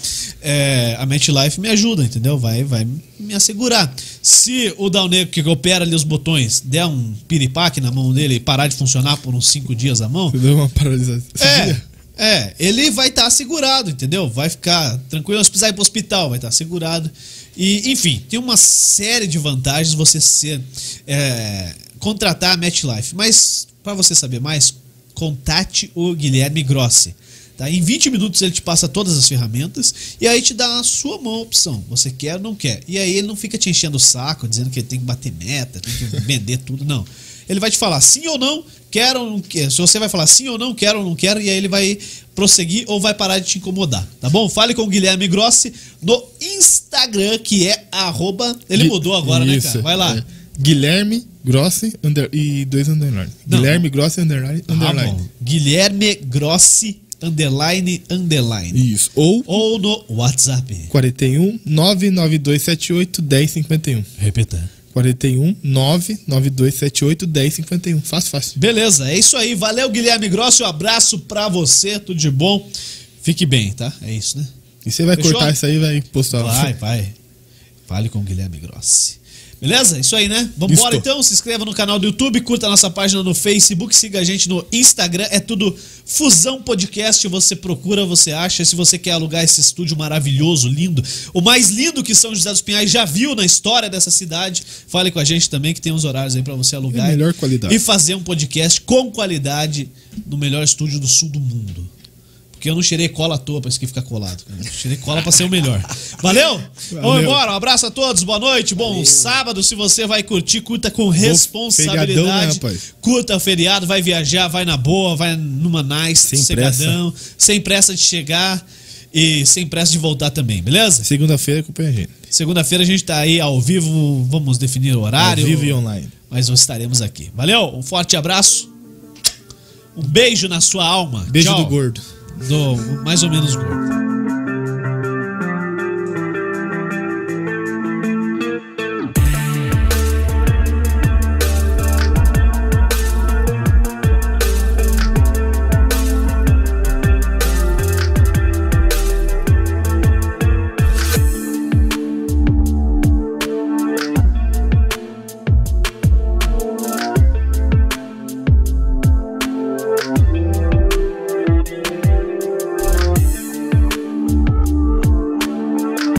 Speaker 1: é, a MetLife me ajuda, entendeu? Vai, vai me assegurar. Se o Dalneco que opera ali os botões der um piripaque na mão dele e parar de funcionar por uns cinco dias a mão,
Speaker 2: Você deu uma paralisação.
Speaker 1: é, é, ele vai estar segurado, entendeu? Vai ficar tranquilo, se precisar ir pro hospital, vai estar segurado. E, enfim, tem uma série de vantagens você ser é, contratar a MetLife. Mas, para você saber mais, contate o Guilherme Grossi. Tá? Em 20 minutos ele te passa todas as ferramentas e aí te dá a sua mão a opção. Você quer ou não quer. E aí ele não fica te enchendo o saco, dizendo que ele tem que bater meta, tem que vender tudo, não. Ele vai te falar sim ou não, quero ou não quero. Se você vai falar sim ou não, quero ou não quero, e aí ele vai prosseguir ou vai parar de te incomodar, tá bom? Fale com o Guilherme Grossi no Instagram, que é arroba. Ele
Speaker 2: Gui-
Speaker 1: mudou agora, né,
Speaker 2: Isso,
Speaker 1: cara? Vai lá.
Speaker 2: é. Guilherme Grossi under, e dois underline.
Speaker 1: Não.
Speaker 2: Guilherme Grossi underline.
Speaker 1: Ah,
Speaker 2: underline.
Speaker 1: bom. Guilherme Grossi, underline, underline.
Speaker 2: Isso. Ou
Speaker 1: Ou no WhatsApp.
Speaker 2: 41 99278 1051.
Speaker 1: Repita.
Speaker 2: 41 99278 1051. Fácil, fácil.
Speaker 1: Beleza, é isso aí. Valeu, Guilherme Grossi. Um abraço pra você, tudo de bom. Fique bem, tá? É isso, né?
Speaker 2: E você vai
Speaker 1: Fechou?
Speaker 2: cortar isso aí e vai postar.
Speaker 1: Vai, vai. Fale com o Guilherme Grossi. Beleza? Isso aí, né? Vamos embora
Speaker 2: Isto.
Speaker 1: então. Se inscreva no canal do YouTube, curta a nossa página no Facebook, siga a gente no Instagram. É tudo Fusão Podcast. Você procura, você acha. Se você quer alugar esse estúdio maravilhoso, lindo, o mais lindo que São José dos Pinhais já viu na história dessa cidade, fale com a gente também, que tem uns horários aí pra você alugar.
Speaker 2: É a melhor qualidade.
Speaker 1: E fazer um podcast com qualidade no melhor estúdio do sul do mundo. Porque eu não cheirei cola à toa pra isso que ficar colado. Eu cheirei cola pra ser o melhor. Valeu? Vamos
Speaker 2: Valeu.
Speaker 1: embora. Um abraço a todos. Boa noite. Bom sábado. Se você vai curtir, curta com responsabilidade.
Speaker 2: feriadão, né, rapaz?
Speaker 1: Curta feriado, vai viajar, vai na boa, vai numa nice,
Speaker 2: Sem
Speaker 1: sossegadão, sem pressa de chegar e sem pressa de voltar também, beleza?
Speaker 2: Segunda-feira acompanha a gente.
Speaker 1: Segunda-feira a gente tá aí ao vivo, vamos definir o horário.
Speaker 2: Ao vivo e online.
Speaker 1: Mas nós estaremos aqui. Valeu, um forte abraço. Um beijo na sua alma.
Speaker 2: Beijo
Speaker 1: Tchau.
Speaker 2: do gordo.
Speaker 1: Do mais ou menos gordo.